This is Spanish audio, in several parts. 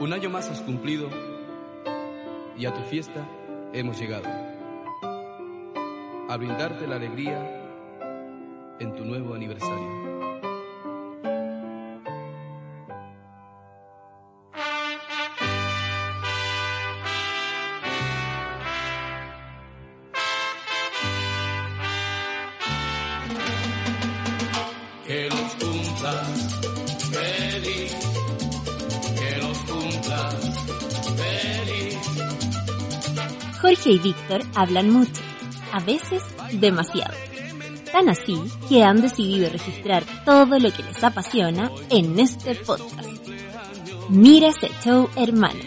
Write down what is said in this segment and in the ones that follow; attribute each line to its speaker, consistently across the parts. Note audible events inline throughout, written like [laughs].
Speaker 1: Un año más has cumplido y a tu fiesta hemos llegado a brindarte la alegría en tu nuevo aniversario.
Speaker 2: que los cumplas feliz, que los cumplas feliz.
Speaker 3: Jorge y Víctor hablan mucho, a veces demasiado. Tan así que han decidido registrar todo lo que les apasiona en este podcast. Mira ese show, hermano.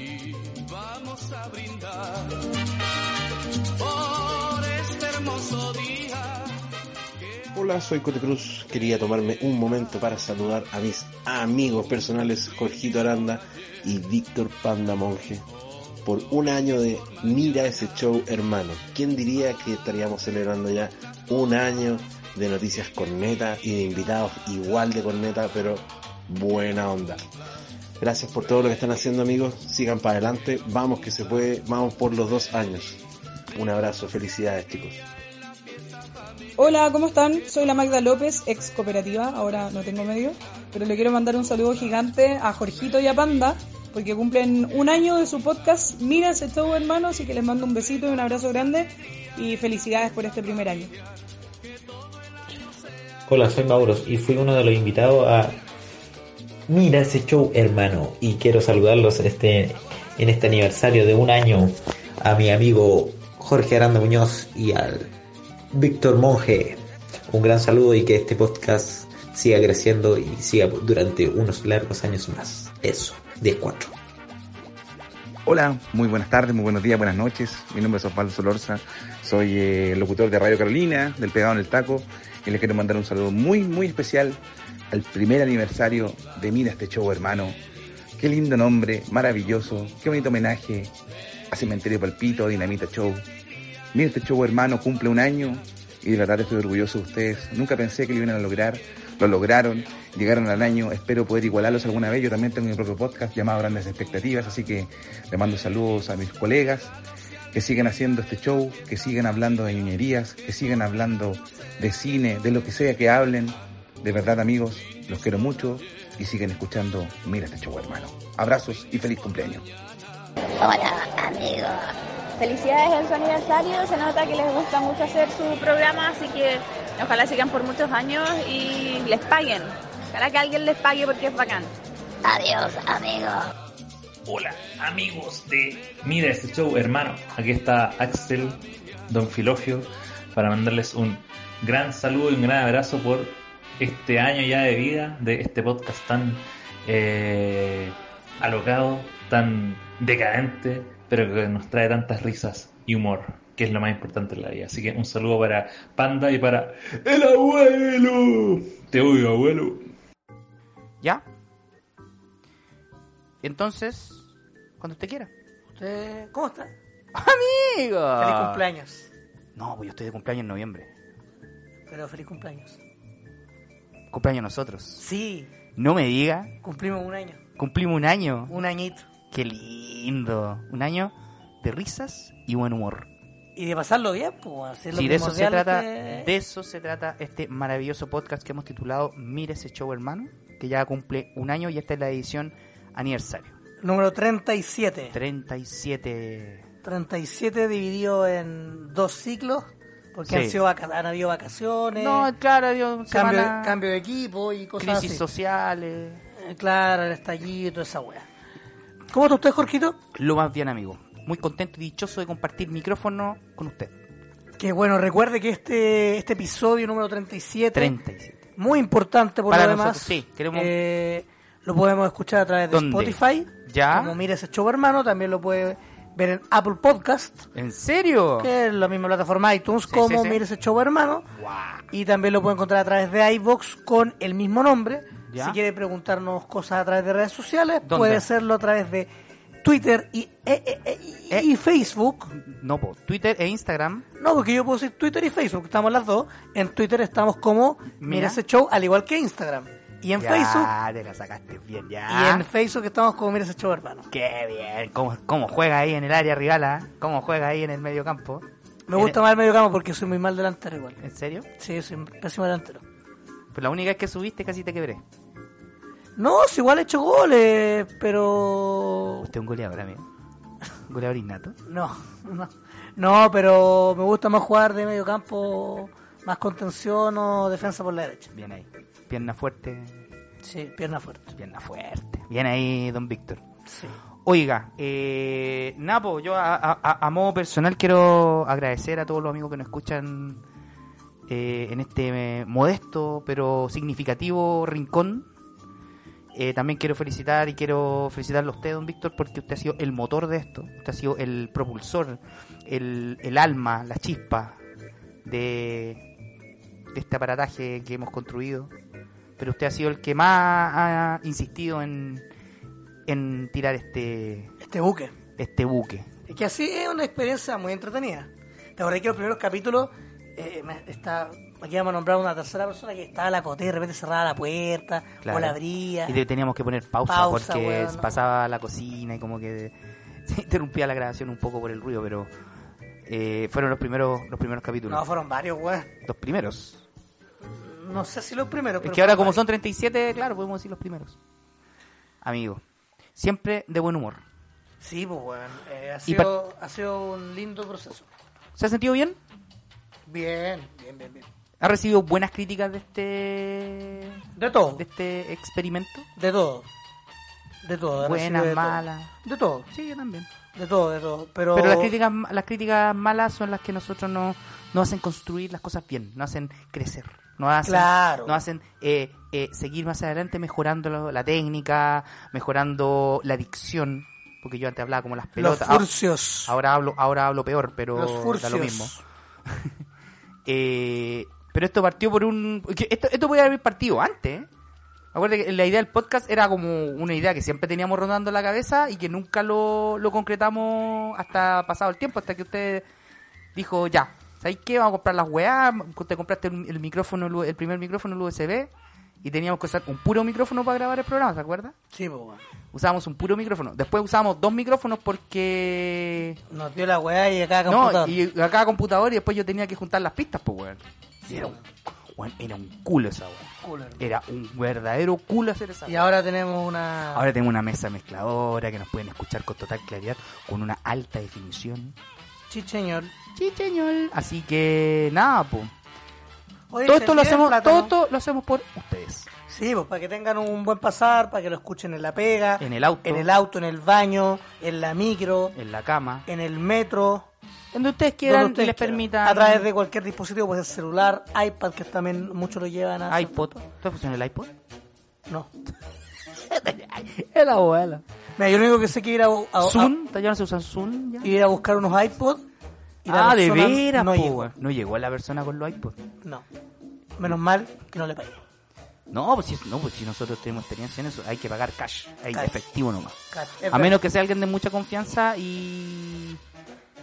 Speaker 4: Hola, soy Cote Cruz. Quería tomarme un momento para saludar a mis amigos personales Jorgito Aranda y Víctor Panda Monje por un año de Mira ese show, hermano. ¿Quién diría que estaríamos celebrando ya un año de noticias corneta y de invitados igual de corneta, pero buena onda? Gracias por todo lo que están haciendo, amigos. Sigan para adelante. Vamos que se puede. Vamos por los dos años. Un abrazo. Felicidades, chicos.
Speaker 5: Hola, ¿cómo están? Soy la Magda López, ex cooperativa, ahora no tengo medio, pero le quiero mandar un saludo gigante a Jorgito y a Panda, porque cumplen un año de su podcast. Mira ese show, hermano, así que les mando un besito y un abrazo grande y felicidades por este primer año.
Speaker 6: Hola, soy Mauros y fui uno de los invitados a Mira ese show, hermano. Y quiero saludarlos este, en este aniversario de un año a mi amigo Jorge Aranda Muñoz y al Víctor Monge. Un gran saludo y que este podcast siga creciendo y siga durante unos largos años más. Eso, 10-4.
Speaker 7: Hola, muy buenas tardes, muy buenos días, buenas noches. Mi nombre es Osvaldo Solorza, soy eh, locutor de Radio Carolina, del Pegado en el Taco, y les quiero mandar un saludo muy, muy especial al primer aniversario de Mira este show, hermano. Qué lindo nombre, maravilloso, qué bonito homenaje a Cementerio Palpito, Dinamita Show. Mira este show, hermano, cumple un año y de verdad estoy orgulloso de ustedes. Nunca pensé que lo iban a lograr, lo lograron, llegaron al año, espero poder igualarlos alguna vez. Yo también tengo mi propio podcast llamado Grandes Expectativas, así que le mando saludos a mis colegas que sigan haciendo este show, que sigan hablando de niñerías, que sigan hablando de cine, de lo que sea que hablen. De verdad, amigos, los quiero mucho y siguen escuchando Mira este show, hermano. Abrazos y feliz cumpleaños.
Speaker 8: Hola, amigos.
Speaker 9: Felicidades en su aniversario, se nota que les gusta mucho hacer su programa, así que ojalá sigan por muchos años y les paguen. Ojalá que alguien les pague porque es bacán.
Speaker 8: Adiós, amigos.
Speaker 10: Hola amigos de Mira este show, hermano. Aquí está Axel Don Filofio para mandarles un gran saludo y un gran abrazo por este año ya de vida de este podcast tan eh, alocado, tan decadente, pero que nos trae tantas risas y humor, que es lo más importante en la vida. Así que un saludo para Panda y para el abuelo. Te odio, abuelo.
Speaker 11: ¿Ya? Entonces, cuando usted quiera. ¿Usted cómo está? ¡Amigo!
Speaker 12: Feliz cumpleaños.
Speaker 11: No, pues yo estoy de cumpleaños en noviembre.
Speaker 12: Pero feliz cumpleaños.
Speaker 11: Cumpleaños nosotros.
Speaker 12: Sí,
Speaker 11: No me diga,
Speaker 12: cumplimos un año.
Speaker 11: cumplimos un año.
Speaker 12: Un añito.
Speaker 11: ¡Qué lindo! Un año de risas y buen humor.
Speaker 12: Y de pasarlo bien, pues. Si es lo
Speaker 11: Sí, de eso se
Speaker 12: primordial
Speaker 11: trata,
Speaker 12: que-
Speaker 11: de eso se trata este maravilloso podcast que hemos titulado Mira ese show, hermano, que ya cumple un año y esta es la edición aniversario.
Speaker 12: Número 37.
Speaker 11: 37
Speaker 12: 37 dividido en dos ciclos, porque
Speaker 11: Sí.
Speaker 12: han, sido vaca- han habido vacaciones,
Speaker 11: No, claro, dio
Speaker 12: cambio,
Speaker 11: semana,
Speaker 12: cambio de equipo y cosas
Speaker 11: crisis
Speaker 12: así.
Speaker 11: sociales.
Speaker 12: Eh, Claro, el estallido y toda esa wea. ¿Cómo está usted, Jorgito?
Speaker 11: Lo más bien, amigo. Muy contento y dichoso de compartir micrófono con usted.
Speaker 12: Que bueno, recuerde que este, este episodio número 37
Speaker 11: 37.
Speaker 12: muy importante por
Speaker 11: Para
Speaker 12: lo demás.
Speaker 11: nosotros, sí, queremos-
Speaker 12: Eh, lo podemos escuchar a través de
Speaker 11: ¿Dónde?
Speaker 12: Spotify.
Speaker 11: ¿Ya?
Speaker 12: Como mira ese show hermano, también lo puede ver en Apple Podcast,
Speaker 11: ¿En serio?
Speaker 12: que es la misma plataforma iTunes como
Speaker 11: sí.
Speaker 12: mira ese show hermano. Y también lo puede encontrar a través de iBox con el mismo nombre.
Speaker 11: ¿Ya?
Speaker 12: Si quiere preguntarnos cosas a través de redes sociales,
Speaker 11: ¿Dónde?
Speaker 12: puede hacerlo a través de Twitter y, e- e- e- y- y Facebook.
Speaker 11: Eh. No, po. Twitter e Instagram.
Speaker 12: No, porque yo puedo decir Twitter y Facebook, estamos las dos. En Twitter estamos como Mira ese show, al igual que Instagram. Y en
Speaker 11: Ya,
Speaker 12: Facebook,
Speaker 11: te la sacaste bien,
Speaker 12: y
Speaker 11: ya.
Speaker 12: en Facebook estamos como Mira ese show, hermano.
Speaker 11: Qué bien. ¿Cómo, cómo juega ahí en el área rival, ah? ¿Cómo juega ahí en el medio campo?
Speaker 12: Me gusta más el medio campo porque soy muy mal delantero igual.
Speaker 11: ¿En serio?
Speaker 12: Sí, soy un pésimo delantero.
Speaker 11: Pues la única vez que subiste casi te quebré.
Speaker 12: No, si igual he hecho goles, pero...
Speaker 11: Usted es un goleador, amigo. Goleador innato.
Speaker 12: No, no. No, pero me gusta más jugar de medio campo, más contención o defensa por la derecha.
Speaker 11: Bien ahí. Pierna fuerte.
Speaker 12: Sí, pierna fuerte.
Speaker 11: Pierna fuerte. Bien ahí, don Víctor.
Speaker 12: Sí.
Speaker 11: Oiga, eh, Napo, yo a, a- a- a modo personal quiero agradecer a todos los amigos que nos escuchan eh, en este eh, modesto pero significativo rincón. Eh, también quiero felicitar y quiero felicitarlo a usted, don Víctor, porque usted ha sido el motor de esto, usted ha sido el propulsor, el, el alma, la chispa de, de este aparataje que hemos construido. Pero usted ha sido el que más ha insistido en, en tirar este,
Speaker 12: Este buque.
Speaker 11: este buque.
Speaker 12: Es que así es una experiencia muy entretenida. La verdad que los primeros capítulos, eh, me- está, aquí vamos a nombrar una tercera persona que estaba a la coté, de repente cerraba la puerta,
Speaker 11: Claro.
Speaker 12: o la abría.
Speaker 11: Y le teníamos que poner pausa,
Speaker 12: Pausa,
Speaker 11: porque
Speaker 12: weón,
Speaker 11: se
Speaker 12: no.
Speaker 11: pasaba a la cocina y como que [laughs] se interrumpía la grabación un poco por el ruido, pero eh, fueron los primeros los primeros capítulos.
Speaker 12: No, fueron varios, weón.
Speaker 11: Los primeros.
Speaker 12: No sé si los primeros,
Speaker 11: Es
Speaker 12: pero
Speaker 11: que ahora
Speaker 12: fueron
Speaker 11: como son 37, claro, podemos decir los primeros. Amigo, siempre de buen humor.
Speaker 12: varios. Sí, pues, weón. Eh, ha,
Speaker 11: Y par-
Speaker 12: sido, ha sido un lindo proceso.
Speaker 11: ¿Se ha sentido bien?
Speaker 12: Bien, bien, bien, bien.
Speaker 11: ¿Ha recibido buenas críticas de este...
Speaker 12: De todo.
Speaker 11: De este experimento?
Speaker 12: De todo. De todo. ha
Speaker 11: Buenas,
Speaker 12: recibido de todo.
Speaker 11: malas.
Speaker 12: De todo.
Speaker 11: Sí, yo también.
Speaker 12: De todo, de todo. Pero,
Speaker 11: Pero, las críticas las críticas malas son las que nosotros no nos hacen construir las cosas bien, nos hacen crecer, nos hacen,
Speaker 12: Claro.
Speaker 11: nos hacen eh, eh, seguir más adelante mejorando lo- la técnica, mejorando la dicción, porque yo antes hablaba como las
Speaker 12: Los
Speaker 11: pelotas.
Speaker 12: furcios.
Speaker 11: ah, Ahora hablo, ahora hablo peor, pero
Speaker 12: Los
Speaker 11: da lo
Speaker 12: furcios.
Speaker 11: mismo. Eh, pero esto partió por un. que Esto, esto podía haber partido antes. ¿eh? Acuérdate que la idea del podcast era como una idea que siempre teníamos rondando la cabeza y que nunca lo, lo concretamos hasta pasado el tiempo, hasta que usted dijo, ya, ¿sabéis qué? Vamos a comprar las weas, te compraste el, el micrófono, el U- el primer micrófono, el USB, y teníamos que usar un puro micrófono para grabar el programa, ¿se acuerda?
Speaker 12: Sí, pues, weón.
Speaker 11: Usábamos un puro micrófono. Después usábamos dos micrófonos porque...
Speaker 12: Nos dio la weá y acá
Speaker 11: No,
Speaker 12: computador.
Speaker 11: y a cada computador y después yo tenía que juntar las pistas, pues, weón. Y Era un, weón, era un culo esa weón.
Speaker 12: Culo, hermano.
Speaker 11: Era un verdadero culo hacer esa
Speaker 12: Y
Speaker 11: weá.
Speaker 12: ahora tenemos una.
Speaker 11: Ahora tengo una mesa mezcladora que nos pueden escuchar con total claridad, con una alta definición.
Speaker 12: Chicheñol.
Speaker 11: Chicheñol. Así que nada, pues.
Speaker 12: Oye,
Speaker 11: Todo
Speaker 12: se
Speaker 11: esto lo
Speaker 12: envía el
Speaker 11: hacemos, todo
Speaker 12: plátano.
Speaker 11: esto lo hacemos por ustedes.
Speaker 12: Sí, pues para que tengan un buen pasar, para que lo escuchen en la pega,
Speaker 11: En el auto,
Speaker 12: en el auto, en el baño, en la micro,
Speaker 11: en la cama,
Speaker 12: en el metro,
Speaker 11: donde ustedes
Speaker 12: donde
Speaker 11: quieran
Speaker 12: ustedes
Speaker 11: y les
Speaker 12: quieran.
Speaker 11: permitan.
Speaker 12: A través de cualquier dispositivo, pues el celular, iPad, que también muchos lo llevan a...
Speaker 11: iPod. ¿Tú funciona el iPod?
Speaker 12: No.
Speaker 11: El abuela.
Speaker 12: Mira, yo lo único que sé que ir a, a- a-
Speaker 11: Zoom, ya no se usan Zoom ya.
Speaker 12: ir a buscar unos iPod y la
Speaker 11: Ah, de
Speaker 12: persona
Speaker 11: veras,
Speaker 12: no
Speaker 11: po,
Speaker 12: llegó.
Speaker 11: weón. No llegó la persona con los iPods.
Speaker 12: No. Menos mal que no le pagué.
Speaker 11: No, pues si, no, pues si nosotros tenemos experiencia en eso, hay que pagar cash, hay
Speaker 12: Cash.
Speaker 11: efectivo nomás.
Speaker 12: Cash, es
Speaker 11: A
Speaker 12: verdad.
Speaker 11: menos que sea alguien de mucha confianza y...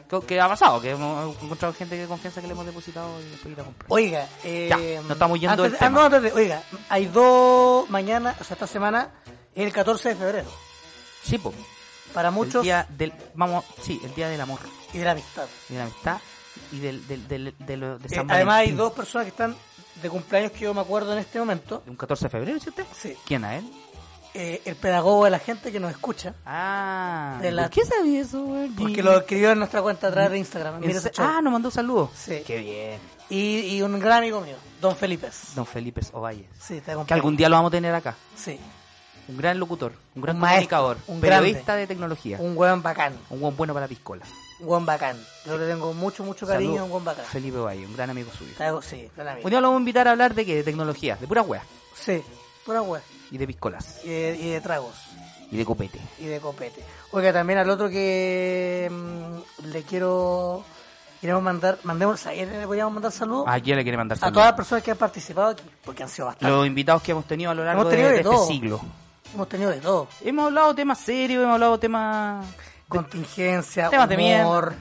Speaker 11: que- Que ha pasado, que hemos encontrado gente de confianza que le hemos depositado y después ir a comprar.
Speaker 12: Oiga, eh,
Speaker 11: Ya, nos estamos yendo
Speaker 12: antes-
Speaker 11: del
Speaker 12: ah,
Speaker 11: tema.
Speaker 12: no, antes de- oiga, hay dos mañana, o sea, esta semana es el 14 de febrero.
Speaker 11: Sí, po.
Speaker 12: Para
Speaker 11: El
Speaker 12: muchos
Speaker 11: día del... Vamos, sí, el día del amor
Speaker 12: y de la amistad.
Speaker 11: y de la amistad y del... del, del- de lo- de
Speaker 12: Eh,
Speaker 11: San
Speaker 12: además hay
Speaker 11: Valentín.
Speaker 12: dos personas que están de cumpleaños que yo me acuerdo en este momento.
Speaker 11: ¿Un 14 de febrero, dice usted?
Speaker 12: Sí.
Speaker 11: ¿Quién a él?
Speaker 12: Eh, el pedagogo de la gente que nos escucha.
Speaker 11: Ah,
Speaker 12: De la-
Speaker 11: ¿por qué sabía eso, güey? Mm,
Speaker 12: Porque lo escribió en nuestra cuenta atrás de Instagram.
Speaker 11: En
Speaker 12: Mira
Speaker 11: se-
Speaker 12: ese show.
Speaker 11: Ah, nos mandó saludos.
Speaker 12: Sí.
Speaker 11: Qué bien.
Speaker 12: y, y un gran amigo mío, Don Felipe.
Speaker 11: Don Felipe Ovalle.
Speaker 12: Sí, te
Speaker 11: Que algún día lo vamos a tener acá.
Speaker 12: Sí,
Speaker 11: Un gran locutor, un gran
Speaker 12: Un maestro,
Speaker 11: comunicador,
Speaker 12: un
Speaker 11: periodista
Speaker 12: grande.
Speaker 11: de tecnología,
Speaker 12: un weón bacán.
Speaker 11: un buen bueno para la piscola.
Speaker 12: Juan Bacán. Yo le tengo mucho, mucho cariño a un Juan Bacán.
Speaker 11: Felipe Valle, un gran amigo suyo.
Speaker 12: Traigo- Sí, gran amigo.
Speaker 11: Un día lo vamos a invitar a hablar de qué? De tecnología, de pura weas
Speaker 12: Sí, pura wea.
Speaker 11: y de piscolas
Speaker 12: Y de, y de tragos.
Speaker 11: y de copete.
Speaker 12: Y de copete. Oiga, también al otro que mm, le quiero. Queremos mandar. Mandemos. ¿A quién le podríamos mandar saludos?
Speaker 11: ¿A Ah, quién le quiere mandar
Speaker 12: A
Speaker 11: saludos?
Speaker 12: todas las personas que han participado aquí, porque han sido bastantes.
Speaker 11: Los invitados que hemos tenido a lo largo
Speaker 12: Hemos
Speaker 11: de,
Speaker 12: tenido
Speaker 11: de
Speaker 12: de
Speaker 11: este
Speaker 12: todo.
Speaker 11: siglo.
Speaker 12: Hemos tenido de todo.
Speaker 11: Hemos hablado temas serios, hemos hablado temas.
Speaker 12: Contingencia,
Speaker 11: Temas de [laughs]
Speaker 12: humor.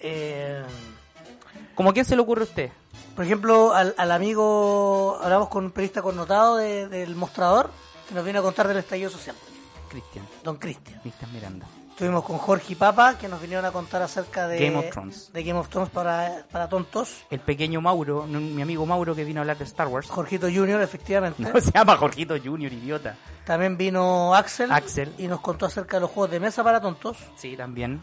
Speaker 12: eh,
Speaker 11: ¿Cómo quién se le ocurre a usted?
Speaker 12: Por ejemplo, al, al amigo, hablamos con un periodista connotado de- del mostrador, que nos viene a contar del estallido social,
Speaker 11: Cristian.
Speaker 12: don Cristian.
Speaker 11: Cristian Miranda.
Speaker 12: Estuvimos con Jorge y Papa, que nos vinieron a contar acerca de
Speaker 11: Game of Thrones.
Speaker 12: de Game of Thrones para, para tontos.
Speaker 11: El pequeño Mauro, n- mi amigo Mauro que vino a hablar de Star Wars. [laughs]
Speaker 12: Jorgito Junior, efectivamente.
Speaker 11: No se llama Jorgito Junior, idiota.
Speaker 12: También vino Axel,
Speaker 11: Axel.
Speaker 12: y nos contó acerca de los juegos de mesa para tontos.
Speaker 11: Sí, también.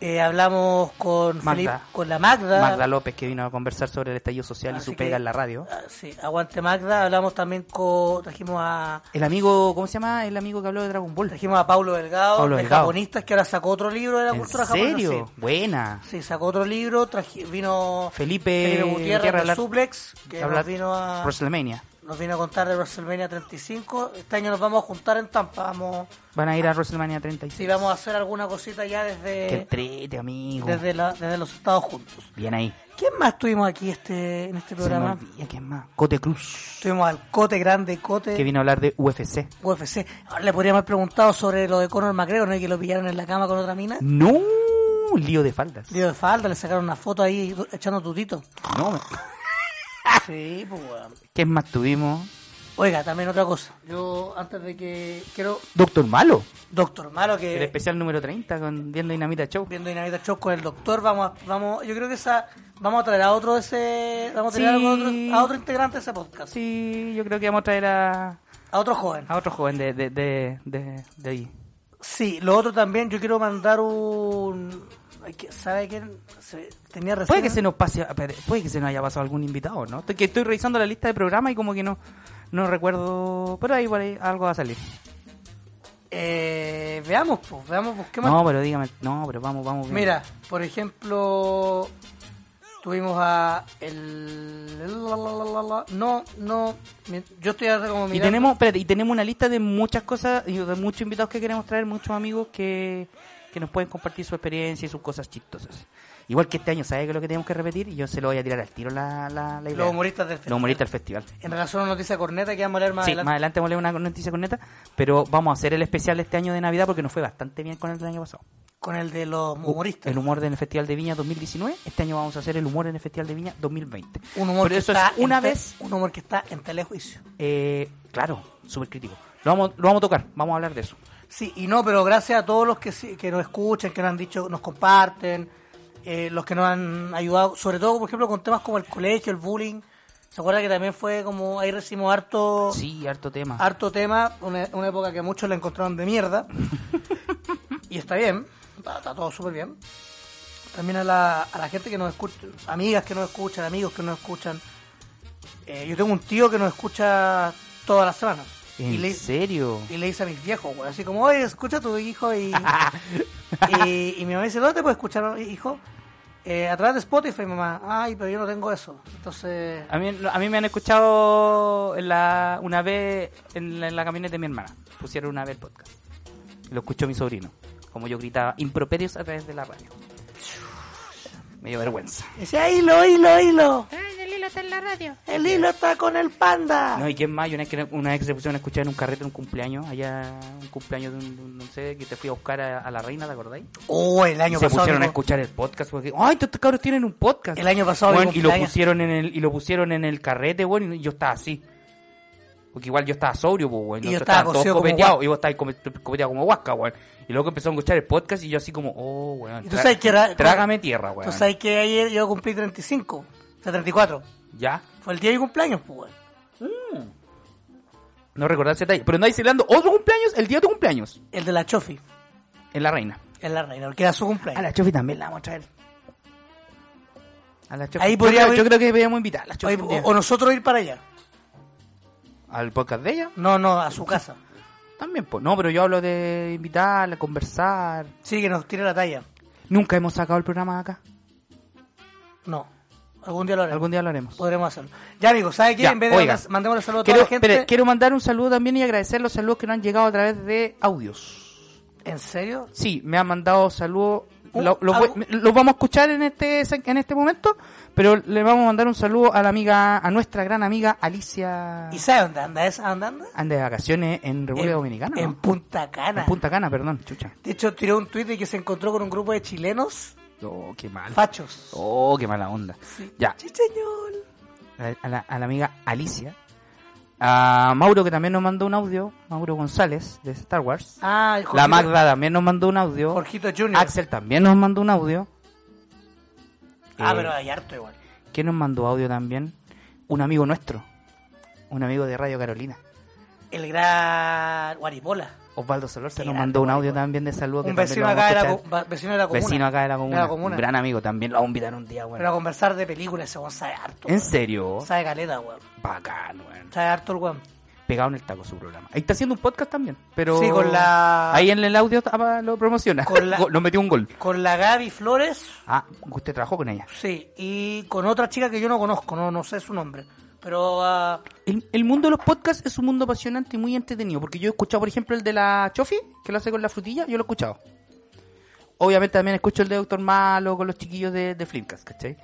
Speaker 12: Eh, hablamos con
Speaker 11: Magda.
Speaker 12: Felipe, con la Magda.
Speaker 11: Magda López que vino a conversar sobre el estallido social y
Speaker 12: Así
Speaker 11: su
Speaker 12: que-
Speaker 11: pega en la radio.
Speaker 12: Ah, Sí, aguante Magda. Hablamos también con, trajimos a,
Speaker 11: El amigo, ¿cómo se llama? El amigo que habló de Dragon Ball.
Speaker 12: Trajimos a Pablo Delgado,
Speaker 11: Pablo
Speaker 12: de
Speaker 11: Delgado.
Speaker 12: japonistas, que ahora sacó otro libro de la
Speaker 11: ¿En
Speaker 12: cultura
Speaker 11: serio?
Speaker 12: japonesa.
Speaker 11: Buena.
Speaker 12: Sí. Sí, sacó otro libro, traje- vino
Speaker 11: Felipe
Speaker 12: Gutiérrez
Speaker 11: Gutiérrez
Speaker 12: de
Speaker 11: hablar-
Speaker 12: Suplex, que
Speaker 11: hablar-
Speaker 12: nos vino, a,
Speaker 11: WrestleMania.
Speaker 12: nos vino a contar de WrestleMania 35. Este año nos vamos a juntar en Tampa, vamos,
Speaker 11: Van a ir a WrestleMania 36.
Speaker 12: si vamos a hacer alguna cosita ya
Speaker 11: Qué
Speaker 12: desde,
Speaker 11: entrete, amigo.
Speaker 12: desde, la- desde los Estados juntos.
Speaker 11: Bien ahí.
Speaker 12: ¿Quién más tuvimos aquí este, en este
Speaker 11: Se me
Speaker 12: programa?
Speaker 11: olvida quién más. Cote Cruz,
Speaker 12: Tuvimos al Cote Grande, Cote
Speaker 11: que vino a hablar de UFC.
Speaker 12: UFC. Ahora le podríamos haber preguntado sobre lo de Conor McGregor, ¿no? Y que lo pillaron en la cama con otra mina.
Speaker 11: No, lío de faldas.
Speaker 12: Lío de falda, le sacaron una foto ahí du-
Speaker 11: [laughs]
Speaker 12: echando tutito.
Speaker 11: No, me-
Speaker 12: Sí, pues weón.
Speaker 11: ¿Qué más tuvimos?
Speaker 12: Oiga, también otra cosa. Yo, antes de que quiero...
Speaker 11: Doctor Malo.
Speaker 12: Doctor Malo, que
Speaker 11: El especial número 30 con Viendo Dinamita Show.
Speaker 12: viendo Dinamita Show con el doctor, vamos a, vamos, yo creo que esa, vamos a traer a otro de ese, vamos a traer
Speaker 11: Sí.
Speaker 12: a, otro, a otro integrante de ese podcast.
Speaker 11: Sí, yo creo que vamos a traer a,
Speaker 12: A otro joven.
Speaker 11: a otro joven de, de, de, de, de ahí.
Speaker 12: Sí, lo otro también, yo quiero mandar un... ay, que- ¿Sabe quién? Se- tenía recién...
Speaker 11: Puede que se nos pase, espere, puede que se nos haya pasado algún invitado, ¿no? Estoy, que estoy revisando la lista de programas y como que no, no recuerdo, pero ahí por ahí algo va a salir.
Speaker 12: Eh, veamos, pues, veamos, busquemos...
Speaker 11: No, pero dígame, no, pero vamos, vamos. bien.
Speaker 12: Mira, por ejemplo, tuvimos a el la, la, la, la, la. no, no, mi- yo estoy ahora como
Speaker 11: Y
Speaker 12: mirando.
Speaker 11: tenemos, espérate, y tenemos una lista de muchas cosas y de muchos invitados que queremos traer, muchos amigos que, que nos pueden compartir su experiencia y sus cosas chistosas. Igual que este año, ¿sabes qué es lo que tenemos que repetir? Y yo se lo voy a tirar al tiro la, la, la idea.
Speaker 12: los humoristas del
Speaker 11: Los humoristas del festival.
Speaker 12: En relación a una noticia corneta que vamos a leer más
Speaker 11: sí,
Speaker 12: adelante.
Speaker 11: más adelante vamos a leer una noticia con neta, pero vamos a hacer el especial este año de Navidad porque nos fue bastante bien con el del año pasado.
Speaker 12: Con el de los humoristas.
Speaker 11: Uh, El humor del Festival de Viña 2019. Este año vamos a hacer el humor en el Festival de Viña 2020.
Speaker 12: Un humor
Speaker 11: Pero
Speaker 12: que
Speaker 11: eso
Speaker 12: está
Speaker 11: es una
Speaker 12: en te-
Speaker 11: vez,
Speaker 12: un humor que está en telejuicio.
Speaker 11: eh, claro, súper crítico. Lo vamos, lo vamos a tocar, vamos a hablar de eso.
Speaker 12: Sí, y no, pero gracias a todos los que sí- que nos escuchan, que nos han dicho, nos comparten, eh, los que nos han ayudado, sobre todo por ejemplo con temas como el colegio, el bullying. ¿Se acuerda que también fue como ahí recibimos harto
Speaker 11: Sí, harto tema.
Speaker 12: harto tema, una, una época que muchos la encontraron
Speaker 11: [laughs]
Speaker 12: de mierda. y está bien, está, está todo súper bien. También a la, a la gente que nos escucha, amigas que nos escuchan, amigos que nos escuchan. Eh, yo tengo un tío que nos escucha todas las semanas.
Speaker 11: ¿En
Speaker 12: y le,
Speaker 11: serio?
Speaker 12: y le dice a mis viejos, güey, así como, oye, escucha a tu hijo
Speaker 11: [laughs]
Speaker 12: y, y, y mi mamá dice, ¿dónde te puedes escuchar, hijo? "Eh, a través de Spotify, mamá. Ay, pero yo no tengo eso. Entonces,
Speaker 11: A mí, a mí me han escuchado en la- una vez en la, en la camioneta de mi hermana. Pusieron una vez el podcast. Lo escuchó mi sobrino. Como yo gritaba improperios a través de la radio. Me dio vergüenza.
Speaker 12: dice, "Ah, hilo, hilo, hilo.
Speaker 2: el hilo está en la radio.
Speaker 12: El hilo está con el panda.
Speaker 11: No, y quién más, yo una vez, que, una vez que se pusieron a escuchar en un carrete, en un cumpleaños, allá, un cumpleaños de un, de un- no sé, que te fui a buscar a, a la reina, ¿te acordáis?
Speaker 12: Oh, el año
Speaker 11: Y se
Speaker 12: pasado.
Speaker 11: pusieron a
Speaker 12: amigo,
Speaker 11: escuchar el podcast porque, ay, todos estos cabros tienen un podcast.
Speaker 12: El año pasado mi
Speaker 11: Bueno, y lo
Speaker 12: cumpleaños.
Speaker 11: pusieron en el y lo pusieron en el carrete, bueno, y yo estaba así. Porque igual yo estaba sobrio, pues, bueno,
Speaker 12: Y yo estaba cocido como
Speaker 11: copeteados,
Speaker 12: guasca.
Speaker 11: y vos estabas come- copeteado como huasca, weón. Y luego empezó a escuchar el podcast y yo así como, oh, weón.
Speaker 12: Y tú sabes que era-
Speaker 11: Trágame tierra, weón.
Speaker 12: Tú sabes que ayer yo cumplí 35, o sea, 34.
Speaker 11: Ya.
Speaker 12: Fue el día de mi cumpleaños, pues. weón.
Speaker 11: No recordás ese detalle. Pero andáis celebrando otro cumpleaños el día de tu cumpleaños.
Speaker 12: El de la Chofi,
Speaker 11: En la reina.
Speaker 12: en la reina, porque era su
Speaker 11: A
Speaker 12: cumpleaños.
Speaker 11: Ah, la Chofi también la vamos a traer. A la Chofi.
Speaker 12: Ahí
Speaker 11: Yo
Speaker 12: podría
Speaker 11: creo-
Speaker 12: haber-
Speaker 11: yo creo que deberíamos invitar a la Chofi.
Speaker 12: Oye,
Speaker 11: un día.
Speaker 12: o, o nosotros ir para allá.
Speaker 11: Al podcast de ella.
Speaker 12: No, no, a su casa.
Speaker 11: También, pues. No, pero yo hablo de invitarla, conversar.
Speaker 12: Sí, que nos tire la talla.
Speaker 11: Nunca hemos sacado el programa de acá.
Speaker 12: No. Algún día lo haremos.
Speaker 11: Algún día lo haremos.
Speaker 12: Podremos hacerlo. Ya, amigos, ¿sabe qué?
Speaker 11: Ya,
Speaker 12: en vez de
Speaker 11: oiga.
Speaker 12: mandar- mandemos los saludos a
Speaker 11: Quiero,
Speaker 12: toda la gente.
Speaker 11: espere, quiero mandar un saludo también y agradecer los saludos que nos han llegado a través de audios.
Speaker 12: ¿En serio?
Speaker 11: Sí, me han mandado saludos. Lo- Los voy- los vamos a escuchar en este sec- en este momento, pero le vamos a mandar un saludo a la amiga, a nuestra gran amiga Alicia.
Speaker 12: ¿Y sabe dónde anda esa? ¿Dónde anda?
Speaker 11: Anda de vacaciones en República
Speaker 12: En-
Speaker 11: Dominicana.
Speaker 12: en Punta Cana.
Speaker 11: En Punta Cana, perdón, chucha.
Speaker 12: De hecho, tiró un tuit de que se encontró con un grupo de chilenos
Speaker 11: Oh, qué mal.
Speaker 12: fachos.
Speaker 11: Oh, qué mala onda. Ya,
Speaker 12: Sí, señor.
Speaker 11: a a la, a la amiga Alicia. A Mauro, que también nos mandó un audio. Mauro González, de Star Wars.
Speaker 12: Ah, el Jorgito-
Speaker 11: La Magda también nos mandó un audio.
Speaker 12: Jorgito Junior.
Speaker 11: Axel también nos mandó un audio.
Speaker 12: Ah,
Speaker 11: Eh,
Speaker 12: pero hay harto igual.
Speaker 11: ¿Quién nos mandó audio también? Un amigo nuestro. Un amigo de Radio Carolina.
Speaker 12: El gran Guaripola.
Speaker 11: Osvaldo Solorza
Speaker 12: Qué
Speaker 11: nos
Speaker 12: grande,
Speaker 11: mandó un audio también de saludo. que
Speaker 12: Un
Speaker 11: también
Speaker 12: vecino
Speaker 11: lo vamos a
Speaker 12: acá, de la,
Speaker 11: escuchar.
Speaker 12: co- va- vecino de la comuna.
Speaker 11: Vecino acá de la comuna.
Speaker 12: comuna.
Speaker 11: Un gran amigo también. Lo vamos a invitar un día, weón.
Speaker 12: Pero a conversar de películas, ese weón sabe harto.
Speaker 11: ¿En serio?
Speaker 12: Sabe caleta, weón.
Speaker 11: Bacán, weón.
Speaker 12: Sabe harto el weón.
Speaker 11: Pegado en el taco su programa. Ahí está haciendo un podcast también. Pero
Speaker 12: Sí, con la-
Speaker 11: Ahí en el audio estaba- [laughs] lo promociona.
Speaker 12: Con la-
Speaker 11: Go- Nos metió un gol.
Speaker 12: Con la Gaby Flores,
Speaker 11: Ah, usted trabajó con ella.
Speaker 12: sí. Y con otra chica que yo no conozco, no, no sé su nombre. Pero ah,
Speaker 11: El, el mundo de los podcasts es un mundo apasionante y muy entretenido, porque yo he escuchado, por ejemplo, el de la Chofi, que lo hace con la frutilla, yo lo he escuchado. Obviamente también escucho el de Doctor Malo con los chiquillos de, de Flimcast, ¿cachai?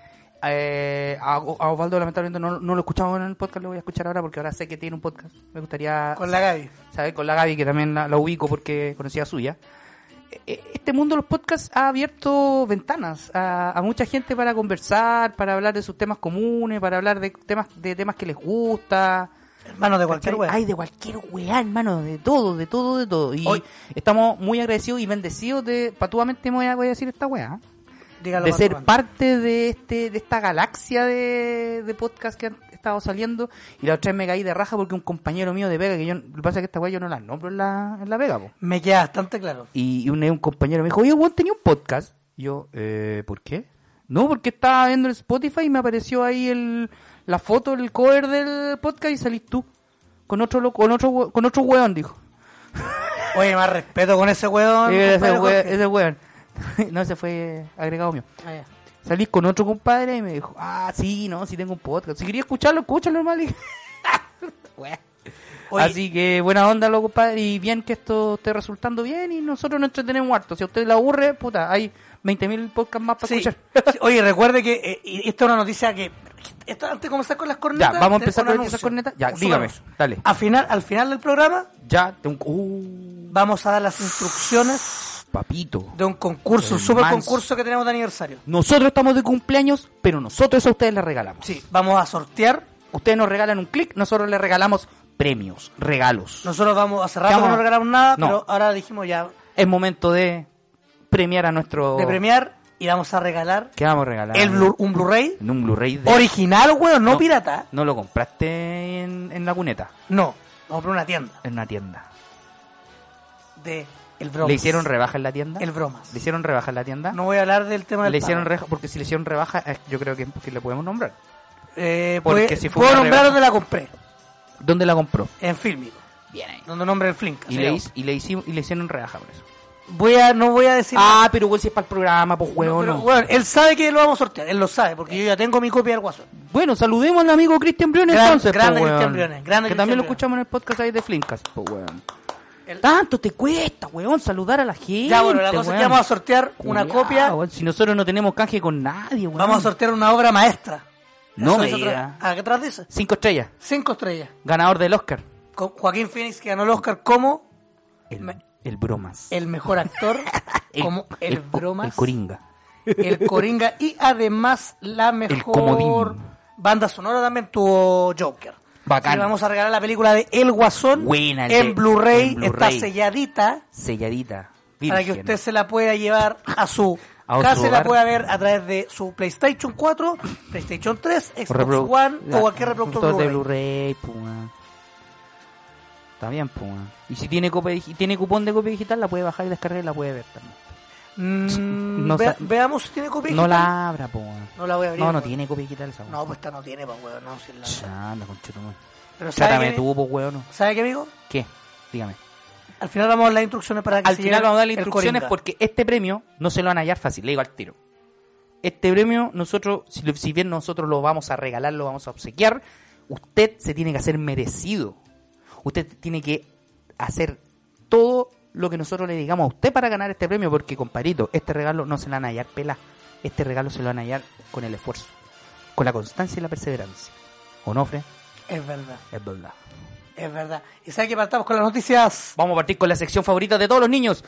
Speaker 11: Eh, a, a Osvaldo lamentablemente no, no lo he escuchado en el podcast, lo voy a escuchar ahora porque ahora sé que tiene un podcast. Me gustaría...
Speaker 12: con la Gaby.
Speaker 11: ¿sabes? Con la Gaby, que también la, la ubico porque conocía suya. E- e- Este mundo de los podcasts ha abierto ventanas a, a mucha gente para conversar, para hablar de sus temas comunes, para hablar de temas de temas que les gusta.
Speaker 12: Hermano, de cualquier
Speaker 11: ¿Cachai?
Speaker 12: weá.
Speaker 11: Ay, de cualquier weá, hermano, de todo, de todo, de todo. Y estamos muy agradecidos y bendecidos de, patuamente me voy a voy a decir esta weá,
Speaker 12: Dígalo
Speaker 11: de
Speaker 12: más,
Speaker 11: ser
Speaker 12: weón.
Speaker 11: parte de este de esta galaxia de, de podcast que han estado saliendo y la otra vez me caí de raja porque un compañero mío de Vega que yo lo que pasa es que esta weá yo no la nombro en la, en la Vega po.
Speaker 12: Me queda bastante claro.
Speaker 11: y un, un compañero me dijo oye weón tenía un podcast Y yo eh, ¿por qué? no porque estaba viendo el Spotify y me apareció ahí el la foto el cover del podcast y salís tú con otro loco- con otro we- con otro weón dijo
Speaker 12: Oye, más respeto con ese weón.
Speaker 11: Sí, ese,
Speaker 12: compadre
Speaker 11: we-
Speaker 12: Jorge.
Speaker 11: ese weón [laughs] no ese fue eh, agregado mío
Speaker 12: Ah, ya.
Speaker 11: Salí con otro compadre y me dijo, ah, sí, no, sí tengo un podcast. Si quería escucharlo, escúchalo, normal. Y- Wea.
Speaker 12: Oye.
Speaker 11: Así que buena onda, loco, compadre. Y bien que esto esté resultando bien y nosotros nos entretenemos harto. Si a usted le aburre, puta, hay 20.000 podcasts más para
Speaker 12: Sí.
Speaker 11: escuchar.
Speaker 12: [laughs] Sí, Oye, recuerde que eh, y esta es una noticia que. esto antes de comenzar con las
Speaker 11: ya,
Speaker 12: cornetas.
Speaker 11: vamos a empezar
Speaker 12: tengo un
Speaker 11: con esas
Speaker 12: anuncio.
Speaker 11: cornetas. Ya,
Speaker 12: Un
Speaker 11: dígame,
Speaker 12: anuncio.
Speaker 11: dale.
Speaker 12: Al final, al final del programa,
Speaker 11: Ya, tengo un... uh,
Speaker 12: vamos a dar las instrucciones
Speaker 11: papito.
Speaker 12: de un concurso, un
Speaker 11: El
Speaker 12: super
Speaker 11: manso.
Speaker 12: concurso que tenemos de aniversario.
Speaker 11: Nosotros estamos de cumpleaños, pero nosotros a ustedes les regalamos.
Speaker 12: Sí, vamos a sortear.
Speaker 11: Ustedes nos regalan un clic, nosotros les regalamos premios, regalos.
Speaker 12: Nosotros vamos, hace rato que
Speaker 11: Vamos.
Speaker 12: no regalamos nada,
Speaker 11: No.
Speaker 12: pero ahora dijimos ya
Speaker 11: Es momento de premiar a nuestro...
Speaker 12: de premiar y vamos a regalar
Speaker 11: ¿Qué vamos a regalar?
Speaker 12: el Blu- un Blu-ray
Speaker 11: En un Blu-ray de...
Speaker 12: original, weón, no,
Speaker 11: No.
Speaker 12: pirata.
Speaker 11: No lo compraste en, en la cuneta,
Speaker 12: No, vamos por una tienda
Speaker 11: en una tienda.
Speaker 12: de El Bromas.
Speaker 11: ¿Le hicieron rebaja en la tienda?
Speaker 12: El Bromas.
Speaker 11: ¿Le hicieron rebaja en la tienda?
Speaker 12: No voy a hablar del tema del
Speaker 11: ¿Le hicieron
Speaker 12: pago.
Speaker 11: rebaja? Porque si le hicieron rebaja, eh, yo creo que, que le podemos nombrar.
Speaker 12: Eh,
Speaker 11: Porque
Speaker 12: puede-
Speaker 11: si fue
Speaker 12: puedo
Speaker 11: una
Speaker 12: nombrar
Speaker 11: rebaja.
Speaker 12: donde la compré.
Speaker 11: ¿Dónde la compró?
Speaker 12: En Filmico.
Speaker 11: Bien ahí.
Speaker 12: Donde nombra el Flink.
Speaker 11: Y le, hic- y, le hicimos, y le hicieron rebaja por eso.
Speaker 12: Voy a, no voy a decir.
Speaker 11: Ah, pero bueno, si es para el programa, pues
Speaker 12: No,
Speaker 11: huevón.
Speaker 12: pero,
Speaker 11: no. Eh.
Speaker 12: weón, él sabe que lo vamos a sortear. Él lo sabe, porque yo ya tengo mi copia del WhatsApp.
Speaker 11: Bueno, saludemos al amigo Cristian Briones
Speaker 12: Gran-
Speaker 11: entonces,
Speaker 12: grande
Speaker 11: po, weón.
Speaker 12: Cristian Briones, grande
Speaker 11: Que también
Speaker 12: Cristian
Speaker 11: lo escuchamos
Speaker 12: Briones.
Speaker 11: en el podcast ahí de Flinkas, po, weón. Tanto te cuesta, weón, saludar a la gente.
Speaker 12: Ya, bueno, la cosa es que
Speaker 11: weón.
Speaker 12: vamos a sortear una
Speaker 11: Culeado,
Speaker 12: copia.
Speaker 11: weón, Si nosotros no tenemos canje con nadie, weón.
Speaker 12: Vamos a sortear una obra maestra.
Speaker 11: No
Speaker 12: Eso
Speaker 11: me
Speaker 12: es otra-
Speaker 11: diga.
Speaker 12: ¿A qué atrás de eso?
Speaker 11: Cinco estrellas.
Speaker 12: Cinco estrellas.
Speaker 11: Ganador del Oscar.
Speaker 12: Con Joaquín Phoenix que ganó el Oscar como
Speaker 11: El,
Speaker 12: Me-
Speaker 11: el bromas.
Speaker 12: el
Speaker 11: [laughs]
Speaker 12: mejor actor, como el,
Speaker 11: co-
Speaker 12: bromas,
Speaker 11: El coringa.
Speaker 12: el Coringa y además la mejor
Speaker 11: comodín.
Speaker 12: banda sonora también tuvo Joker.
Speaker 11: Bacán.
Speaker 12: Y le vamos a regalar la película de El Guasón
Speaker 11: Buena, el de-
Speaker 12: en Blu-ray,
Speaker 11: en
Speaker 12: está
Speaker 11: Blu-ray.
Speaker 12: selladita
Speaker 11: Selladita.
Speaker 12: para que
Speaker 11: virgen.
Speaker 12: usted se la pueda llevar a su
Speaker 11: A
Speaker 12: casa,
Speaker 11: su
Speaker 12: se la
Speaker 11: hogar.
Speaker 12: pueda ver a través de su PlayStation 4, PlayStation 3, Xbox
Speaker 11: O reprodu-
Speaker 12: One
Speaker 11: la-
Speaker 12: o cualquier reproductor
Speaker 11: de
Speaker 12: Blu-ray.
Speaker 11: Blu-ray, po, weón. Está bien, po, weón. Y si tiene, copia, digi- tiene cupón de copia digital, la puede bajar y descargar y la puede ver también.
Speaker 12: Mm,
Speaker 11: No
Speaker 12: vea-
Speaker 11: sa-
Speaker 12: veamos si tiene copia.
Speaker 11: No
Speaker 12: digital.
Speaker 11: la abra, po, weón.
Speaker 12: No la voy a abrir.
Speaker 11: No, no
Speaker 12: weón.
Speaker 11: tiene copia digital esa, weón.
Speaker 12: No, pues esta no tiene, pues, weón. No, si la...
Speaker 11: Chanda, conchetumare.
Speaker 12: Pero ¿sabe
Speaker 11: Trátame
Speaker 12: qué?
Speaker 11: tú, po, weón.
Speaker 12: ¿Sabe qué, amigo?
Speaker 11: ¿Qué? Dígame.
Speaker 12: Al final vamos a dar las instrucciones para que
Speaker 11: Al
Speaker 12: se
Speaker 11: final
Speaker 12: lleve
Speaker 11: vamos a dar las
Speaker 12: el
Speaker 11: instrucciones
Speaker 12: Coringa.
Speaker 11: porque este premio no se lo van a hallar fácil, le digo al tiro. Este premio, nosotros, si, lo- si bien nosotros lo vamos a regalar, lo vamos a obsequiar, usted se tiene que hacer merecido. Usted tiene que hacer todo lo que nosotros le digamos a usted para ganar este premio, porque comparito, este regalo no se lo van a hallar pela, este regalo se lo van a hallar con el esfuerzo, con la constancia y la perseverancia. Onofre,
Speaker 12: Es verdad,
Speaker 11: es verdad.
Speaker 12: es verdad. ¿Y sabes que partamos con las noticias?
Speaker 11: Vamos a partir con la sección favorita de todos los niños.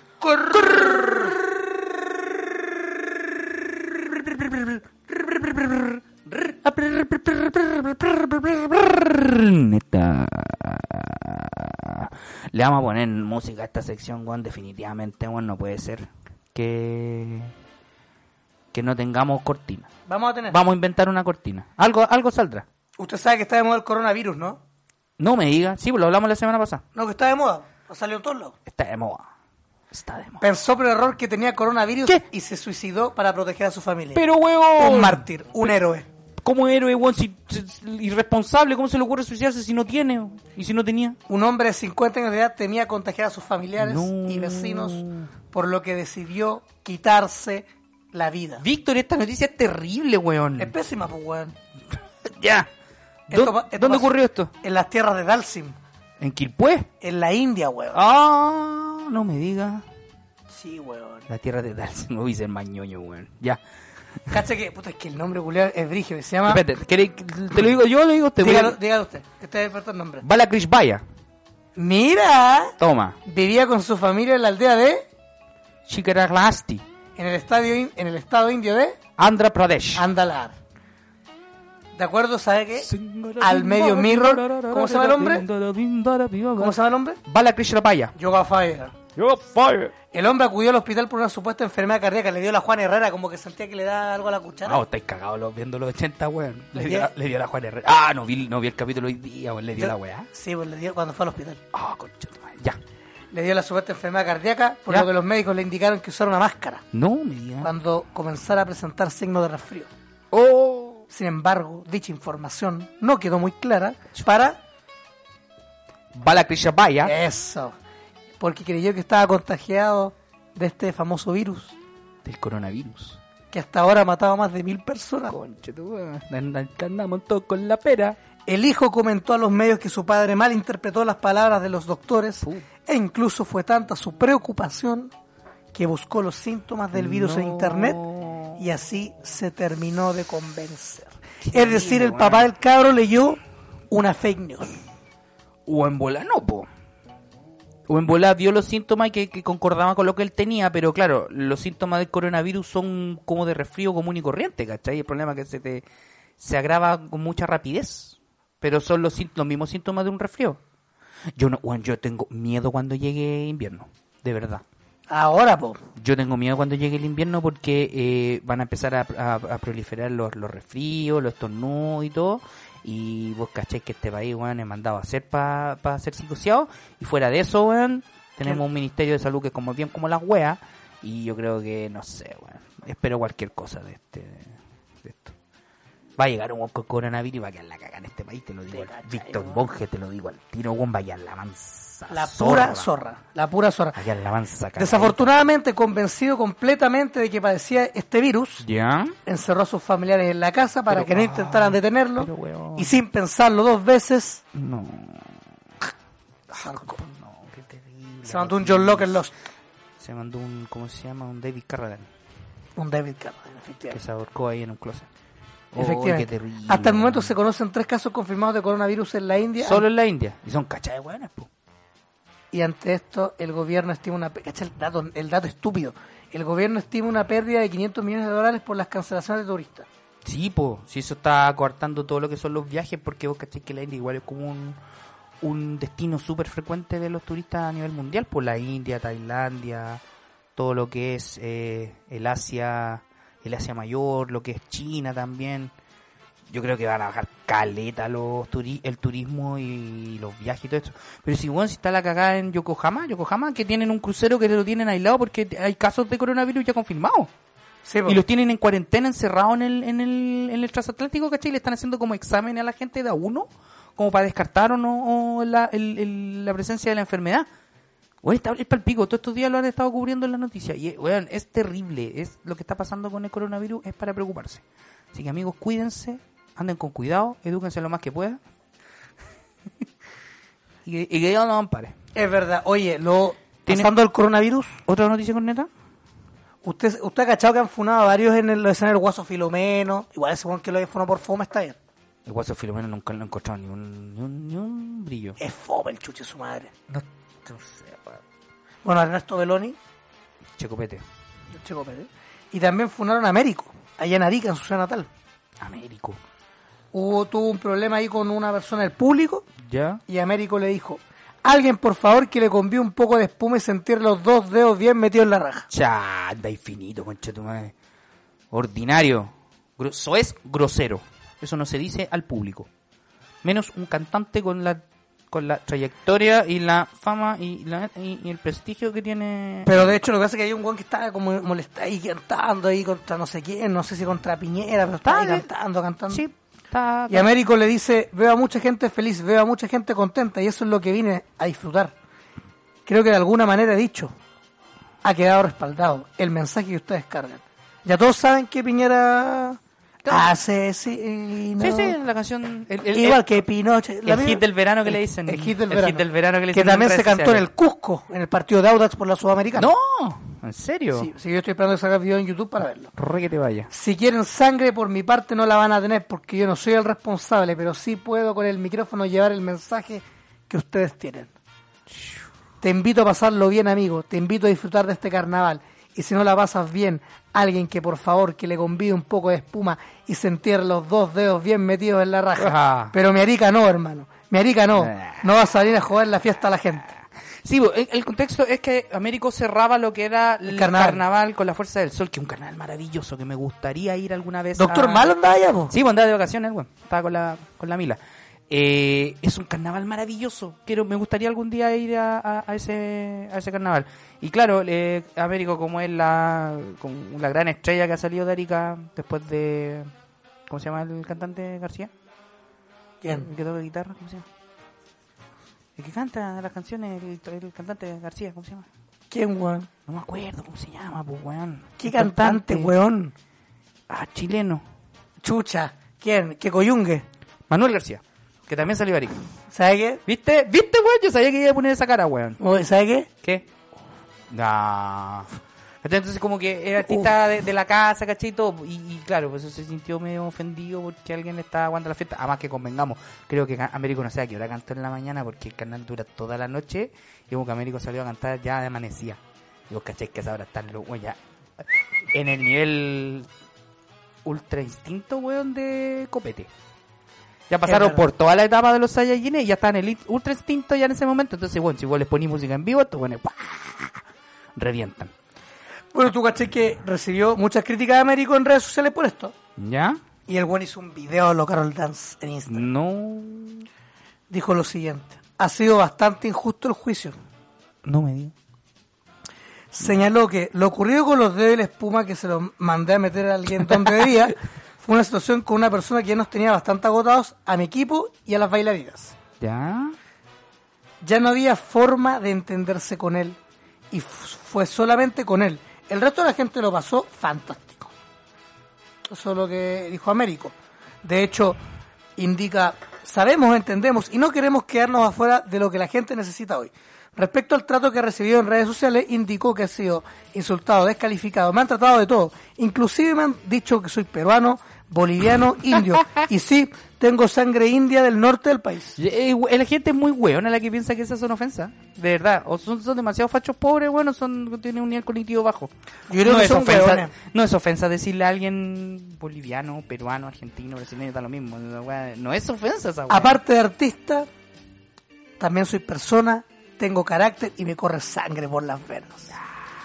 Speaker 11: Neta. Le vamos a poner música a esta sección, weón. Definitivamente, weón, no puede ser que. que no tengamos cortina.
Speaker 12: Vamos a tener.
Speaker 11: Vamos a inventar una cortina. Algo, algo saldrá.
Speaker 12: Usted sabe que está de moda el coronavirus, ¿no?
Speaker 11: No me diga. Sí, pues lo hablamos la semana pasada.
Speaker 12: No, que está de moda. Ha salido en todos lados.
Speaker 11: Está de moda. Está de moda.
Speaker 12: Pensó por error que tenía coronavirus y se suicidó para proteger a su familia.
Speaker 11: Pero, huevón.
Speaker 12: Un mártir, un héroe.
Speaker 11: ¿Cómo héroe, weón? Si, si- si- irresponsable, ¿cómo se le ocurre suicidarse si no tiene weón? y si no tenía?
Speaker 12: Un hombre de 50 años de edad temía contagiar a sus familiares y vecinos, por lo que decidió quitarse la vida.
Speaker 11: Víctor, esta noticia es terrible, weón.
Speaker 12: Es pésima, pues, weón.
Speaker 11: Ya.
Speaker 12: Esto
Speaker 11: ¿Dó-
Speaker 12: pa- esto
Speaker 11: ¿Dónde
Speaker 12: pasó
Speaker 11: ocurrió esto?
Speaker 12: En las tierras de Dalsim,
Speaker 11: En Quilpué.
Speaker 12: en la India, weón.
Speaker 11: Ah, no me diga.
Speaker 12: Sí, weón.
Speaker 11: La tierra de Dalsin, no hubiese el más ñoño, weón. Ya.
Speaker 12: Cacha que, puta, es que el nombre culiao es brígido, se llama...
Speaker 11: Espérate, este ¿queréis que- ¿te lo digo yo o lo digo usted? Voy a-
Speaker 12: Dígalo, dígalo usted, Este que está despertando el nombre.
Speaker 11: Balakrishvaya.
Speaker 12: Mira,
Speaker 11: Toma.
Speaker 12: vivía con su familia en la aldea de,
Speaker 11: Chikaraglasti.
Speaker 12: en el estadio, in- en el estado indio de
Speaker 11: Andhra Pradesh.
Speaker 12: Andalar. De acuerdo, sabe que al medio mirror, ¿cómo se llama el hombre? ¿Cómo se llama el hombre?
Speaker 11: Balakrishvaya.
Speaker 12: Yoga Fire. El hombre acudió al hospital por una supuesta enfermedad cardíaca. Le dio la Juan Herrera, como que sentía que le da algo a la cuchara.
Speaker 11: Ah, estáis cagados los- viendo los 80, weón. Le
Speaker 12: ¿Qué?
Speaker 11: dio, la, le dio la Juan Herrera. Ah, no vi, no vi el capítulo hoy día, weón. Le dio
Speaker 12: Yo-
Speaker 11: la weá.
Speaker 12: Sí, pues le dio cuando fue al hospital.
Speaker 11: Ah, concha tu madre. Ya.
Speaker 12: Le dio la supuesta enfermedad cardíaca, por
Speaker 11: Ya.
Speaker 12: lo que los médicos le indicaron que usara una máscara
Speaker 11: No, me diga.
Speaker 12: cuando comenzara a presentar signos de resfrío.
Speaker 11: Oh.
Speaker 12: Sin embargo, dicha información no quedó muy clara para
Speaker 11: Balakrishvaya.
Speaker 12: eso, porque creyó que estaba contagiado de este famoso virus
Speaker 11: Del coronavirus.
Speaker 12: que hasta ahora ha matado a más de mil personas.
Speaker 11: Concha tu weón. Andan- Andamos todos con la pera.
Speaker 12: El hijo comentó a los medios que su padre malinterpretó las palabras de los doctores e incluso fue tanta su preocupación que buscó los síntomas del virus en internet y así se terminó de convencer. es decir, el
Speaker 11: ¿eh?
Speaker 12: papá del cabro leyó una fake news.
Speaker 11: O en bola no, po. O en bola vio los síntomas que, que concordaban con lo que él tenía, pero claro, los síntomas del coronavirus son como de resfrío común y corriente, ¿cachai? El problema es que se te se agrava con mucha rapidez, pero son los, sínt- los mismos síntomas de un resfrío. Yo no, weón, yo tengo miedo cuando llegue invierno, de verdad.
Speaker 12: Ahora, po.
Speaker 11: Yo tengo miedo cuando llegue el invierno porque eh, van a empezar a, a- a proliferar los, los resfríos, los estornudos y todo. Y vos cachéis que este país, weón, es mandado a hacer para pa ser psicoseado. Y fuera de eso, weón, tenemos un ministerio de salud que es como bien como las weas. Y yo creo que, no sé, weón. Espero cualquier cosa de este. de esto. Va a llegar un weón con coronavirus y va a quedar la cagada en este país, te lo digo. al- Víctor Bonge, te lo digo al tiro, weón, va a quedar la mansa.
Speaker 12: La pura zorra. La pura zorra.
Speaker 11: Va a quedar la mansa cagada.
Speaker 12: Desafortunadamente, convencido completamente de que padecía este virus,
Speaker 11: ¿Ya?
Speaker 12: encerró a sus familiares en la casa para
Speaker 11: Pero,
Speaker 12: que no
Speaker 11: ah,
Speaker 12: intentaran detenerlo
Speaker 11: pero, weón.
Speaker 12: y sin pensarlo dos veces
Speaker 11: No.
Speaker 12: arrancó.
Speaker 11: No, qué terrible.
Speaker 12: se mandó un John Locke en los
Speaker 11: Se mandó un, ¿cómo se llama? Un David Carradine,
Speaker 12: un David Carradine,
Speaker 11: que
Speaker 12: efectivamente.
Speaker 11: se ahorcó ahí en un closet. Oh, qué
Speaker 12: Efectivamente.
Speaker 11: terrible.
Speaker 12: Hasta el momento se conocen tres casos confirmados de coronavirus en la India
Speaker 11: Solo en la India. Y son cachas de buenas, po.
Speaker 12: y ante esto el gobierno estima una cacha el dato, el dato estúpido. El gobierno estima una pérdida de 500 millones de dólares por las cancelaciones de turistas.
Speaker 11: Sí, po. Si eso está coartando todo lo que son los viajes, porque vos cachés que la India igual es como un, un destino súper frecuente de los turistas a nivel mundial. Por la India, Tailandia, todo lo que es eh, el Asia, el Asia Mayor, lo que es China también. Yo creo que van a bajar caleta los turi- el turismo y los viajes y todo esto. Pero si, bueno, si está la cagada en Yokohama, Yokohama, que tienen un crucero que lo tienen aislado porque hay casos de coronavirus ya confirmados.
Speaker 12: Sí, po.
Speaker 11: Y los tienen en cuarentena, encerrados en el, en el, en el transatlántico, ¿cachai? Y le están haciendo como examen a la gente de a uno, como para descartar o no o la, el- el- la presencia de la enfermedad. Bueno, está, es palpico, todos estos días lo han estado cubriendo en las noticias. Y, eh, weón, es terrible. Es lo que está pasando con el coronavirus es para preocuparse. Así que, amigos, cuídense, anden con cuidado, edúquense lo más que puedan. [laughs] y, que- y que Dios los ampare.
Speaker 12: Es verdad. Oye, lo
Speaker 11: ¿Tiene-
Speaker 12: pasando al coronavirus.
Speaker 11: ¿Otra noticia con neta?
Speaker 12: ¿Usted, usted ha cachado que han funado a varios en el la escena del Guaso Filomeno. Igual ese weón que lo funado por fome está bien.
Speaker 11: El guaso Filomeno nunca lo he encontrado ni un, ni un, ni un brillo.
Speaker 12: Es fome el chuche su madre.
Speaker 11: No, no sé, weón.
Speaker 12: Bueno, Ernesto Beloni,
Speaker 11: Checopete.
Speaker 12: el Checo Pérez. Y también funaron a Américo, allá en Arica, en su ciudad natal.
Speaker 11: Américo.
Speaker 12: Hubo, tuvo un problema ahí con una persona del público
Speaker 11: ¿Ya?
Speaker 12: y Américo le dijo, alguien por favor que le convíe un poco de espuma y sentir los dos dedos bien metidos en la raja.
Speaker 11: Chá, anda infinito, concha tu madre. Ordinario. Gro- Eso es grosero. Eso no se dice al público. Menos un cantante con la con la trayectoria y la fama y, la- y- y el prestigio que tiene.
Speaker 12: Pero de hecho lo que pasa es que hay un weón que estaba como molestado ahí cantando ahí contra no sé quién, no sé si contra Piñera, pero estaba ahí cantando, cantando.
Speaker 11: Está-
Speaker 12: Y Américo le dice, veo a mucha gente feliz, veo a mucha gente contenta y eso es lo que vine a disfrutar. Creo que de alguna manera he dicho, ha quedado respaldado el mensaje que ustedes cargan. Ya todos saben que Piñera hace eh, sí,
Speaker 11: Sí, sí, la canción. El, el-
Speaker 12: Igual
Speaker 11: el-
Speaker 12: que Pinochet. la
Speaker 11: el
Speaker 12: misma-
Speaker 11: hit del verano que le dicen.
Speaker 12: El hit del
Speaker 11: El
Speaker 12: verano.
Speaker 11: hit del verano que le dicen en
Speaker 12: también se
Speaker 11: redes
Speaker 12: cantó en
Speaker 11: sociales.
Speaker 12: el Cusco, en el partido de Audax por la Sudamericana.
Speaker 11: ¡No! ¿En serio?
Speaker 12: Sí, sí, yo estoy esperando que salga el video en YouTube para verlo.
Speaker 11: Re que te vaya.
Speaker 12: Si quieren sangre, por mi parte no la van a tener porque yo no soy el responsable, pero sí puedo con el micrófono llevar el mensaje que ustedes tienen. Te invito a pasarlo bien, amigo. Te invito a disfrutar de este carnaval. Y si no la pasas bien, alguien que por favor que le convide un poco de espuma y sentir los dos dedos bien metidos en la raja.
Speaker 11: Ah.
Speaker 12: Pero mi arica no, hermano. Mi arica no.
Speaker 11: Ah.
Speaker 12: No va a salir a joder la fiesta a la gente.
Speaker 11: Sí, bo, el el contexto es que Américo cerraba lo que era el,
Speaker 12: carnaval.
Speaker 11: carnaval. con la Fuerza del Sol, que es un carnaval maravilloso que me gustaría ir alguna vez.
Speaker 12: Doctor
Speaker 5: Ah.
Speaker 11: a-
Speaker 12: Malo andaba allá, po.
Speaker 11: Sí, pues andaba de vacaciones, weón. Estaba con la, con la Mila. Eh, es un carnaval maravilloso. Quiero, me gustaría algún día ir a, a- a ese, a ese carnaval. Y claro, eh, Américo, como es la, como la gran estrella que ha salido de Arica después de. ¿Cómo se llama el cantante García?
Speaker 12: ¿Quién?
Speaker 11: El que toca guitarra, ¿cómo se llama? El que canta las canciones, el, el cantante García, ¿cómo se llama?
Speaker 12: ¿Quién, weón?
Speaker 11: No me acuerdo cómo se llama, pues, weón.
Speaker 12: ¿Qué
Speaker 11: Un
Speaker 12: cantante, weón?
Speaker 11: Ah, chileno.
Speaker 12: Chucha. ¿Quién? ¿Qué coyungue?
Speaker 11: Manuel García, que también salió de Arica.
Speaker 12: ¿Sabe qué?
Speaker 11: ¿Viste? ¿Viste, weón? Yo sabía que iba a poner esa cara, weón.
Speaker 12: Oye, ¿Sabe qué?
Speaker 11: ¿Qué? No. ¿Cachai? Entonces como que era artista de, de la casa, ¿cachai? Y, todo. y, y claro, pues eso se sintió medio ofendido porque alguien le estaba aguantando la fiesta. Además que convengamos, creo que Ca- Américo no sé a qué hora cantó en la mañana porque el canal dura toda la noche y como que Américo salió a cantar ya de amanecía. Y vos cachai que sabrá estar los weón ya en el nivel ultra instinto, weón, de copete. Ya pasaron
Speaker 12: verdad.
Speaker 11: por toda la etapa de los Saiyajines y ya están en el ultra instinto ya en ese momento. Entonces, bueno, si vos les ponís música en vivo, estos bueno, revientan.
Speaker 12: Bueno, tú caché que recibió muchas críticas de Américo en redes sociales por esto.
Speaker 11: ¿Ya?
Speaker 12: Y el buen hizo un video a lo Carol Dance en Instagram.
Speaker 11: No.
Speaker 12: Dijo lo siguiente. Ha sido bastante injusto el juicio.
Speaker 11: No me digas.
Speaker 12: Señaló que lo ocurrido con los dedos y la espuma que se los mandé a meter a alguien donde debía fue una situación con una persona que ya nos tenía bastante agotados a mi equipo y a las bailarinas.
Speaker 11: ¿Ya?
Speaker 12: Ya no había forma de entenderse con él. Y f- fue solamente con él. El resto de la gente lo pasó fantástico. Eso es lo que dijo Américo. De hecho, indica, sabemos, entendemos y no queremos quedarnos afuera de lo que la gente necesita hoy. Respecto al trato que recibió en redes sociales, indicó que ha sido insultado, descalificado, me han tratado de todo. Inclusive me han dicho que soy peruano, boliviano,
Speaker 11: [laughs]
Speaker 12: indio. Y sí, tengo sangre india del norte del país.
Speaker 11: Eh, eh, La gente es muy weona la que piensa que esas son ofensas. De verdad. O son, son demasiados fachos pobres, bueno, son, tienen un nivel cognitivo bajo.
Speaker 12: Yo creo
Speaker 11: no
Speaker 12: que
Speaker 11: es
Speaker 12: son
Speaker 11: ofensa,
Speaker 12: hueones.
Speaker 11: No es ofensa decirle a alguien boliviano, peruano, argentino, brasileño, da lo mismo. Esa wea- No es ofensa esa wea.
Speaker 12: Aparte de artista, también soy persona, tengo carácter y me corre sangre por las venas.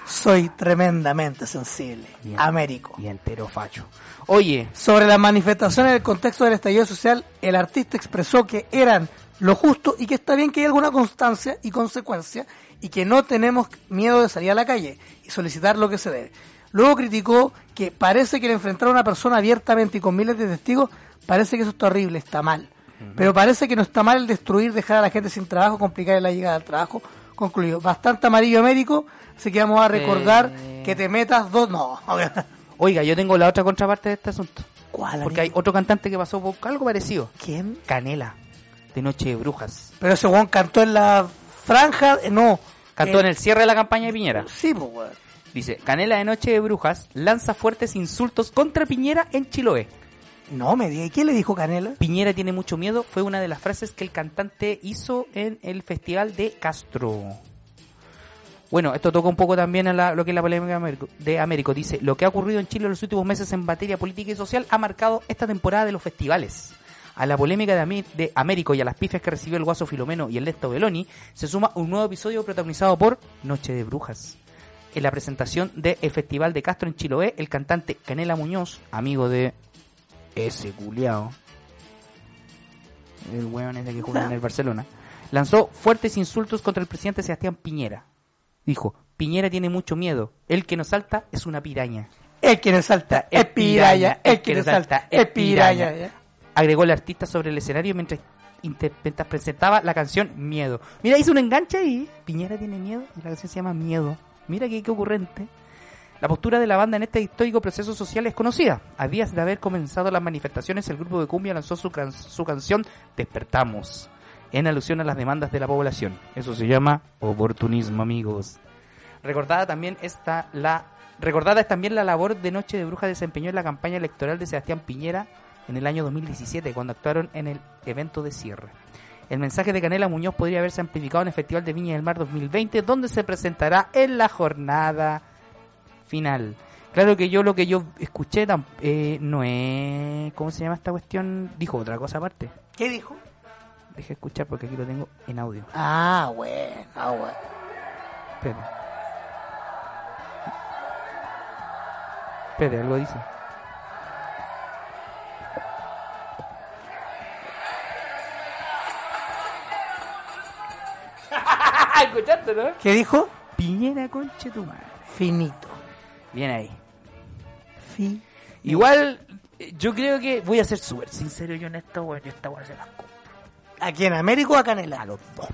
Speaker 12: Soy tremendamente sensible.
Speaker 11: Bien.
Speaker 12: Américo.
Speaker 11: Y entero facho. Oye,
Speaker 12: Sobre las manifestaciones en el contexto del estallido social, el artista expresó que eran lo justo y que está bien que hay alguna constancia y consecuencia y que no tenemos miedo de salir a la calle y solicitar lo que se debe. Luego criticó que parece que el enfrentar a una persona abiertamente y con miles de testigos, parece que eso está horrible, está mal. Pero parece que no está mal el destruir, dejar a la gente sin trabajo, complicar la llegada al trabajo, concluido. Bastante amarillo Américo, así que vamos a recordar
Speaker 11: Eh.
Speaker 12: que te metas dos. No, [laughs]
Speaker 11: Oiga, yo tengo la otra contraparte de este asunto.
Speaker 12: ¿Cuál?
Speaker 11: Porque hay otro cantante que pasó por algo parecido.
Speaker 12: ¿Quién?
Speaker 11: Canela, de Noche de Brujas.
Speaker 12: Pero ese weón cantó en la franja, eh, no.
Speaker 11: Cantó en
Speaker 12: Eh,
Speaker 11: el cierre de la campaña de Piñera.
Speaker 12: Sí, pues, weón.
Speaker 11: Dice, Canela de Noche de Brujas lanza fuertes insultos contra Piñera en Chiloé.
Speaker 12: No me diga, ¿y qué le dijo Canela?
Speaker 11: Piñera tiene mucho miedo fue una de las frases que el cantante hizo en el Festival de Castro. Bueno, esto toca un poco también a la- lo que es la polémica de Américo- de Américo. Dice, lo que ha ocurrido en Chile en los últimos meses en materia política y social ha marcado esta temporada de los festivales. A la polémica de, Ami- de Américo y a las pifias que recibió el guaso Filomeno y el Lesto Beloni, se suma un nuevo episodio protagonizado por Noche de Brujas. En la presentación del Festival de Castro en Chiloé, el cantante Canela Muñoz, amigo de ese culiao, el weón ese que juega en el Barcelona, lanzó fuertes insultos contra el presidente Sebastián Piñera. Dijo, Piñera tiene mucho miedo, el que nos salta es una piraña.
Speaker 12: El que nos salta es piraya, el que nos salta es piraya. ya.
Speaker 11: Agregó el artista sobre el escenario mientras inter- mientras presentaba la canción Miedo. Mira, hizo un enganche y Piñera tiene miedo y la canción se llama Miedo. Mira qué, qué ocurrente. La postura de la banda en este histórico proceso social es conocida. A días de haber comenzado las manifestaciones, el grupo de Cumbia lanzó su, can- su canción Despertamos, en alusión a las demandas de la población. Eso se llama oportunismo, amigos. Recordada también está la recordada es también la labor de Noche de Bruja desempeñó en la campaña electoral de Sebastián Piñera en el año 2017 cuando actuaron en el evento de cierre. El mensaje de Canela Muñoz podría haberse amplificado en el Festival de Viña del Mar 2020 donde se presentará en la jornada final. Claro que yo lo que yo escuché tam- eh, no es ¿cómo se llama esta cuestión? Dijo otra cosa aparte.
Speaker 12: ¿Qué dijo?
Speaker 11: Deje escuchar porque aquí lo tengo en audio.
Speaker 12: Ah, bueno, ah, bueno.
Speaker 11: Espérate. Espérate, algo dice. ¿Escuchaste, no?
Speaker 12: ¿Qué dijo?
Speaker 11: Piñera conche tu madre.
Speaker 12: Finito.
Speaker 11: Bien ahí.
Speaker 12: Fin.
Speaker 11: Igual, eh, yo creo que voy a ser súper sincero yo en esto, bueno, yo esta weá se las compro.
Speaker 12: ¿A quién? ¿A Américo o a Canela? A
Speaker 11: los dos.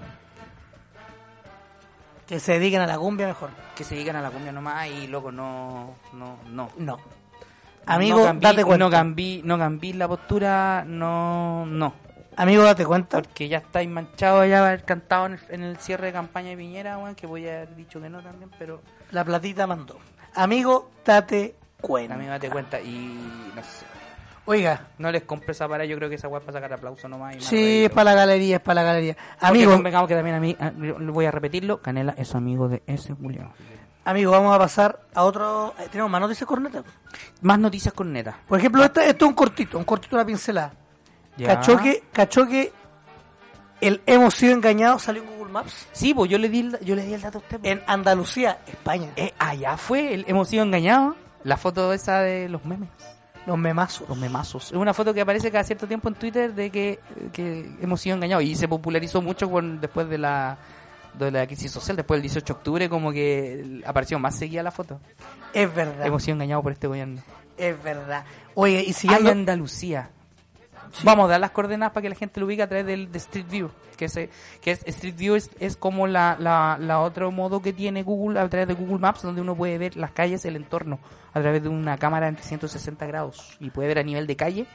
Speaker 12: Que se dediquen a la cumbia mejor.
Speaker 11: Que se digan a la cumbia nomás y loco, no, no, no.
Speaker 12: No. Amigo,
Speaker 11: no cambié-
Speaker 12: date cuenta.
Speaker 11: No cambié, no cambié la postura, no, no.
Speaker 12: Amigo, date cuenta.
Speaker 11: Porque ya estáis manchados ya haber cantado en el, en el cierre de campaña de Piñera, weón, que voy a haber dicho que no también, pero
Speaker 12: La platita mandó. Amigo, date cuenta.
Speaker 11: también date cuenta y no sé.
Speaker 12: Oiga,
Speaker 11: No les compré esa para, yo creo que esa weá es para sacar aplauso nomás. y más
Speaker 12: sí,
Speaker 11: rédito.
Speaker 12: es para la galería, es para la galería.
Speaker 11: Porque
Speaker 12: Amigo,
Speaker 11: convengamos que también a mí, a- yo voy a repetirlo, Canela es amigo de ese Julián.
Speaker 12: amigo, vamos a pasar a otro... eh, Tenemos más noticias, corneta.
Speaker 11: Más noticias con neta.
Speaker 12: Por ejemplo, esta- esto es un cortito, un cortito, una pincelada.
Speaker 11: Ya.
Speaker 12: Cachó que, cachó que el hemos sido engañados salió en Google Maps
Speaker 11: Sí, pues yo le di, el- yo le di el dato a usted. po.
Speaker 12: en Andalucía, España.
Speaker 11: Eh, allá fue, el- hemos sido engañados. La foto esa de los memes.
Speaker 12: Los memazos.
Speaker 11: Los memazos. Es una foto que aparece cada cierto tiempo en Twitter de que, que hemos sido engañados. Y se popularizó mucho con- después de la, de la crisis social, después del 18 de octubre, como que apareció más seguida la foto.
Speaker 12: Es verdad,
Speaker 11: Hemos sido engañados por este gobierno.
Speaker 12: es verdad. Oye, y
Speaker 11: Y
Speaker 12: siguiendo...
Speaker 11: Andalucía. Vamos a dar las coordenadas para que la gente lo ubique a través del, de Street View. Que, es, eh, que es- Street View es, es como la, la, la otro modo que tiene Google a través de Google Maps, donde uno puede ver las calles, el entorno, a través de una cámara en 360 grados. Y puede ver a nivel de calle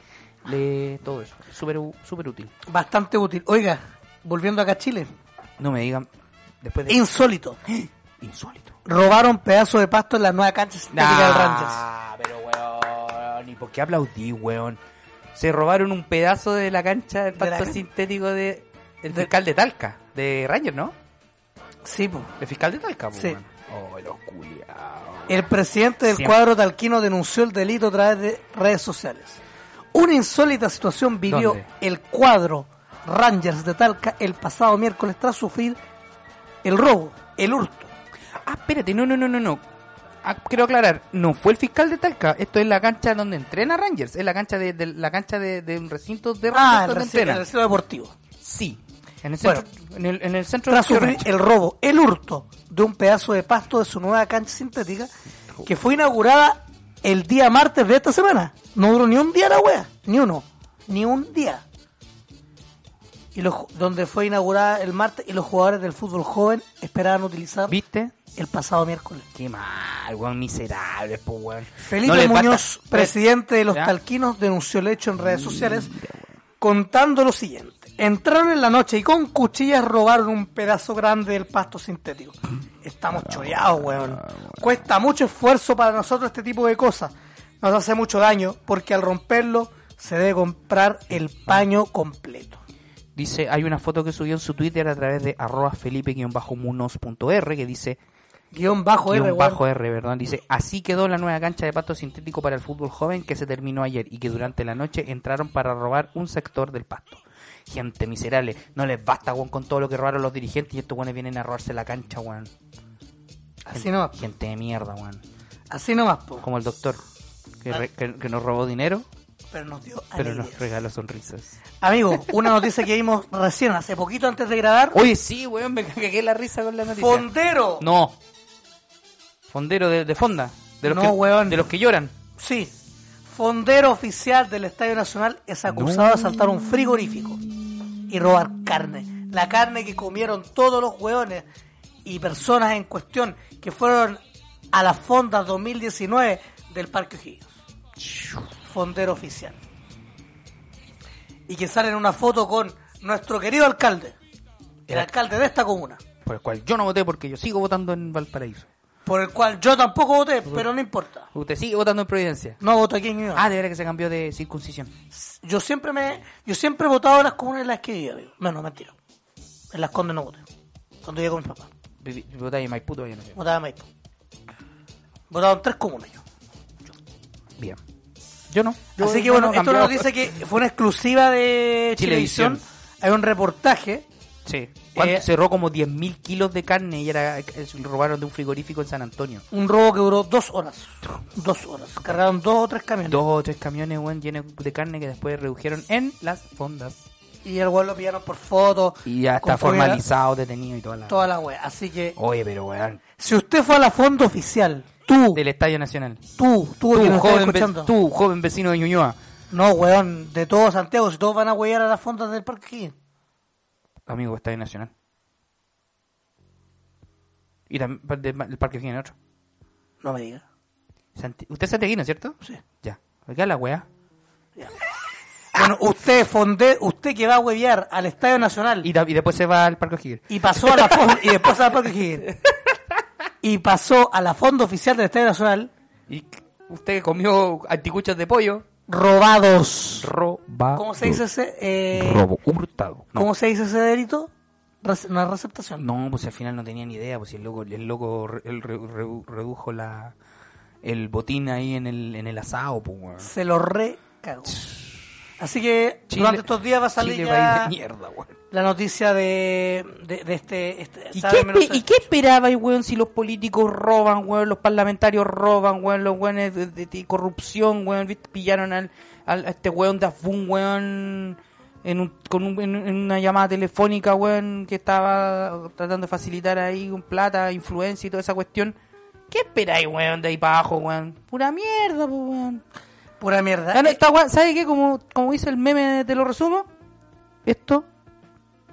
Speaker 11: de todo eso. Súper u- súper útil.
Speaker 12: Bastante útil. Oiga, volviendo acá a Chile.
Speaker 11: No me digan después de...
Speaker 12: Insólito.
Speaker 11: Insólito.
Speaker 12: Robaron pedazos de pasto en la nueva cancha sintética del Rangers.
Speaker 11: Ah, pero weón, ¿y por qué aplaudí, weón? Se robaron un pedazo de la cancha del
Speaker 12: De la
Speaker 11: pasto
Speaker 12: can-
Speaker 11: sintético de el fiscal de Talca, de Ranger, ¿no?
Speaker 12: Sí, po.
Speaker 11: El fiscal de Talca, pues,
Speaker 12: Sí.
Speaker 11: weón. Oh, los culiados.
Speaker 12: El presidente del
Speaker 11: Siempre.
Speaker 12: cuadro talquino denunció el delito a través de redes sociales. Una insólita situación vivió
Speaker 11: ¿Dónde?
Speaker 12: el cuadro Rangers de Talca el pasado miércoles tras sufrir el robo, el hurto.
Speaker 11: Ah, espérate, no, no, no, no, no. Ah, quiero aclarar, no fue el fiscal de Talca, esto es la cancha donde entrena Rangers, es la cancha de, de- la cancha de, de un recinto de Rangers
Speaker 12: Ah, el
Speaker 11: donde
Speaker 12: recinto,
Speaker 11: entrena.
Speaker 12: el recinto deportivo.
Speaker 11: Sí. En el
Speaker 12: Bueno.
Speaker 11: centro, en el, en el centro
Speaker 12: Tras
Speaker 11: de
Speaker 12: sufrir el robo, el hurto de un pedazo de pasto de su nueva cancha sintética que fue inaugurada el día martes de esta semana. No duró ni un día la wea, ni uno, ni un día. y los, ju- donde fue inaugurada el martes y los jugadores del fútbol joven esperaban utilizar
Speaker 11: ¿Viste?
Speaker 12: el pasado miércoles.
Speaker 11: Qué mal, weón, miserable, po, weón.
Speaker 12: Felipe
Speaker 11: No les basta-
Speaker 12: Muñoz, presidente de los
Speaker 11: ¿Ya? Mm,
Speaker 12: Talquinos, denunció el hecho en redes sociales contando lo siguiente. Entraron en la noche y con cuchillas robaron un pedazo grande del pasto sintético. Estamos
Speaker 11: Ah,
Speaker 12: choreados, weón. Cuesta mucho esfuerzo para nosotros este tipo de cosas. Nos hace mucho daño porque al romperlo se debe comprar el paño completo.
Speaker 11: Dice, hay una foto que subió en su Twitter a través de arroba felipe-munoz.r que dice...
Speaker 12: Guión bajo R,
Speaker 11: guión
Speaker 12: weón.
Speaker 11: bajo R, perdón. Dice, así quedó la nueva cancha de pasto sintético para el fútbol joven que se terminó ayer y que durante la noche entraron para robar un sector del pasto. Gente miserable, no les basta, weón, con todo lo que robaron los dirigentes y estos weones vienen a robarse la cancha, weón.
Speaker 12: Así nomás.
Speaker 11: Gente de mierda, weón.
Speaker 12: Así nomás, po.
Speaker 11: Como el doctor, que, re- que- que nos robó dinero,
Speaker 12: Pero nos dio
Speaker 11: pero
Speaker 12: alegría.
Speaker 11: nos regaló sonrisas.
Speaker 12: Amigo, una noticia que vimos recién, hace poquito antes de grabar.
Speaker 11: Oye, sí, weón, me cagué la risa con la noticia.
Speaker 12: Fondero.
Speaker 11: No. Fondero de, de fonda. De los
Speaker 12: No,
Speaker 11: que,
Speaker 12: weón.
Speaker 11: De los que lloran.
Speaker 12: Sí. Fondero oficial del Estadio Nacional es acusado de asaltar un frigorífico y robar carne. La carne que comieron todos los hueones y personas en cuestión que fueron a la fonda 2019 del Parque O'Higgins. Fondero oficial. Y que sale en una foto con nuestro querido alcalde, el alcalde de esta comuna,
Speaker 11: Por el cual yo no voté porque yo sigo votando en Valparaíso.
Speaker 12: por el cual yo tampoco voté, pero no importa.
Speaker 11: Usted sigue votando en Providencia.
Speaker 12: No voto aquí en Ñuñoa.
Speaker 11: Ah, de verdad que se cambió de circuncisión.
Speaker 12: Yo siempre me, yo siempre he votado en las comunas en las que vivo, amigo. No, no, mentira. En las Condes no voté. Cuando llegué con mi papá.
Speaker 11: Viví- Votáis en Maipú yo no sé.
Speaker 12: Votaba en Maipú. Votaba en tres comunas yo.
Speaker 11: Bien. Yo no. Yo-
Speaker 12: Así que
Speaker 11: yo
Speaker 12: bueno,
Speaker 11: no
Speaker 12: esto
Speaker 11: cambiaba.
Speaker 12: nos dice que fue una exclusiva de
Speaker 11: Chilevisión.
Speaker 12: Chilevisión. Hay un reportaje.
Speaker 11: Sí. ¿Cuánto?
Speaker 12: Eh,
Speaker 11: Cerró como 10.000 kilos de carne y era eh, robaron de un frigorífico en San Antonio.
Speaker 12: Un robo que duró dos horas. Dos horas. Cargaron dos o tres camiones.
Speaker 11: Dos o tres camiones, weón, llenos de carne que después redujeron en las fondas.
Speaker 12: Y el weón lo pillaron por fotos.
Speaker 11: Y ya está
Speaker 12: con pruebas,
Speaker 11: formalizado, Oh. detenido y toda la...
Speaker 12: Toda la wea. Así que,
Speaker 11: Oye, pero weón.
Speaker 12: si usted fue a la fonda oficial, tú,
Speaker 11: Uh. Del Estadio Nacional.
Speaker 12: tú, tú, el que
Speaker 11: Tú,
Speaker 12: nos está
Speaker 11: joven, ve-
Speaker 12: escuchando.
Speaker 11: tú, joven vecino de Ñuñoa.
Speaker 12: No, weón, de todo Santiago, si todos van a huear a las fondas del Parque O'Higgins.
Speaker 11: Amigo, Estadio Nacional. Y también par- del ma- el Parque O'Higgins otro.
Speaker 12: No me diga.
Speaker 11: Santi- Usted es santiaguino, ¿cierto?
Speaker 12: Sí.
Speaker 11: Ya. Acá la weá.
Speaker 12: Bueno, usted fonde, usted que va a huevear al Estadio Nacional
Speaker 11: Y, da- y después se va al Parque O'Higgins.
Speaker 12: y pasó a la fonda, y después al
Speaker 11: [laughs]
Speaker 12: Parque O'Higgins. Y pasó a la fonda oficial del Estadio Nacional
Speaker 11: Y usted comió anticuchas de pollo.
Speaker 12: robados.
Speaker 11: Roba.
Speaker 12: ¿Cómo se dice ese? eh,
Speaker 11: Robo. Hurtado. No.
Speaker 12: ¿Cómo se dice ese delito? Rece- Una receptación.
Speaker 11: No, pues al final no tenía ni idea, pues si el loco, el loco re- el re- re- redujo la el botín ahí en el, en el asado, pues weón.
Speaker 12: Se lo recagó. Así que
Speaker 11: Chile-
Speaker 12: durante estos días va a salir
Speaker 11: Chile
Speaker 12: ya
Speaker 11: país de mierda, weón.
Speaker 12: la noticia de, de, de este... este
Speaker 11: ¿Y
Speaker 12: sabe
Speaker 11: qué,
Speaker 12: menos
Speaker 11: espe- ¿Y qué esperabais, weón, si los políticos roban, weón, los parlamentarios roban, weón, los weones de, de- de corrupción, weón, ¿viste? pillaron al, al- a este weón de Afun, weón, en, un- con un- en- en una llamada telefónica, weón, que estaba tratando de facilitar ahí con plata, influencia y toda esa cuestión. ¿Qué esperáis, weón, de ahí para abajo, weón? Pura mierda, pues, weón. Ah,
Speaker 12: Pura mierda.
Speaker 11: Gana esta weá- ¿Sabes qué? Como, como dice el meme, te lo resumo, esto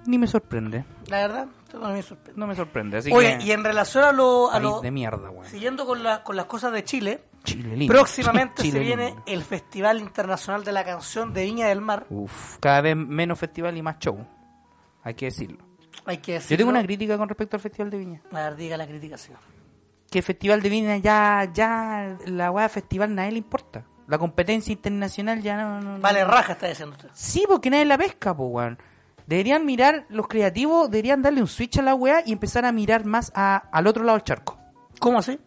Speaker 11: ni me sorprende.
Speaker 12: La verdad, esto no me sorprende.
Speaker 11: No me sorprende, así
Speaker 12: Oye,
Speaker 11: que...
Speaker 12: y en relación a lo... A
Speaker 11: País
Speaker 12: lo
Speaker 11: de mierda, weón.
Speaker 12: siguiendo con, la- con las cosas de Chile,
Speaker 11: Chile lindo. [laughs]
Speaker 12: próximamente
Speaker 11: Chile
Speaker 12: se viene
Speaker 11: lindo. Uh.
Speaker 12: el Festival Internacional de la Canción de Viña del Mar.
Speaker 11: Uf, cada vez menos festival y más show. Hay que decirlo.
Speaker 12: Hay que
Speaker 11: Yo
Speaker 12: decirlo.
Speaker 11: tengo una crítica con respecto al Festival de Viña.
Speaker 12: A ver, diga la crítica, señor.
Speaker 11: Que el Festival de Viña ya, ya, la weá de festival nadie le importa. La competencia internacional ya no... no- no-
Speaker 12: Vale, raja está diciendo usted.
Speaker 11: Sí, porque nadie la pesca, po, weón. Deberían mirar, los creativos deberían darle un switch a la weá y empezar a mirar más a- al otro lado del charco.
Speaker 12: ¿Cómo así?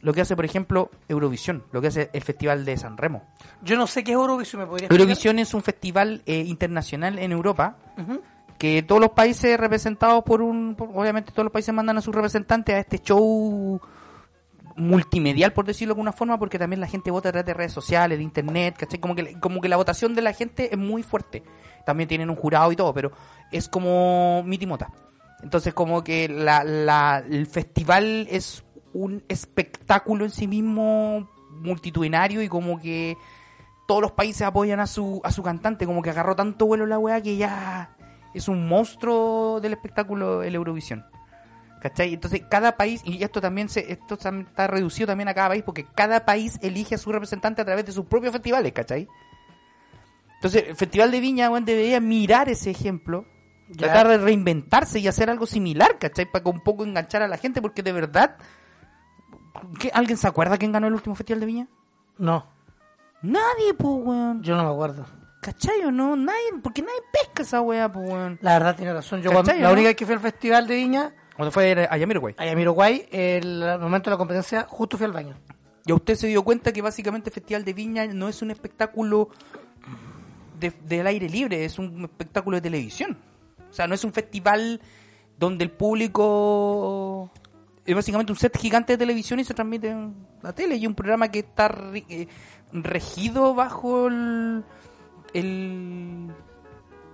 Speaker 11: Lo que hace, por ejemplo, Eurovisión, lo que hace el Festival de San Remo.
Speaker 12: Yo no sé qué es Eurovisión, ¿me podría explicar?
Speaker 11: Eurovisión es un festival eh, internacional en Europa
Speaker 12: Ujú.
Speaker 11: que todos los países representados por un por- obviamente todos los países mandan a sus representantes a este show multimedial por decirlo de alguna forma porque también la gente vota a través de redes sociales de internet ¿cachai? como que como que la votación de la gente es muy fuerte también tienen un jurado y todo pero es como mitimota entonces como que la, la- el festival es un espectáculo en sí mismo multitudinario y como que todos los países apoyan a su, a su cantante, como que agarró tanto vuelo la weá que ya, es un monstruo del espectáculo el Eurovisión. ¿Cachai? Entonces, cada país, y esto también se, esto tam- está reducido también a cada país, porque cada país elige a su representante a través de sus propios festivales, ¿cachai? Entonces, el Festival de Viña, weón, debería mirar ese ejemplo,
Speaker 12: Ya.
Speaker 11: tratar de reinventarse y hacer algo similar, ¿cachai? Para un poco enganchar a la gente, porque de verdad, ¿qué- ¿alguien se acuerda quién ganó el último Festival de Viña?
Speaker 12: No.
Speaker 11: Nadie, pues, weón.
Speaker 12: Yo no me acuerdo.
Speaker 11: ¿Cachai o no? Nadie, porque nadie pesca esa weá, pues, weón.
Speaker 12: La verdad tiene razón. Yo
Speaker 11: ¿Cachai,
Speaker 12: cuando- la
Speaker 11: no?
Speaker 12: única vez que fui al festival de Viña,
Speaker 11: Cuando fue a Yamiroquai.
Speaker 12: allá en Miroguay, el, al momento de la competencia, justo fui al baño.
Speaker 11: Y usted se dio cuenta que básicamente el Festival de Viña no es un espectáculo de- del aire libre, es un espectáculo de televisión. O sea, no es un festival donde el público... Es básicamente un set gigante de televisión y se transmite en la tele. Y un programa que está ri- eh, regido bajo el- el-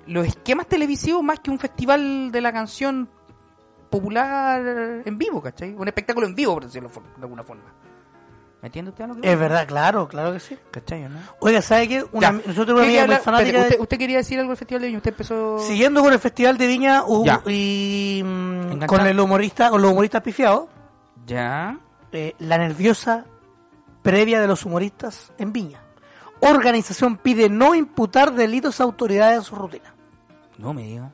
Speaker 11: los esquemas televisivos más que un festival de la canción popular en vivo, ¿cachai? Un espectáculo en vivo, por decirlo for- de alguna forma. ¿Me entiende usted a lo que voy?
Speaker 12: Es verdad, claro, claro que sí.
Speaker 11: ¿Cachai o no?
Speaker 12: Oiga, ¿sabe qué? Una,
Speaker 11: Ya.
Speaker 12: nosotros una
Speaker 11: Quería
Speaker 12: amiga muy
Speaker 11: hablar-
Speaker 12: fanática
Speaker 11: espérate,
Speaker 12: de-
Speaker 11: usted, usted quería decir algo del Festival de Viña, usted empezó...
Speaker 12: Siguiendo con el Festival de Viña hubo-
Speaker 11: Ya.
Speaker 12: y mm,
Speaker 11: Enganchado.
Speaker 12: con el humorista, con los humoristas pifiados,
Speaker 11: Ya.
Speaker 12: eh, la nerviosa previa de los humoristas en Viña. Organización pide no imputar delitos a autoridades en su rutina.
Speaker 11: No me diga.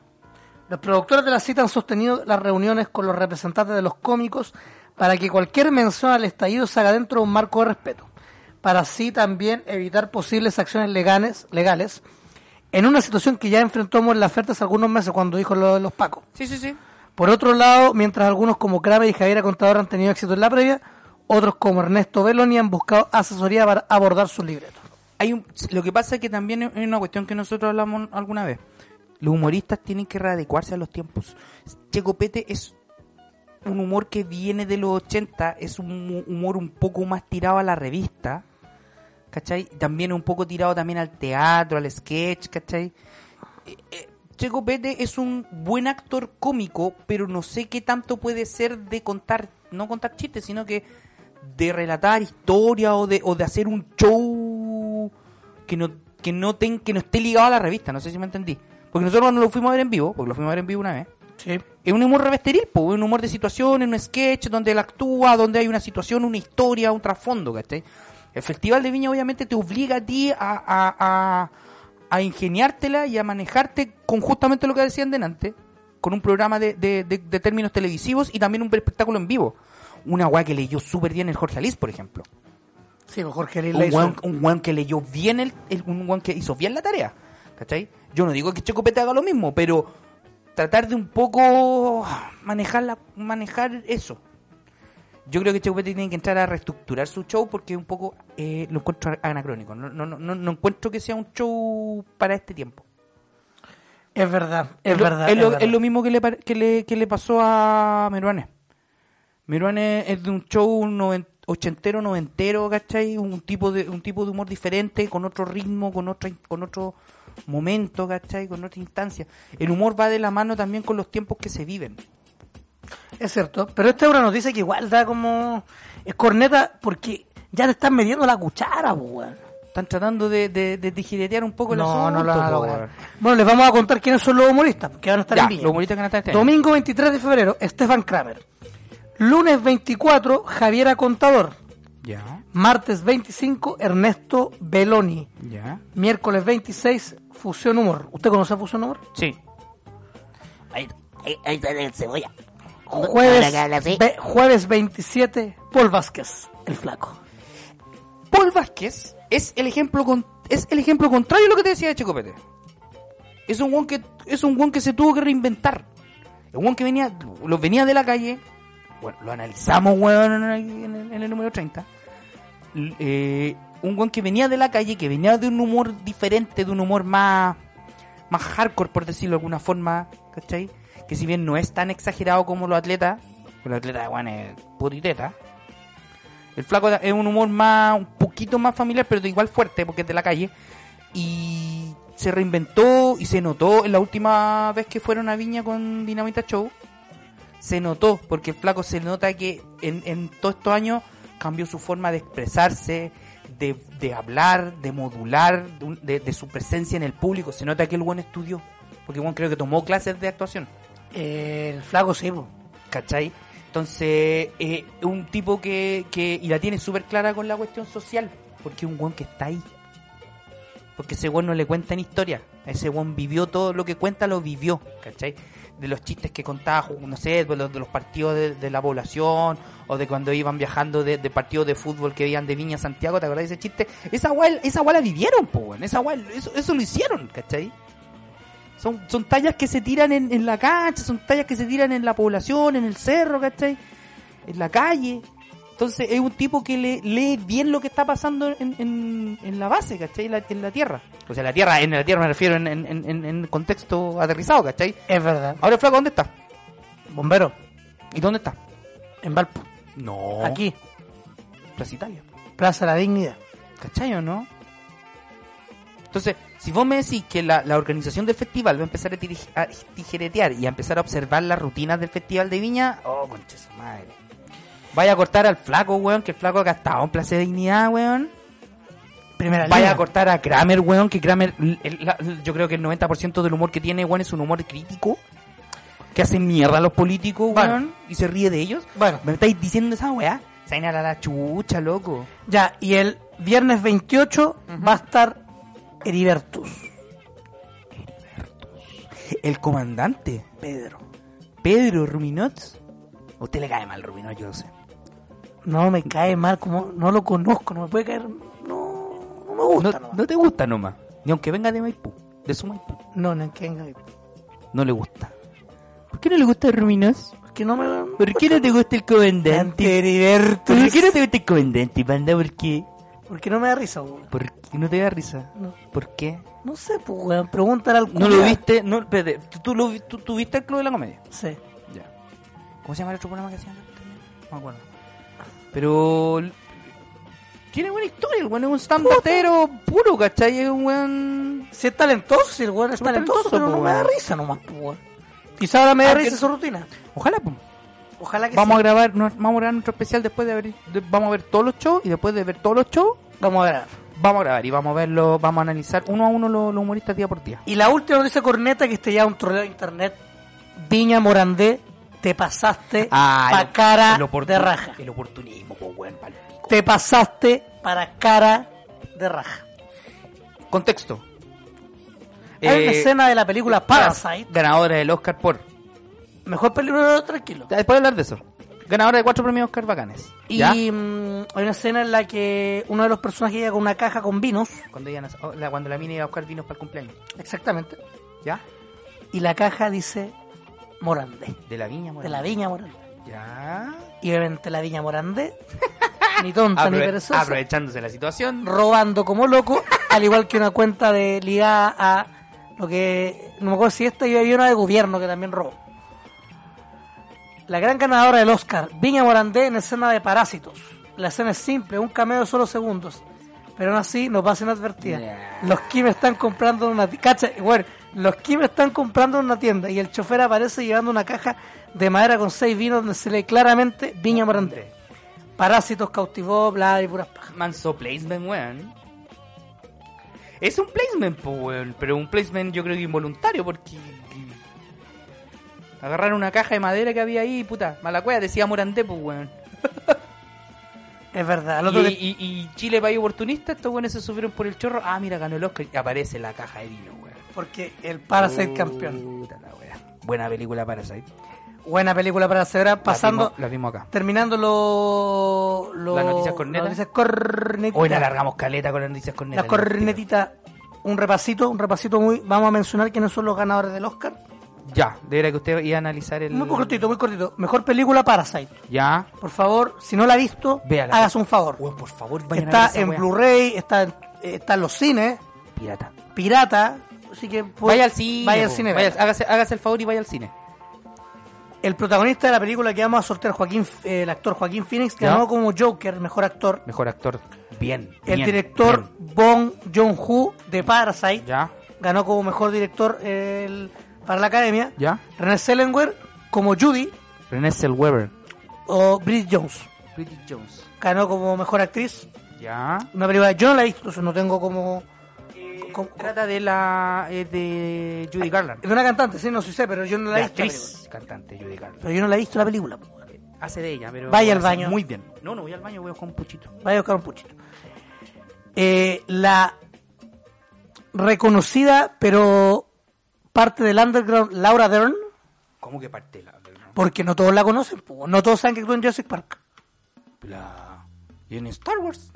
Speaker 12: Los productores de la cita han sostenido las reuniones con los representantes de los cómicos para que cualquier mención al estallido se haga dentro de un marco de respeto, para así también evitar posibles acciones legales, legales en una situación que ya enfrentó Mon Laferte hace algunos meses cuando dijo lo de los pacos.
Speaker 11: Sí, sí, sí.
Speaker 12: Por otro lado, mientras algunos como Kramer y Javier Contador han tenido éxito en la previa, otros como Ernesto Belloni han buscado asesoría para abordar sus libretos.
Speaker 11: Hay un- lo que pasa es que también es una cuestión que nosotros hablamos alguna vez. Los humoristas tienen que readecuarse a los tiempos. Checopete es un humor que viene de los 80, es un hu- humor un poco más tirado a la revista, ¿cachai? También un poco tirado también al teatro, al sketch, ¿cachai? Eh, eh, Checo Pete es un buen actor cómico, pero no sé qué tanto puede ser de contar, no contar chistes, sino que de relatar historia o de, o de hacer un show que no, que no ten- que no esté ligado a la revista, no sé si me entendí. Porque nosotros no lo fuimos a ver en vivo, porque lo fuimos a ver en vivo una vez. Es un humor revesteril, po, un humor de situaciones, un sketch donde él actúa, donde hay una situación, una historia, un trasfondo, ¿cachai? El Festival de Viña obviamente te obliga a ti a, a- a- a ingeniártela y a manejarte con justamente lo que decían delante, con un programa de, de- de- de términos televisivos y también un espectáculo en vivo. Una weá que leyó súper bien el Jorge Alice, por ejemplo.
Speaker 12: Sí, pues, Jorge Lila
Speaker 11: Un
Speaker 12: hizo-
Speaker 11: weón, un weón que leyó bien el, el- un weón que hizo bien la tarea. ¿Cachai? Yo no digo que Checopete haga lo mismo, pero tratar de un poco manejar la- manejar eso. Yo creo que Checopete tiene que entrar a reestructurar su show porque un poco eh, lo encuentro anacrónico. No, no, no- no, no encuentro que sea un show para este tiempo.
Speaker 12: Es verdad, es
Speaker 11: lo-
Speaker 12: verdad.
Speaker 11: Es lo,
Speaker 12: es verdad.
Speaker 11: es lo mismo que le, par- que le, que le pasó a Meruane. Meruane es de un show noven- ochentero, noventero, ¿cachai? Un tipo de, un tipo de humor diferente, con otro ritmo, con otra, in- con otro momento, ¿cachai? Con otra instancia. El humor va de la mano también con los tiempos que se viven.
Speaker 12: Es cierto, pero esta es una noticia que igual da como... Es corneta porque ya le están metiendo la cuchara, po, weón.
Speaker 11: Están tratando de, de, de digiretear un poco el
Speaker 12: No,
Speaker 11: asunto.
Speaker 12: no lo van a
Speaker 11: po,
Speaker 12: lograr.
Speaker 11: weón.
Speaker 12: Bueno, les vamos a contar quiénes son los humoristas, que van a estar
Speaker 11: Ya,
Speaker 12: en Viña.
Speaker 11: los humoristas que van a estar este año.
Speaker 12: Domingo 23 de febrero, Stefan Kramer. Lunes 24, Javiera Contador.
Speaker 11: Ya,
Speaker 12: Martes 25, Ernesto Beloni.
Speaker 11: ya.
Speaker 12: Miércoles 26, Fusión Humor. ¿Usted conoce a Fusión Humor?
Speaker 11: Sí.
Speaker 13: Ahí, ahí, ahí está el cebolla.
Speaker 12: Jueves,
Speaker 13: Ahora que habla así.
Speaker 12: ve- jueves 27, Paul Vázquez, el flaco.
Speaker 11: Paul Vázquez es el ejemplo con, es el ejemplo contrario a lo que te decía de Checopete. Es un guan que es un guan que se tuvo que reinventar. El guan que venía los venía de la calle. Bueno, lo analizamos weón en el, en el número 30. L- eh, un guan que venía de la calle, que venía de un humor diferente, de un humor más más hardcore por decirlo de alguna forma, ¿cachai? Que si bien no es tan exagerado como los atletas, los atletas weón es puriteta. El flaco es un humor más, un poquito más familiar, pero de igual fuerte, porque es de la calle. Y se reinventó y se notó en la última vez que fueron a Viña con Dinamita Show. Se notó, porque el flaco se nota que en, en todos estos años cambió su forma de expresarse, de, de hablar, de modular, de, un- de- de su presencia en el público. Se nota que el buen estudió. Porque bueno, creo que tomó clases de actuación.
Speaker 12: El flaco sí, po.
Speaker 11: ¿Cachai? Entonces, eh, un tipo que, que. Y la tiene súper clara con la cuestión social. Porque es un weón que está ahí. Porque ese weón no le cuentan historia. Ese weón vivió todo lo que cuenta, lo vivió. ¿Cachai? De los chistes que contaba, no sé, de los, de los partidos de, de la población. O de cuando iban viajando de, de partidos de fútbol que iban de Viña a Santiago. ¿Te acordás de ese chiste? Esa weá, esa weá la vivieron, po, weón. Esa weá, eso, eso lo hicieron, ¿cachai? Son, son tallas que se tiran en, en la cancha, son tallas que se tiran en la población, en el cerro, ¿cachai? En la calle. Entonces es un tipo que le, lee bien lo que está pasando en, en, en la base, ¿cachai? La- en la tierra. O sea, la tierra, en la tierra me refiero en, en, en, en contexto aterrizado, ¿cachai?
Speaker 12: Es verdad.
Speaker 11: Ahora, Flaco, ¿dónde está?
Speaker 12: Bombero.
Speaker 11: ¿Y dónde está?
Speaker 12: En Valpo.
Speaker 11: No.
Speaker 12: Aquí,
Speaker 11: Plaza Italia.
Speaker 12: Plaza La Dignidad.
Speaker 11: ¿Cachai o no? Entonces, si vos me decís que la, la organización del festival va a empezar a, tiri- a tijeretear y a empezar a observar las rutinas del festival de Viña, oh, concha su madre. Vaya a cortar al flaco, weón, que el flaco ha gastado un placer de dignidad, weón.
Speaker 12: Primera
Speaker 11: Vaya
Speaker 12: línea.
Speaker 11: a cortar a Kramer, weón, que Kramer, l- el- la- yo creo que el 90% del humor que tiene, weón, es un humor crítico. Que hace mierda a los políticos, weón, y se ríe de ellos.
Speaker 12: Bueno.
Speaker 11: Me estáis diciendo esa weá. Se van a la chucha, loco.
Speaker 12: Ya, y el viernes 28 va a estar Heribertus.
Speaker 11: El comandante. Pedro. Pedro Ruminot. A usted le cae mal Ruminot, yo sé.
Speaker 12: No me cae mal, como no lo conozco, no me puede caer.
Speaker 11: No, no, te gusta nomás. Ni aunque venga de Maipú. De su Maipú.
Speaker 12: No, no, que venga.
Speaker 11: No le gusta. ¿Por qué no le gusta Ruminot?
Speaker 12: Que no me.
Speaker 11: ¿Por qué no te gusta el comandante? ¿Por qué no te gusta el comandante, panda? ¿Por qué?
Speaker 12: Porque no me da risa, weón.
Speaker 11: ¿Por qué no te da risa? ¿Por qué?
Speaker 12: No sé, pues, weón. Pregúntale al
Speaker 11: ¿No
Speaker 12: culiao.
Speaker 11: lo viste? No, espérate, ¿tú, tú lo, vi- tú, tú viste el Club de la Comedia?
Speaker 12: Sí.
Speaker 11: Ya. ¿Cómo se llama el otro programa que hacían? No me acuerdo. Pero... l- Tiene buena historia, el weón es un standartero puro, ¿cachai? Es un weón...
Speaker 12: Si es talentoso, si el weón es
Speaker 11: Súper
Speaker 12: talentoso,
Speaker 11: talentoso, Ah,
Speaker 12: pero
Speaker 11: po,
Speaker 12: no me da
Speaker 11: weón.
Speaker 12: risa nomás, pues, weón. Quizá ahora me da
Speaker 11: Aunque-
Speaker 12: risa su rutina.
Speaker 11: Ojalá, pues.
Speaker 12: Ojalá que
Speaker 11: Vamos
Speaker 12: sí.
Speaker 11: a grabar, no- vamos a grabar nuestro especial después de haber, de- vamos a ver todos los shows y después de ver todos los shows
Speaker 12: vamos a grabar.
Speaker 11: Vamos a grabar y vamos a verlo, vamos a analizar uno a uno los los humoristas día por día.
Speaker 12: Y la última noticia corneta que esté ya un troleo de internet. Viña Morandé, te pasaste
Speaker 11: Ah,
Speaker 12: pa' cara de raja.
Speaker 11: El oportunismo, pues, weón, pal.
Speaker 12: Te pasaste para cara de raja.
Speaker 11: Contexto.
Speaker 12: Hay una escena de la película Parasite.
Speaker 11: Ganadora del Oscar por.
Speaker 12: Mejor película, tranquilo.
Speaker 11: Después de hablar de eso. Ganadora de cuatro premios Oscar bacanes.
Speaker 12: Y
Speaker 11: ¿Ya?
Speaker 12: mm, hay una escena en la que uno de los personajes llega con una caja con vinos.
Speaker 11: Cuando, ella nace- oh, la, cuando la mina iba a buscar vinos para el cumpleaños.
Speaker 12: Exactamente.
Speaker 11: ¿Ya?
Speaker 12: Y la caja dice Morandé.
Speaker 11: De la viña,
Speaker 12: De la viña Morandé.
Speaker 11: Ya.
Speaker 12: Y obviamente la viña Morandé. [laughs] ni tonta ni
Speaker 11: Aprove-
Speaker 12: perezosa.
Speaker 11: aprovechándose la situación.
Speaker 12: robando como loco, al igual que una cuenta de ligada a lo que no me acuerdo si esta y había una de gobierno que también robó. La gran ganadora del Oscar, Viña Morandé en escena de Parásitos. La escena es simple, un cameo de solo segundos, pero aún así nos pasa inadvertida. Los Kim están comprando en una ti- cacha, bueno, los Kim están comprando en una tienda y el chofer aparece llevando una caja de madera con seis vinos donde se lee claramente Viña Morandé. Parásitos cautivó, bla y puras pajas.
Speaker 11: Manso placement, weón. Es un placement, po, weón. Pero un placement yo creo que involuntario porque... Agarraron una caja de madera que había ahí, puta. Mala cueva, decía Morandé, pues, weón.
Speaker 12: Es verdad. al
Speaker 11: Y,
Speaker 12: otro que-
Speaker 11: y- y Chile, país oportunista, estos weones se subieron por el chorro. Ah, mira, ganó el Oscar. Y aparece la caja de vino, weón.
Speaker 12: Porque el Parasite
Speaker 11: Oh.
Speaker 12: campeón.
Speaker 11: Puta la wea. Buena película Parasite.
Speaker 12: Buena película para celebrar. Pasando,
Speaker 11: La vimos acá.
Speaker 12: terminando lo, lo-
Speaker 11: Las noticias cornetas.
Speaker 12: las noticias cornetitas.
Speaker 11: Hoy la largamos caleta con las noticias con
Speaker 12: Las cornetitas. Un repasito, un repasito muy. Vamos a mencionar quiénes son los ganadores del Oscar.
Speaker 11: Ya, de verdad que usted iba a analizar el...
Speaker 12: Muy cortito, muy cortito. Mejor película Parasite.
Speaker 11: Ya.
Speaker 12: Por favor, si no la ha visto,
Speaker 11: Véala.
Speaker 12: hágase un favor.
Speaker 11: Weón, por favor, vayan a ver
Speaker 12: Está
Speaker 11: esa
Speaker 12: en
Speaker 11: wea.
Speaker 12: Blu-ray, está, en- eh, está en los cines,
Speaker 11: Pirata.
Speaker 12: pirata. Así que pues,
Speaker 11: Pues, vaya al cine.
Speaker 12: Vaya al
Speaker 11: po.
Speaker 12: cine.
Speaker 11: Vaya-
Speaker 12: véala.
Speaker 11: hágase, hágase el favor y vaya al cine.
Speaker 12: El protagonista de la película que vamos a sortear, Joaquín, eh, el actor Joaquín Phoenix, que
Speaker 11: ¿Ya?
Speaker 12: ganó como Joker, mejor actor.
Speaker 11: Mejor actor. Bien.
Speaker 12: El
Speaker 11: bien,
Speaker 12: director Bong Joon-ho de Parasite
Speaker 11: Ya.
Speaker 12: ganó como mejor director el- para la academia.
Speaker 11: bien. Ya.
Speaker 12: René Zellweger como Judy
Speaker 11: René Zellweger.
Speaker 12: o Bridget Jones
Speaker 11: Bridget Jones.
Speaker 12: ganó como mejor actriz.
Speaker 11: Ya.
Speaker 12: Una película que yo no la he visto, entonces no tengo como, con-
Speaker 11: Trata de la. eh, de Eh, Judy Garland.
Speaker 12: de una cantante, sí, no sí sé, pero yo no la he
Speaker 11: La
Speaker 12: visto. la película.
Speaker 11: actriz cantante Judy Garland.
Speaker 12: Pero yo no la he visto la película. po.
Speaker 11: Hace de ella, pero.
Speaker 12: Vaya al
Speaker 11: hace
Speaker 12: baño.
Speaker 11: Muy bien. No, no voy al baño, voy a buscar un puchito.
Speaker 12: Vaya a buscar un puchito. Eh, la reconocida, pero parte del underground, Laura Dern,
Speaker 11: ¿Cómo que partela?
Speaker 12: porque no todos la conocen, po. no todos saben que actúa en Jurassic Park.
Speaker 11: La. Y en Star Wars.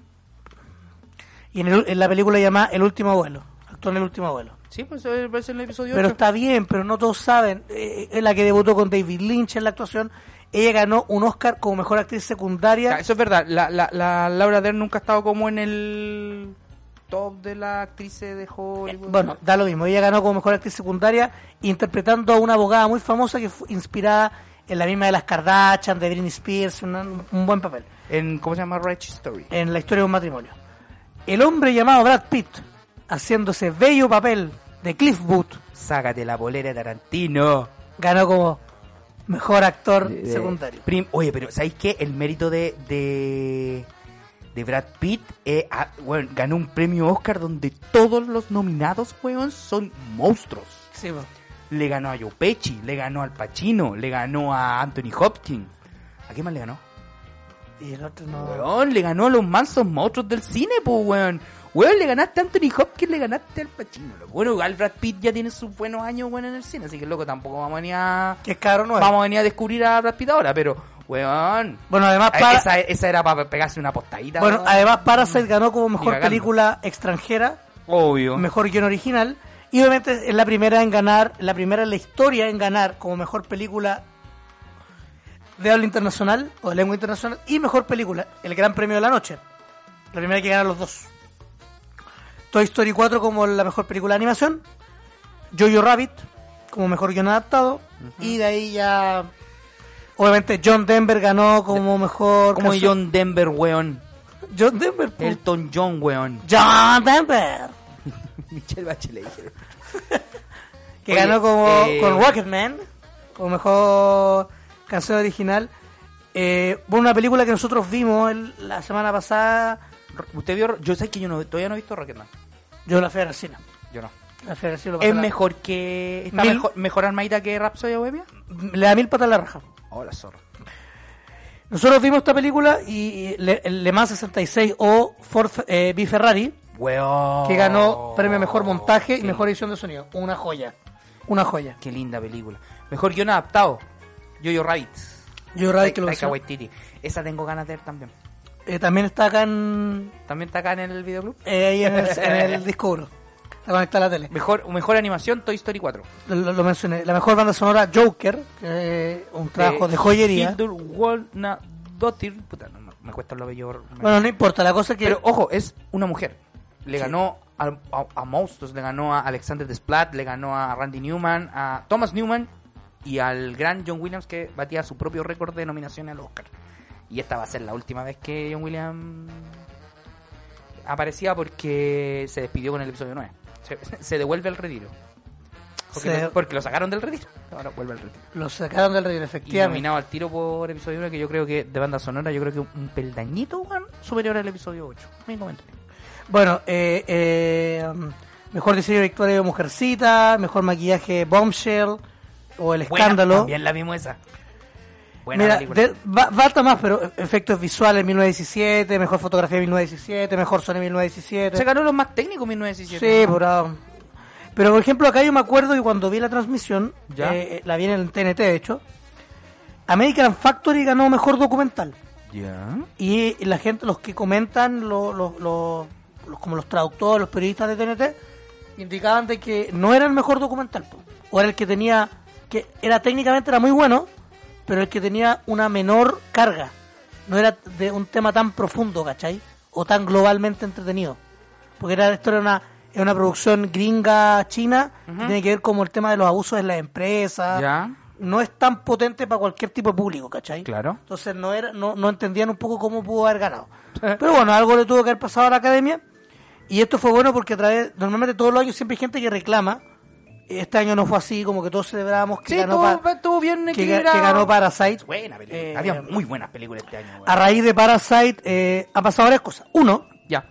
Speaker 12: Y en, el- en la película llamada El último abuelo. Actúa en El último abuelo.
Speaker 11: Sí, pues eh, parece en el episodio
Speaker 12: Pero
Speaker 11: 8.
Speaker 12: está bien, pero no todos saben. Eh, es la que debutó con David Lynch en la actuación. Ella ganó un Oscar como mejor actriz secundaria.
Speaker 11: Eso es verdad. La, la, la Laura Dern nunca ha estado como en el top de la actriz de Hollywood.
Speaker 12: Bueno, da lo mismo. Ella ganó como mejor actriz secundaria interpretando a una abogada muy famosa que fue inspirada en la misma de las Kardashian, de Britney Spears, una- un buen papel.
Speaker 11: En, ¿Cómo se llama? Rich Story.
Speaker 12: En la historia de un matrimonio. El hombre llamado Brad Pitt, haciéndose bello papel de Cliff Booth,
Speaker 11: Sácate la bolera, Tarantino.
Speaker 12: ganó como mejor actor
Speaker 11: Eh,
Speaker 12: secundario.
Speaker 11: prim- oye, pero ¿sabéis qué? El mérito de, de, de Brad Pitt eh, ah, bueno, ganó un premio Oscar donde todos los nominados, weón, son monstruos.
Speaker 12: Sí,
Speaker 11: Le ganó a Joe Pesci, le ganó al Pacino, le ganó a Anthony Hopkins. ¿A quién más le ganó?
Speaker 12: Y el otro no.
Speaker 11: Weón, le ganó a los mansos monstruos del cine, pues, weón. Weón, le ganaste a Anthony Hopkins, le ganaste al Pacino. loco. Bueno, igual Brad Pitt ya tiene sus buenos años, weón, en el cine, así que, loco, tampoco vamos a venir a...
Speaker 12: Que es caro nuevo.
Speaker 11: Vamos a venir a descubrir a Brad Pitt ahora, pero, weón...
Speaker 12: Bueno, además,
Speaker 11: Eh,
Speaker 12: para-
Speaker 11: Esa, esa era para pegarse una postadita.
Speaker 12: Ah, Bueno,
Speaker 11: weón.
Speaker 12: además Parasite ganó como
Speaker 11: Ni
Speaker 12: mejor
Speaker 11: cagando.
Speaker 12: película extranjera,
Speaker 11: Obvio.
Speaker 12: mejor guión original. Y obviamente es la primera en ganar, la primera en la historia en ganar como mejor película de habla internacional o de lengua internacional y mejor película, el Gran Premio de la Noche. La primera que ganan los dos. Toy Story 4 como la mejor película de animación, Jojo Rabbit como mejor guión adaptado y de ahí ya... Obviamente John Denver ganó como mejor...
Speaker 11: Como
Speaker 12: canción-
Speaker 11: John Denver, weón.
Speaker 12: John Denver. po.
Speaker 11: Elton John,
Speaker 12: [laughs]
Speaker 11: weón.
Speaker 12: John Denver.
Speaker 11: Michelle Bachelet. dijeron.
Speaker 12: Que
Speaker 11: Oye,
Speaker 12: ganó como,
Speaker 11: eh,
Speaker 12: con Rocketman, como mejor canción original. Eh, por una película que nosotros vimos el- la semana pasada.
Speaker 11: ¿Usted vio? Yo sé que yo no, todavía no he visto Rocketman.
Speaker 12: Yo la fui a la cine.
Speaker 11: Yo no.
Speaker 12: La fui a la cine, lo pasé
Speaker 11: ¿Es
Speaker 12: la-
Speaker 11: mejor que... ¿Está
Speaker 12: Mil-
Speaker 11: mejor, mejor armadita que Rhapsody Bohemia? Oh,
Speaker 12: Le da mil patas a la raja.
Speaker 11: Hola, zorro.
Speaker 12: Nosotros vimos esta película y, y Le, Le Mans 66 o Ford eh, B Ferrari,
Speaker 11: Weón.
Speaker 12: que ganó premio a mejor montaje y mejor edición de sonido. Una joya. Una joya.
Speaker 11: Qué linda película. Mejor guión adaptado. Yo-Yo Rabbit.
Speaker 12: Yo Rabbit que lo
Speaker 11: Taika
Speaker 12: hizo.
Speaker 11: Waititi. Esa tengo ganas de ver también.
Speaker 12: Eh, también está acá en,
Speaker 11: También está acá en el videoclub.
Speaker 12: eh, ahí en
Speaker 11: [laughs]
Speaker 12: el, en el disco duro. Está conectada a la tele.
Speaker 11: Mejor, mejor animación, Toy Story 4.
Speaker 12: lo, lo mencioné. La mejor banda sonora, Joker, que es un trabajo
Speaker 11: Eh,
Speaker 12: de joyería.
Speaker 11: Hildur Wolnadottir. Puta, no, no, me cuesta lo bello.
Speaker 12: Bueno, no importa, la cosa es que...
Speaker 11: Pero oh. ojo, es una mujer. Le
Speaker 12: Sí.
Speaker 11: ganó a, a- a monstruos, le ganó a Alexander Desplat, le ganó a Randy Newman, a Thomas Newman y al gran John Williams que batía su propio récord de nominaciones al Oscar. Y esta va a ser la última vez que John Williams aparecía porque se despidió con el episodio 9. Se, [laughs] se devuelve al retiro. Porque,
Speaker 12: Se-
Speaker 11: lo, porque lo sacaron del retiro. Ahora vuelve al retiro.
Speaker 12: Lo sacaron del rey,
Speaker 11: Y
Speaker 12: efectivamente.
Speaker 11: nominado al tiro por episodio 1 que yo creo que de banda sonora, yo creo que un peldañito weón, superior al episodio 8. Mi comentario.
Speaker 12: Bueno, eh, eh, um, mejor diseño de Victoria de Mujercita, mejor maquillaje Bombshell o
Speaker 11: Buena,
Speaker 12: El Escándalo.
Speaker 11: También la vimos esa. Buena
Speaker 12: Mira,
Speaker 11: película.
Speaker 12: de- va- falta más, pero efectos visuales 1917, mejor fotografía 1917, mejor sonido 1917.
Speaker 11: Se ganó los más técnicos 1917.
Speaker 12: Sí, por ahora. Pero por ejemplo, acá yo me acuerdo que cuando vi la transmisión,
Speaker 11: Ya.
Speaker 12: eh, eh, la vi en el TNT de hecho, American Factory ganó mejor documental.
Speaker 11: Ya.
Speaker 12: Y la gente, los que comentan, lo- lo- lo- los- como los traductores, los periodistas de TNT, indicaban de que no era el mejor documental. po. O era el que tenía, que era técnicamente era muy bueno, pero el que tenía una menor carga. No era de un tema tan profundo, ¿cachai? O tan globalmente entretenido. Porque era, esto era una, era una producción gringa china, que tiene que ver como el tema de los abusos en las empresas.
Speaker 11: Ya.
Speaker 12: No es tan potente para cualquier tipo de público, ¿cachai?
Speaker 11: Claro.
Speaker 12: Entonces no era, no, no entendían un poco cómo pudo haber ganado.
Speaker 11: [laughs]
Speaker 12: Pero bueno, algo le tuvo que haber pasado a la academia. Y esto fue bueno porque a través, normalmente todos los años siempre hay gente que reclama. Este año no fue así, como que todos celebrábamos que
Speaker 11: Sí,
Speaker 12: ganó
Speaker 11: estuvo,
Speaker 12: Pa-
Speaker 11: estuvo bien
Speaker 12: que,
Speaker 11: equilibrado.
Speaker 12: que ganó Parasite.
Speaker 11: Buena película.
Speaker 12: Eh,
Speaker 11: Había muy buenas películas este año. weón.
Speaker 12: A raíz de Parasite eh, ha pasado varias cosas. Uno,
Speaker 11: Ya.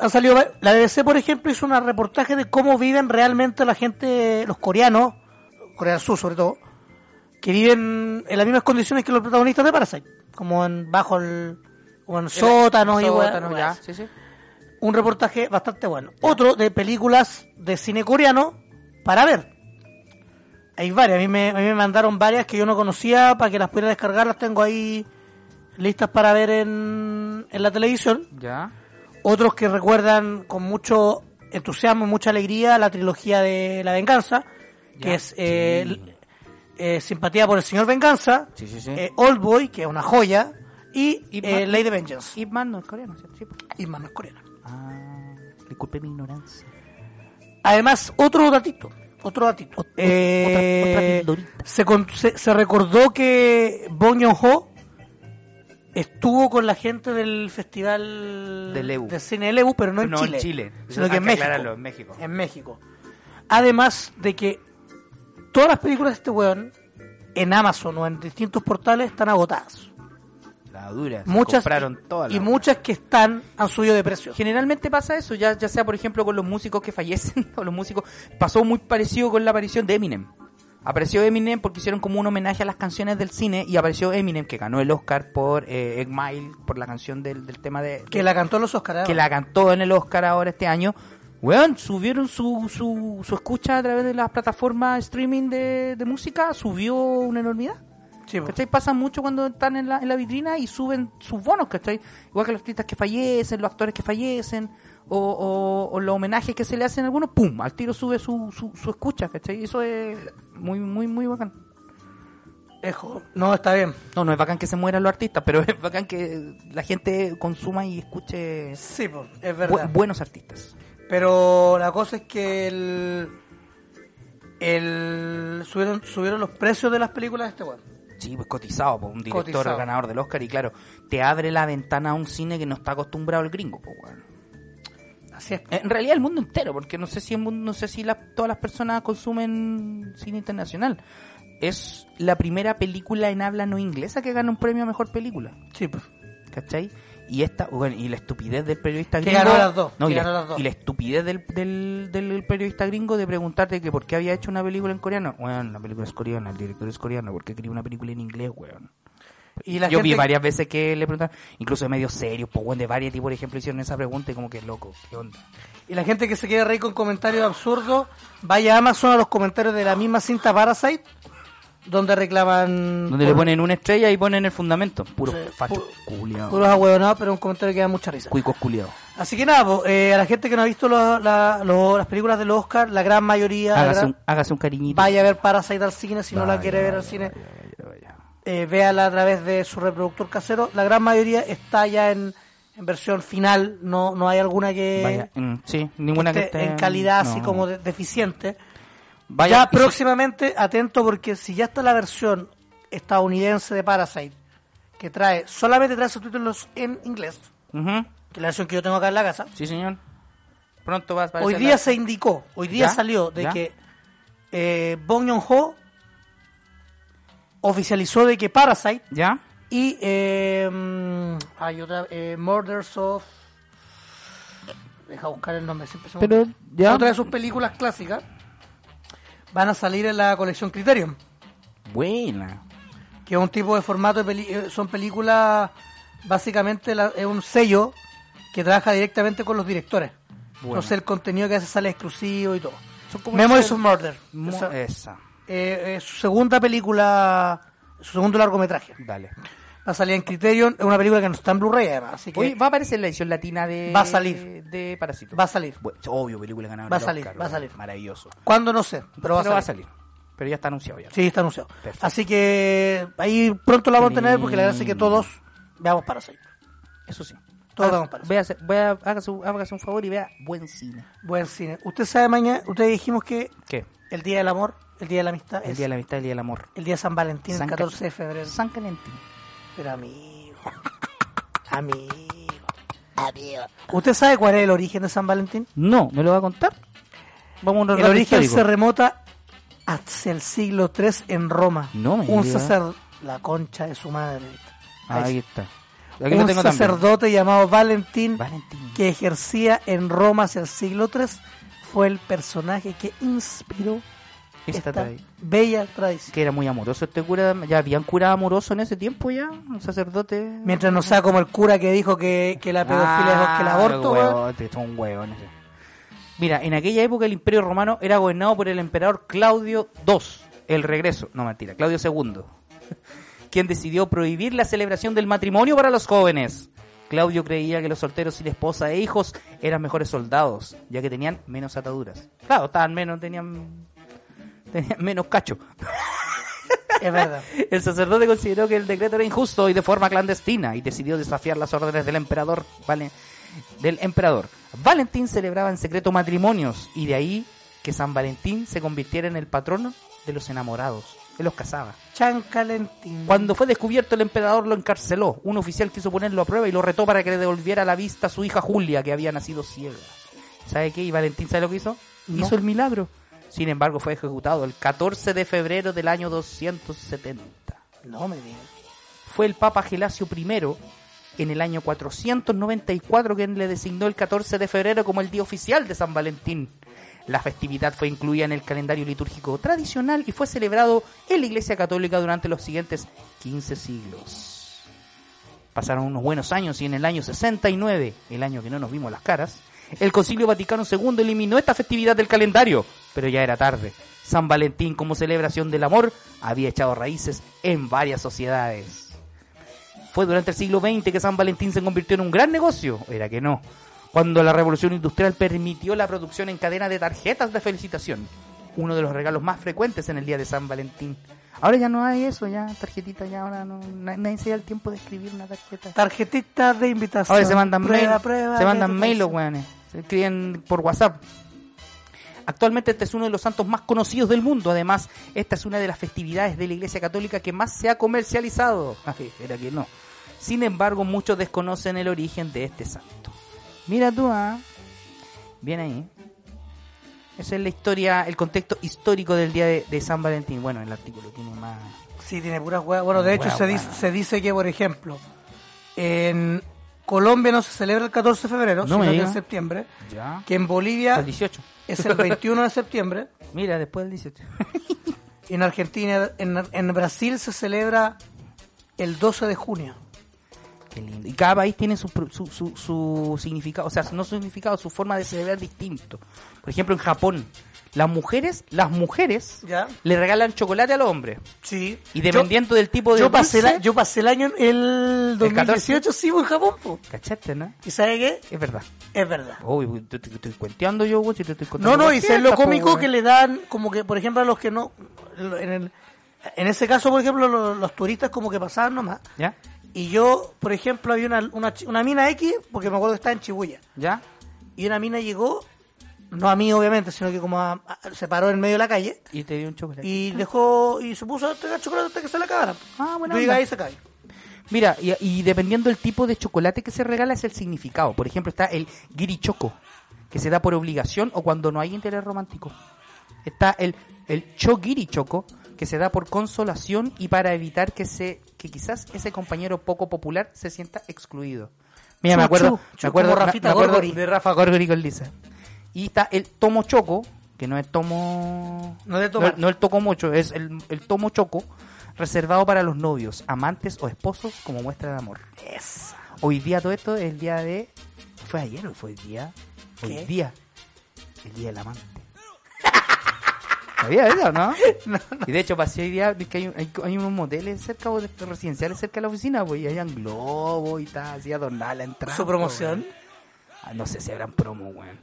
Speaker 12: Han salido, va- la BBC, por ejemplo, hizo un reportaje de cómo viven realmente la gente, los coreanos, Corea del Sur sobre todo, que viven en las mismas condiciones que los protagonistas de Parasite, como en bajo el, o en sótanos y weas-
Speaker 7: Sótanos, ya.
Speaker 12: weas.
Speaker 7: Sí, sí.
Speaker 12: Un reportaje bastante bueno. Otro de películas de cine coreano para ver. Hay varias, a mí me, a mí me mandaron varias que yo no conocía para que las pudiera descargar, las tengo ahí listas para ver en, en la televisión.
Speaker 7: Ya.
Speaker 12: Otros que recuerdan con mucho entusiasmo y mucha alegría la trilogía de La Venganza, que
Speaker 7: Ya.
Speaker 12: es eh, l- eh, Simpatía por el Señor Venganza, eh, Old Boy, que es una joya, y eh,
Speaker 7: Man-
Speaker 12: Lady Vengeance.
Speaker 7: Ip Man no es coreano, ¿cierto? Sí.
Speaker 12: Y más no es coreana.
Speaker 7: Disculpe mi ignorancia.
Speaker 12: Además, otro datito. Otro datito. Eh, se, con- se- se recordó que Bong Joon-ho estuvo con la gente del festival
Speaker 7: Del EBU.
Speaker 12: de cine del EBU, pero no, en, Chile, sino
Speaker 7: Hay
Speaker 12: que en México.
Speaker 7: aclararlo, Ah, en México.
Speaker 12: En México. Además de que todas las películas de este weón en Amazon o en distintos portales están agotadas.
Speaker 7: La dura. se
Speaker 12: Muchas
Speaker 7: compraron todas
Speaker 12: y
Speaker 7: las-
Speaker 12: muchas que están han subido de precio.
Speaker 11: Generalmente pasa eso, ya, ya sea por ejemplo con los músicos que fallecen [laughs] o los músicos. Pasó muy parecido con la aparición de Eminem. Apareció Eminem porque hicieron como un homenaje a las canciones del cine y apareció Eminem que ganó el Oscar por eh, Eight Mile, por la canción del, del tema de...
Speaker 12: Que la cantó en los ¿eh? Oscar.
Speaker 11: Que la cantó en el Oscar ahora este año. Weón, subieron su, su, su escucha a través de las plataformas streaming de, de música, subió una enormidad.
Speaker 12: pues.
Speaker 11: ¿Cachai? Pasa mucho cuando están en la, en la vitrina y suben sus bonos, ¿cachai? Igual que los artistas que fallecen, los actores que fallecen, o, o- o los homenajes que se le hacen a algunos, ¡pum! Al tiro sube su, su, su escucha, ¿cachai? Eso es muy, muy, muy bacán.
Speaker 12: No, está bien.
Speaker 11: No, no es bacán que se mueran los artistas, pero [laughs] es bacán que la gente consuma y escuche
Speaker 12: Sí, po, es
Speaker 11: bu-
Speaker 12: verdad.
Speaker 11: buenos artistas.
Speaker 12: Pero la cosa es que el, el subieron, subieron los precios de las películas de este weón.
Speaker 11: Sí, pues cotizado por un director
Speaker 12: Cotizado.
Speaker 11: ganador del Oscar y claro, te abre la ventana a un cine que no está acostumbrado el gringo, pues, weón.
Speaker 12: Así es.
Speaker 11: En realidad el mundo entero, porque no sé si el mundo- no sé si la- todas las personas consumen cine internacional. Es la primera película en habla no inglesa que gana un premio a mejor película.
Speaker 12: Sí,
Speaker 11: ¿Cachai? Y esta, bueno, y la estupidez del periodista
Speaker 12: Que
Speaker 11: gringo.
Speaker 12: ganó las dos,
Speaker 11: No,
Speaker 12: que
Speaker 11: y, la,
Speaker 12: ganó las dos.
Speaker 11: y la estupidez del, del- del periodista gringo de preguntarte que por qué había hecho una película en coreano. Bueno, la película es coreana, el director es coreano, ¿por qué quería una película en inglés, weón?
Speaker 12: Y la
Speaker 11: Yo vi
Speaker 12: gente-
Speaker 11: varias veces que le preguntaron, incluso de medios serios, pues weón, de Variety, por ejemplo, hicieron esa pregunta y como que loco, ¿qué onda?
Speaker 12: Y la gente que se quede reír con comentarios absurdos, vaya a Amazon a los comentarios de la misma cinta Parasite, donde reclaman.
Speaker 11: Donde le
Speaker 12: por-
Speaker 11: ponen una estrella y ponen el fundamento. Puros
Speaker 12: Sí,
Speaker 11: fachos
Speaker 12: pu-
Speaker 11: culiados.
Speaker 12: Puros ahueonados, pero un comentario que da mucha risa.
Speaker 11: Cuicos culiados.
Speaker 12: Así que nada, po, eh, a la gente que no ha visto lo- la- lo- las películas del Oscar, la gran mayoría. la
Speaker 11: Hágase
Speaker 12: gran-
Speaker 11: un, hágase un cariñito.
Speaker 12: Vaya a ver Parasite al cine si no la
Speaker 11: Vaya,
Speaker 12: quiere ver al cine. eh, véala a través de su reproductor casero. La gran mayoría está ya en, en versión final. No, no hay alguna que,
Speaker 11: Vaya, mm, sí,
Speaker 12: que
Speaker 11: ninguna que,
Speaker 12: esté
Speaker 11: esté-
Speaker 12: en calidad así
Speaker 11: no.
Speaker 12: como de- deficiente.
Speaker 11: Vaya,
Speaker 12: ya
Speaker 11: y si-
Speaker 12: próximamente, atento, porque si ya está la versión estadounidense de Parasite, que trae, solamente trae subtítulos en inglés,
Speaker 11: Ujú.
Speaker 12: que es la versión que yo tengo acá en la casa.
Speaker 11: Sí, señor. Pronto vas a
Speaker 12: Hoy
Speaker 11: aparecer
Speaker 12: día
Speaker 11: la-
Speaker 12: se indicó, hoy día
Speaker 11: ¿Ya?
Speaker 12: salió de
Speaker 11: ¿Ya?
Speaker 12: que eh, Bong Joon-ho oficializó de que Parasite
Speaker 11: ¿Ya?
Speaker 12: y eh, mm, hay otra, eh, Murders of... Deja buscar el nombre, siempre se me-
Speaker 11: Pero ya-
Speaker 12: Otra de sus películas clásicas van a salir en la colección Criterion,
Speaker 11: Buena.
Speaker 12: que es un tipo de formato, de peli- eh, son películas, básicamente la- es un sello que trabaja directamente con los directores.
Speaker 11: Bueno.
Speaker 12: Entonces el contenido que hace sale exclusivo y todo.
Speaker 11: como
Speaker 12: Memories
Speaker 11: ese-
Speaker 12: of Murder.
Speaker 11: Mo-
Speaker 12: Esa-
Speaker 11: esa.
Speaker 12: eh, eh, su segunda película, su segundo largometraje.
Speaker 11: Dale.
Speaker 12: Va a salir en Criterion, es una película que no está en Blu-ray además, así que
Speaker 11: Hoy va a aparecer la edición latina de...
Speaker 12: Va a salir.
Speaker 11: De Parásito.
Speaker 12: va a salir.
Speaker 11: Bueno, obvio, película ganadora.
Speaker 12: Va a
Speaker 11: del
Speaker 12: salir,
Speaker 11: Oscar,
Speaker 12: va a
Speaker 11: weón.
Speaker 12: salir.
Speaker 11: Maravilloso.
Speaker 12: ¿Cuándo? No sé, pero va a salir.
Speaker 11: Pero ya está anunciado ya.
Speaker 12: Sí, está anunciado.
Speaker 11: Perfecto.
Speaker 12: Así que ahí pronto la vamos a tener porque la verdad es que
Speaker 11: Mm.
Speaker 12: todos veamos Parasite.
Speaker 11: Eso sí. Ah,
Speaker 12: Todos
Speaker 11: Haga-
Speaker 12: veamos Parasite.
Speaker 11: véase- vea- hágase, un- hágase un favor y vea buen cine.
Speaker 12: Buen cine. Usted sabe mañana, ustedes dijimos que
Speaker 11: ¿Qué?
Speaker 12: el Día del Amor, el Día de la Amistad,
Speaker 11: El
Speaker 12: es
Speaker 11: día de la amistad, el día del amor.
Speaker 12: el Día de San Valentín,
Speaker 11: San Cal-
Speaker 12: el 14 de febrero.
Speaker 11: San Valentín. [laughs]
Speaker 12: Pero amigo, amigo.
Speaker 14: Amigo.
Speaker 12: ¿Usted sabe cuál es el origen de San Valentín?
Speaker 11: No, ¿me lo va a contar? Vamos a un
Speaker 12: El
Speaker 11: relato
Speaker 12: origen
Speaker 11: histórico.
Speaker 12: se remota hacia el siglo III en Roma.
Speaker 11: No me
Speaker 12: Un
Speaker 11: diga.
Speaker 12: sacerdote, la concha de su madre.
Speaker 11: Ahí
Speaker 12: Ahí sí.
Speaker 11: está. Aquí lo
Speaker 12: un
Speaker 11: tengo también.
Speaker 12: sacerdote llamado Valentín, que ejercía en Roma hacia el siglo III, fue el personaje que inspiró
Speaker 11: Esta
Speaker 12: esta,
Speaker 11: tradi-
Speaker 12: bella tradición.
Speaker 11: Que era muy amoroso este cura. Ya habían cura amoroso en ese tiempo ya. Un sacerdote. Ah,
Speaker 12: Mientras no sea como el cura que dijo que, que la pedofilia es igual que el aborto, weón.
Speaker 11: son huevones. Mira, en aquella época el Imperio Romano era gobernado por el emperador Claudio II, el regreso, no mentira, Claudio II, [laughs] quien decidió prohibir la celebración del matrimonio para los jóvenes. Claudio creía que los solteros sin esposa e hijos eran mejores soldados, ya que tenían menos ataduras. Claro, estaban menos, tenían, tenían menos cacho.
Speaker 12: Es verdad.
Speaker 11: El sacerdote consideró que el decreto era injusto y de forma clandestina y decidió desafiar las órdenes del emperador. Vale, del emperador. Valentín celebraba en secreto matrimonios y de ahí que San Valentín se convirtiera en el patrono de los enamorados. Él los casaba.
Speaker 12: Chan Calentín.
Speaker 11: Cuando fue descubierto el emperador lo encarceló. Un oficial quiso ponerlo a prueba y lo retó para que le devolviera la vista a su hija Julia que había nacido ciega. ¿Sabe qué? ¿Y Valentín sabe lo que hizo?
Speaker 12: No.
Speaker 11: Hizo el milagro. Sin embargo, fue ejecutado el 14 de febrero del año 270
Speaker 12: No me digas.
Speaker 11: fue el Papa Gelasio I en el año 494 quien le designó el 14 de febrero como el día oficial de San Valentín. La festividad fue incluida en el calendario litúrgico tradicional y fue celebrado en la Iglesia Católica durante los siguientes 15 siglos. Pasaron unos buenos años y en el año 69, el año que no nos vimos las caras, el Concilio Vaticano II eliminó esta festividad del calendario, pero ya era tarde. San Valentín como celebración del amor había echado raíces en varias sociedades. Fue durante el siglo XX que San Valentín se convirtió en un gran negocio. Era que no. Cuando la revolución industrial permitió la producción en cadena de tarjetas de felicitación. Uno de los regalos más frecuentes en el día de San Valentín. Ahora ya no hay eso, ya tarjetita, ya ahora no, na- nadie se da el tiempo de escribir una tarjeta.
Speaker 12: Tarjetita de invitación.
Speaker 11: Ahora se mandan
Speaker 12: Prueba,
Speaker 11: mail,
Speaker 12: prueba,
Speaker 11: se mandan
Speaker 12: prueba,
Speaker 11: mail los
Speaker 12: prueba.
Speaker 11: weones, se escriben por WhatsApp. Actualmente este es uno de los santos más conocidos del mundo. Además, esta es una de las festividades de la Iglesia Católica que más se ha comercializado. [laughs] Ay, Era que no. Sin embargo, muchos desconocen el origen de este santo. Mira tú, ah. Bien ahí. Esa es la historia, el contexto histórico del día de, de San Valentín. Bueno, el artículo tiene más.
Speaker 12: Sí, tiene puras huevas. Bueno, de hecho,
Speaker 11: Hueá,
Speaker 12: se, dice,
Speaker 11: hueá.
Speaker 12: se dice que, por ejemplo, en Colombia no se celebra el 14 de febrero,
Speaker 11: No me
Speaker 12: sino que
Speaker 11: diga.
Speaker 12: en septiembre.
Speaker 11: Ya.
Speaker 12: Que en Bolivia
Speaker 11: El 18. [laughs]
Speaker 12: es el 21 de septiembre.
Speaker 11: Mira, después del 18.
Speaker 12: En Argentina, en, en Brasil se celebra el 12 de junio.
Speaker 11: Qué lindo. Y cada país tiene su, pro- su, su- su significado, o sea, no su significado, su forma de celebrar distinto. Por ejemplo, en Japón, las mujeres, las mujeres
Speaker 12: ¿Ya?
Speaker 11: le regalan chocolate al hombre.
Speaker 12: Sí.
Speaker 11: Y dependiendo del tipo de
Speaker 12: yo pasé,
Speaker 11: dulce-
Speaker 12: la- yo pasé el año, el 2018, sí, en Japón, po.
Speaker 11: ¿Cachaste, no?
Speaker 12: ¿Y sabe qué?
Speaker 11: Es Oh, verdad.
Speaker 12: Es verdad.
Speaker 11: Uy, uy, te, te- te estoy cuenteando yo, güey, si te estoy
Speaker 12: No,
Speaker 11: contando
Speaker 12: no, y
Speaker 11: cualquiera,
Speaker 12: es lo
Speaker 11: po,
Speaker 12: cómico
Speaker 11: güey.
Speaker 12: que le dan, como que, por ejemplo, a los que no. En, el- en ese caso, por ejemplo, lo- los, turistas como que pasaban nomás.
Speaker 11: ¿Ya?
Speaker 12: Y yo, por ejemplo, había una, una, chi- una mina X, porque me acuerdo que estaba en Chibuya.
Speaker 11: ¿Ya?
Speaker 12: Y una mina llegó, no a mí obviamente, sino que como a- a- se paró en medio de la calle
Speaker 11: Y te dio un chocolate.
Speaker 12: y dejó y se puso a entregar chocolate hasta que se la acabara.
Speaker 11: Ah, buena
Speaker 12: Tú llegas
Speaker 11: onda.
Speaker 12: ahí y se cae.
Speaker 11: Mira, y, y dependiendo del tipo de chocolate que se regala es el significado. Por ejemplo, está el guirichoco, que se da por obligación o cuando no hay interés romántico. Está el, el choguirichoco, que se da por consolación y para evitar que se que quizás ese compañero poco popular se sienta excluido. Mira,
Speaker 12: Chu,
Speaker 11: me acuerdo,
Speaker 12: chu, chu,
Speaker 11: me acuerdo,
Speaker 12: como Rafita
Speaker 11: me acuerdo
Speaker 12: Gorgori.
Speaker 11: de Rafa Gorgori con Lisa. Y está el tomo choco, que no es tomo...
Speaker 12: No es de tomar.
Speaker 11: No, no el toco mucho, es el, el tomo choco reservado para los novios, amantes o esposos como muestra de amor. Hoy día todo esto es el día de... ¿Fue ayer o fue el día? Hoy
Speaker 12: ¿Qué?
Speaker 11: día. El día del amante. [laughs] ¿Sabía eso,
Speaker 12: [laughs]
Speaker 11: no? Y de hecho pasé hoy día de que hay, hay- hay unos moteles cerca o de- residenciales cerca de la oficina, pues, y hayan globos y tal, así adornada la entrada.
Speaker 12: ¿Su promoción?
Speaker 11: pues, weón. Ah, no sé si habrán promo, weón.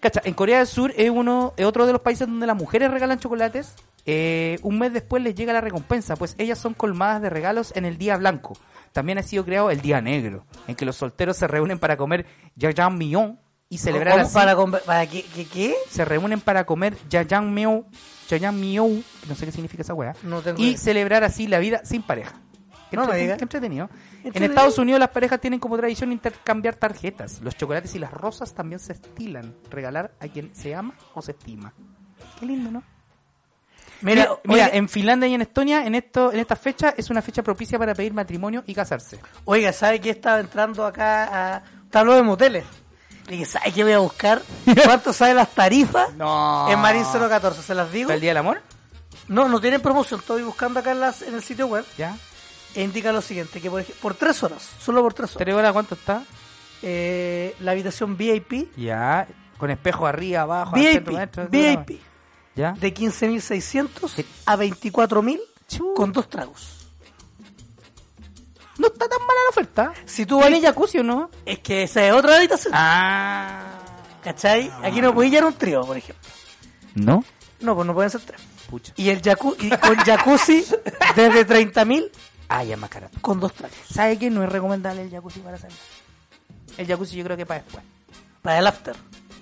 Speaker 11: Cacha, en Corea del Sur es uno, es otro de los países donde las mujeres regalan chocolates. Eh, un mes después les llega la recompensa, pues ellas son colmadas de regalos en el día blanco. También ha sido creado el día negro, en que los solteros se reúnen para comer jajangmyeon y celebrar
Speaker 12: ¿Cómo?
Speaker 11: así-
Speaker 12: ¿Para, conver- para qué, qué, qué?
Speaker 11: se reúnen para comer jajangmyeon, jajangmyeon, que no sé qué significa esa weá,
Speaker 12: No tengo
Speaker 11: y
Speaker 12: idea.
Speaker 11: celebrar así la vida sin pareja. Qué
Speaker 12: No me
Speaker 11: entreten-
Speaker 12: digas.
Speaker 11: qué entretenido. En
Speaker 12: Entretenido.
Speaker 11: Estados Unidos las parejas tienen como tradición intercambiar tarjetas. Los chocolates y las rosas también se estilan. Regalar a quien se ama o se estima. Qué lindo, ¿no? Mira, mira,
Speaker 12: em,
Speaker 11: en Finlandia y en Estonia, en esto, en esta fecha, es una fecha propicia para pedir matrimonio y casarse.
Speaker 12: Oiga, ¿sabe qué estaba entrando acá a tablo de moteles? Le dije, ¿sabe qué voy a
Speaker 11: [laughs]
Speaker 12: buscar? ¿Cuánto sale las tarifas?
Speaker 11: No.
Speaker 12: En Marín 014, ¿se las digo?
Speaker 11: ¿Para el Día del Amor?
Speaker 12: No, no tienen promoción. Estoy buscando acá en, las, en el sitio web.
Speaker 11: Ya.
Speaker 12: E indica lo siguiente, que por, ej- por tres horas, solo por tres horas.
Speaker 11: ¿Tres horas cuánto está?
Speaker 12: Eh, la habitación VIP.
Speaker 11: Ya, con espejo arriba, abajo, al
Speaker 12: VIP,
Speaker 11: centro, maestro,
Speaker 12: VIP.
Speaker 11: ¿Ya?
Speaker 12: De 15.600 a 24.000 con dos tragos.
Speaker 11: No está tan mala la oferta.
Speaker 12: Si tú vas,
Speaker 11: jacuzzi o no?
Speaker 12: es que esa es otra habitación.
Speaker 11: Ah.
Speaker 12: ¿Cachai? Aquí no podéis llevar un trío, por ejemplo.
Speaker 11: ¿No?
Speaker 12: No, pues no pueden ser tres.
Speaker 11: Pucha.
Speaker 12: Y el jacu- y con jacuzzi desde 30.000
Speaker 11: Ah, ya más cara.
Speaker 12: con dos tragos.
Speaker 11: ¿Sabe qué? No es recomendable el jacuzzi para salir. El jacuzzi yo creo que para después.
Speaker 12: Para el after.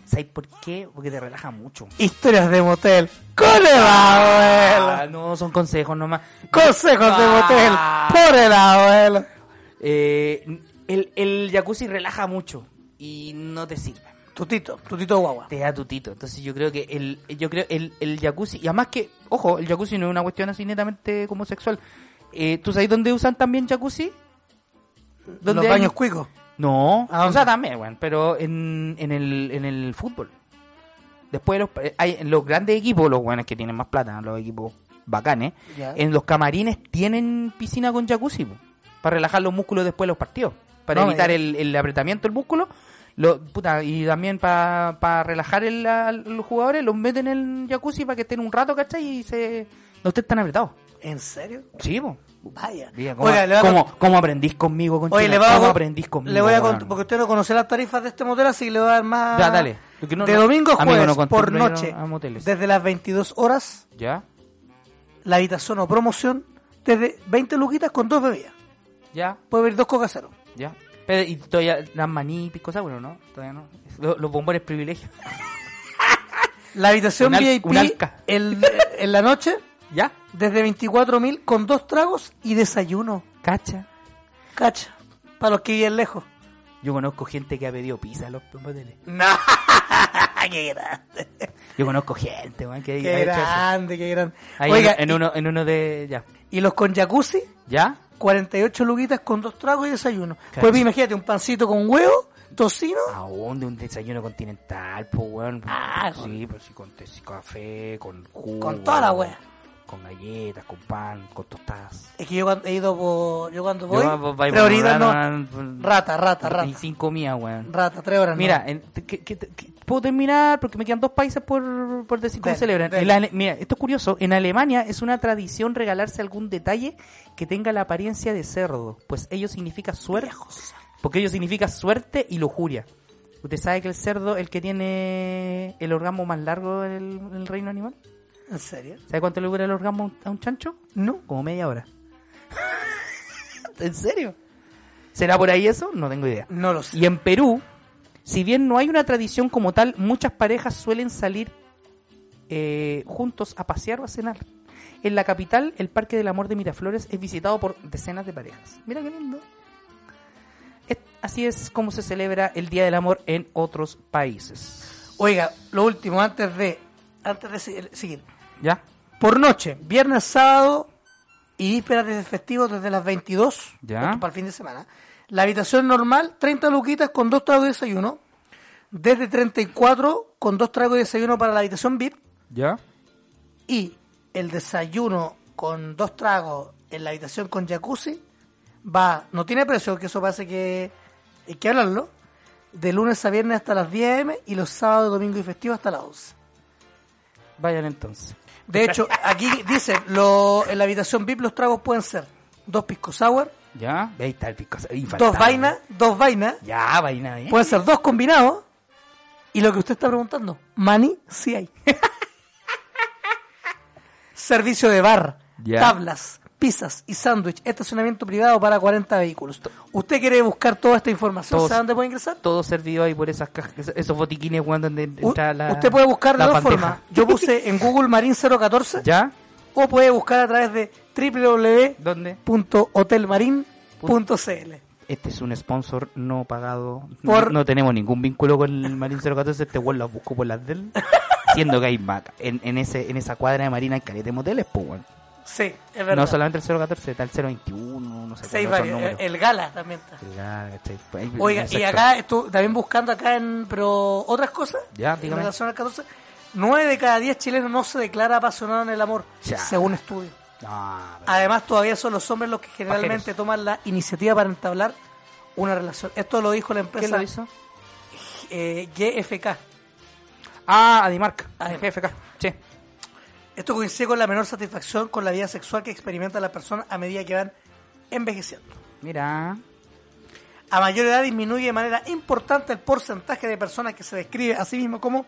Speaker 11: ¿Sabes por qué? Porque te relaja mucho.
Speaker 12: Historias de motel. ¡Con el abuelo!
Speaker 11: Ah, no, son consejos nomás.
Speaker 12: Consejos de motel.
Speaker 11: Ah.
Speaker 12: ¡Por el abuelo!
Speaker 11: Eh, el, el jacuzzi relaja mucho y no te sirve.
Speaker 12: Tutito, tutito guagua.
Speaker 11: Te da tutito. Entonces yo creo que el, yo creo el, el jacuzzi, y además que, ojo, el jacuzzi no es una cuestión así netamente como sexual. Eh, ¿Tú sabes dónde usan también jacuzzi?
Speaker 12: Los
Speaker 11: hay-
Speaker 12: baños cuicos.
Speaker 11: No,
Speaker 12: Ah,
Speaker 11: o sea, también, weón, pero en, en, el, en el fútbol. Después de los, pa- hay, en los grandes equipos, los buenos que tienen más plata, los equipos bacanes,
Speaker 12: Ya.
Speaker 11: en los camarines tienen piscina con jacuzzi, po, para relajar los músculos después de los partidos, para
Speaker 12: No,
Speaker 11: evitar
Speaker 12: mira.
Speaker 11: el, el apretamiento del músculo, lo- puta, y también para relajar el- a los jugadores, los meten en el jacuzzi para que estén un rato, ¿cachai? Y se, no estén tan apretados.
Speaker 12: ¿En serio?
Speaker 11: Sí, po.
Speaker 12: Vaya.
Speaker 11: Mira, ¿cómo,
Speaker 12: Oiga, le voy a
Speaker 11: cómo- cómo aprendís conmigo, con
Speaker 12: Oye, le voy a,
Speaker 11: ¿Cómo
Speaker 12: con-
Speaker 11: aprendís conmigo?
Speaker 12: le voy a
Speaker 11: weón?
Speaker 12: cont- porque usted no conoce las tarifas de este motel, así que le voy a dar más.
Speaker 11: Ya, dale. Porque no-
Speaker 12: de
Speaker 11: no-
Speaker 12: domingo a
Speaker 11: amigo,
Speaker 12: jueves,
Speaker 11: no contemplo
Speaker 12: por
Speaker 11: ir a-
Speaker 12: noche,
Speaker 11: a moteles.
Speaker 12: desde las 22 horas,
Speaker 11: ¿Ya?
Speaker 12: la habitación o promoción, desde 20 luquitas con dos bebidas.
Speaker 11: ¿Ya?
Speaker 12: Puede haber dos coca cero.
Speaker 11: ¿Ya? Pero, y todavía las maní y cosas, bueno, ¿no? Todavía no. Lo- Los, bombones privilegios.
Speaker 12: La habitación
Speaker 11: Un al-
Speaker 12: VIP
Speaker 11: un alca.
Speaker 12: el- en la noche,
Speaker 11: ¿Ya?
Speaker 12: desde 24.000 con dos tragos y desayuno.
Speaker 11: Cacha.
Speaker 12: Cacha. Para los que viven lejos. [laughs]
Speaker 11: Yo conozco gente que ha pedido pizza a los bombones.
Speaker 12: No. qué grande.
Speaker 11: Yo conozco gente, weón, que ha
Speaker 12: Qué
Speaker 11: hecho eso.
Speaker 12: grande, qué grande.
Speaker 11: Ahí
Speaker 12: Oiga,
Speaker 11: en, en uno, en uno de... Ya.
Speaker 12: y, y los con jacuzzi,
Speaker 11: ¿Ya?
Speaker 12: 48 luquitas con dos tragos y desayuno.
Speaker 11: Cacha.
Speaker 12: Pues imagínate, un pancito con huevo, tocino.
Speaker 11: ¿A dónde? Un desayuno continental, pues, weón. Ah, sí, pues sí, con, té- sí, café, con jugo.
Speaker 12: Con toda la wea.
Speaker 11: Con galletas, con pan, con tostadas.
Speaker 12: Es que yo cuando he ido por, yo cuando voy,
Speaker 11: Yo, pues, vais
Speaker 12: tres
Speaker 11: por
Speaker 12: horitas no.
Speaker 11: rana, por-
Speaker 12: Rata, rata,
Speaker 11: Y
Speaker 12: rata.
Speaker 11: sin comida, weón.
Speaker 12: Rata, tres horas no.
Speaker 11: Mira, en- que- que- que- puedo terminar porque me quedan dos países por, por decir cómo
Speaker 12: Dale,
Speaker 11: celebran.
Speaker 12: dale.
Speaker 11: En Ale- mira, esto es curioso. En Alemania es una tradición regalarse algún detalle que tenga la apariencia de cerdo, pues ello significa suerte. Porque ello significa suerte y lujuria. ¿Usted sabe que el cerdo es el que tiene el orgasmo más largo en el, en el reino animal?
Speaker 12: ¿En serio?
Speaker 11: ¿Sabe cuánto le dura el orgasmo a un- a un chancho?
Speaker 12: No.
Speaker 11: Como media
Speaker 12: [laughs]
Speaker 11: hora. ¿En serio? ¿Será por ahí eso? No tengo idea.
Speaker 12: No lo sé.
Speaker 11: Y en Perú, si bien no hay una tradición como tal, muchas parejas suelen salir eh, juntos a pasear o a cenar. En la capital, el Parque del Amor de Miraflores es visitado por decenas de parejas. Mira qué lindo. Es- así es como se celebra el Día del Amor en otros países.
Speaker 12: Oiga, lo último, antes de, antes de se- seguir.
Speaker 11: ¿Ya?
Speaker 12: Por noche, viernes, sábado y vísperas de festivo desde las 22,
Speaker 11: Ya.
Speaker 12: esto para el fin de semana. La habitación normal, 30 luquitas con dos tragos de desayuno. Desde 34 con dos tragos de desayuno para la habitación VIP.
Speaker 11: ¿Ya?
Speaker 12: Y el desayuno con dos tragos en la habitación con jacuzzi va, no tiene precio, que eso parece que hay que hablarlo, de lunes a viernes hasta las 10 am y los sábados, domingos y festivos hasta las 11.
Speaker 11: Vayan entonces. [laughs]
Speaker 12: De hecho, aquí dice, lo, en la habitación VIP los tragos pueden ser dos pisco sour,
Speaker 11: ¿Ya? Ahí está el pico.
Speaker 12: dos vainas, dos vainas,
Speaker 11: Ya, vaina ¿eh? bien.
Speaker 12: pueden ser dos combinados, y lo que usted está preguntando, maní sí hay. [laughs] Servicio de bar,
Speaker 11: Ya.
Speaker 12: tablas, pizzas y sándwich, estacionamiento privado para 40 vehículos. ¿Usted quiere buscar toda esta información?
Speaker 11: Todos-
Speaker 12: ¿Sabe dónde puede ingresar?
Speaker 11: todo servido ahí por esas cajas, esos- esos botiquines weón, donde entra la.
Speaker 12: Usted puede buscar de
Speaker 11: la
Speaker 12: dos
Speaker 11: bandeja.
Speaker 12: formas. Yo puse en Google Marín 014
Speaker 11: [laughs] ¿Ya?
Speaker 12: o puede buscar a través de
Speaker 11: ¿Dónde?
Speaker 12: www.hotelmarin.cl.
Speaker 11: Este es un sponsor no pagado.
Speaker 12: Por- [laughs]
Speaker 11: No, no tenemos ningún vínculo con el Marín 014. Este weón lo busco por las del. siendo gay Mac. En, en, ese, en esa cuadra de Marina hay caleta de moteles, pues, weón.
Speaker 12: Sí, es verdad.
Speaker 11: No solamente el 014, está el 021, no sé
Speaker 12: Sí, hay
Speaker 11: cuáles son
Speaker 12: varios.
Speaker 11: números.
Speaker 12: el, el Gala también está.
Speaker 11: El Gala, ¿cachai? Pues hay-
Speaker 12: Oiga, y
Speaker 11: sexo.
Speaker 12: acá estuve también buscando acá en pero otras cosas
Speaker 11: Ya,
Speaker 12: en
Speaker 11: dígame.
Speaker 12: relación al 14. 9 de cada 10 chilenos no se declara apasionado en el amor,
Speaker 11: Ya.
Speaker 12: según estudio.
Speaker 11: No,
Speaker 12: Además, todavía son los hombres los que generalmente
Speaker 11: Pajeros.
Speaker 12: toman la iniciativa para entablar una relación. Esto lo dijo la empresa.
Speaker 11: ¿Quién lo hizo?
Speaker 12: eh, GFK.
Speaker 11: Ah, Adimark. GFK, sí.
Speaker 12: Esto coincide con la menor satisfacción con la vida sexual que experimentan las personas a medida que van envejeciendo.
Speaker 11: Mira.
Speaker 12: A mayor edad disminuye de manera importante el porcentaje de personas que se describe a sí mismo como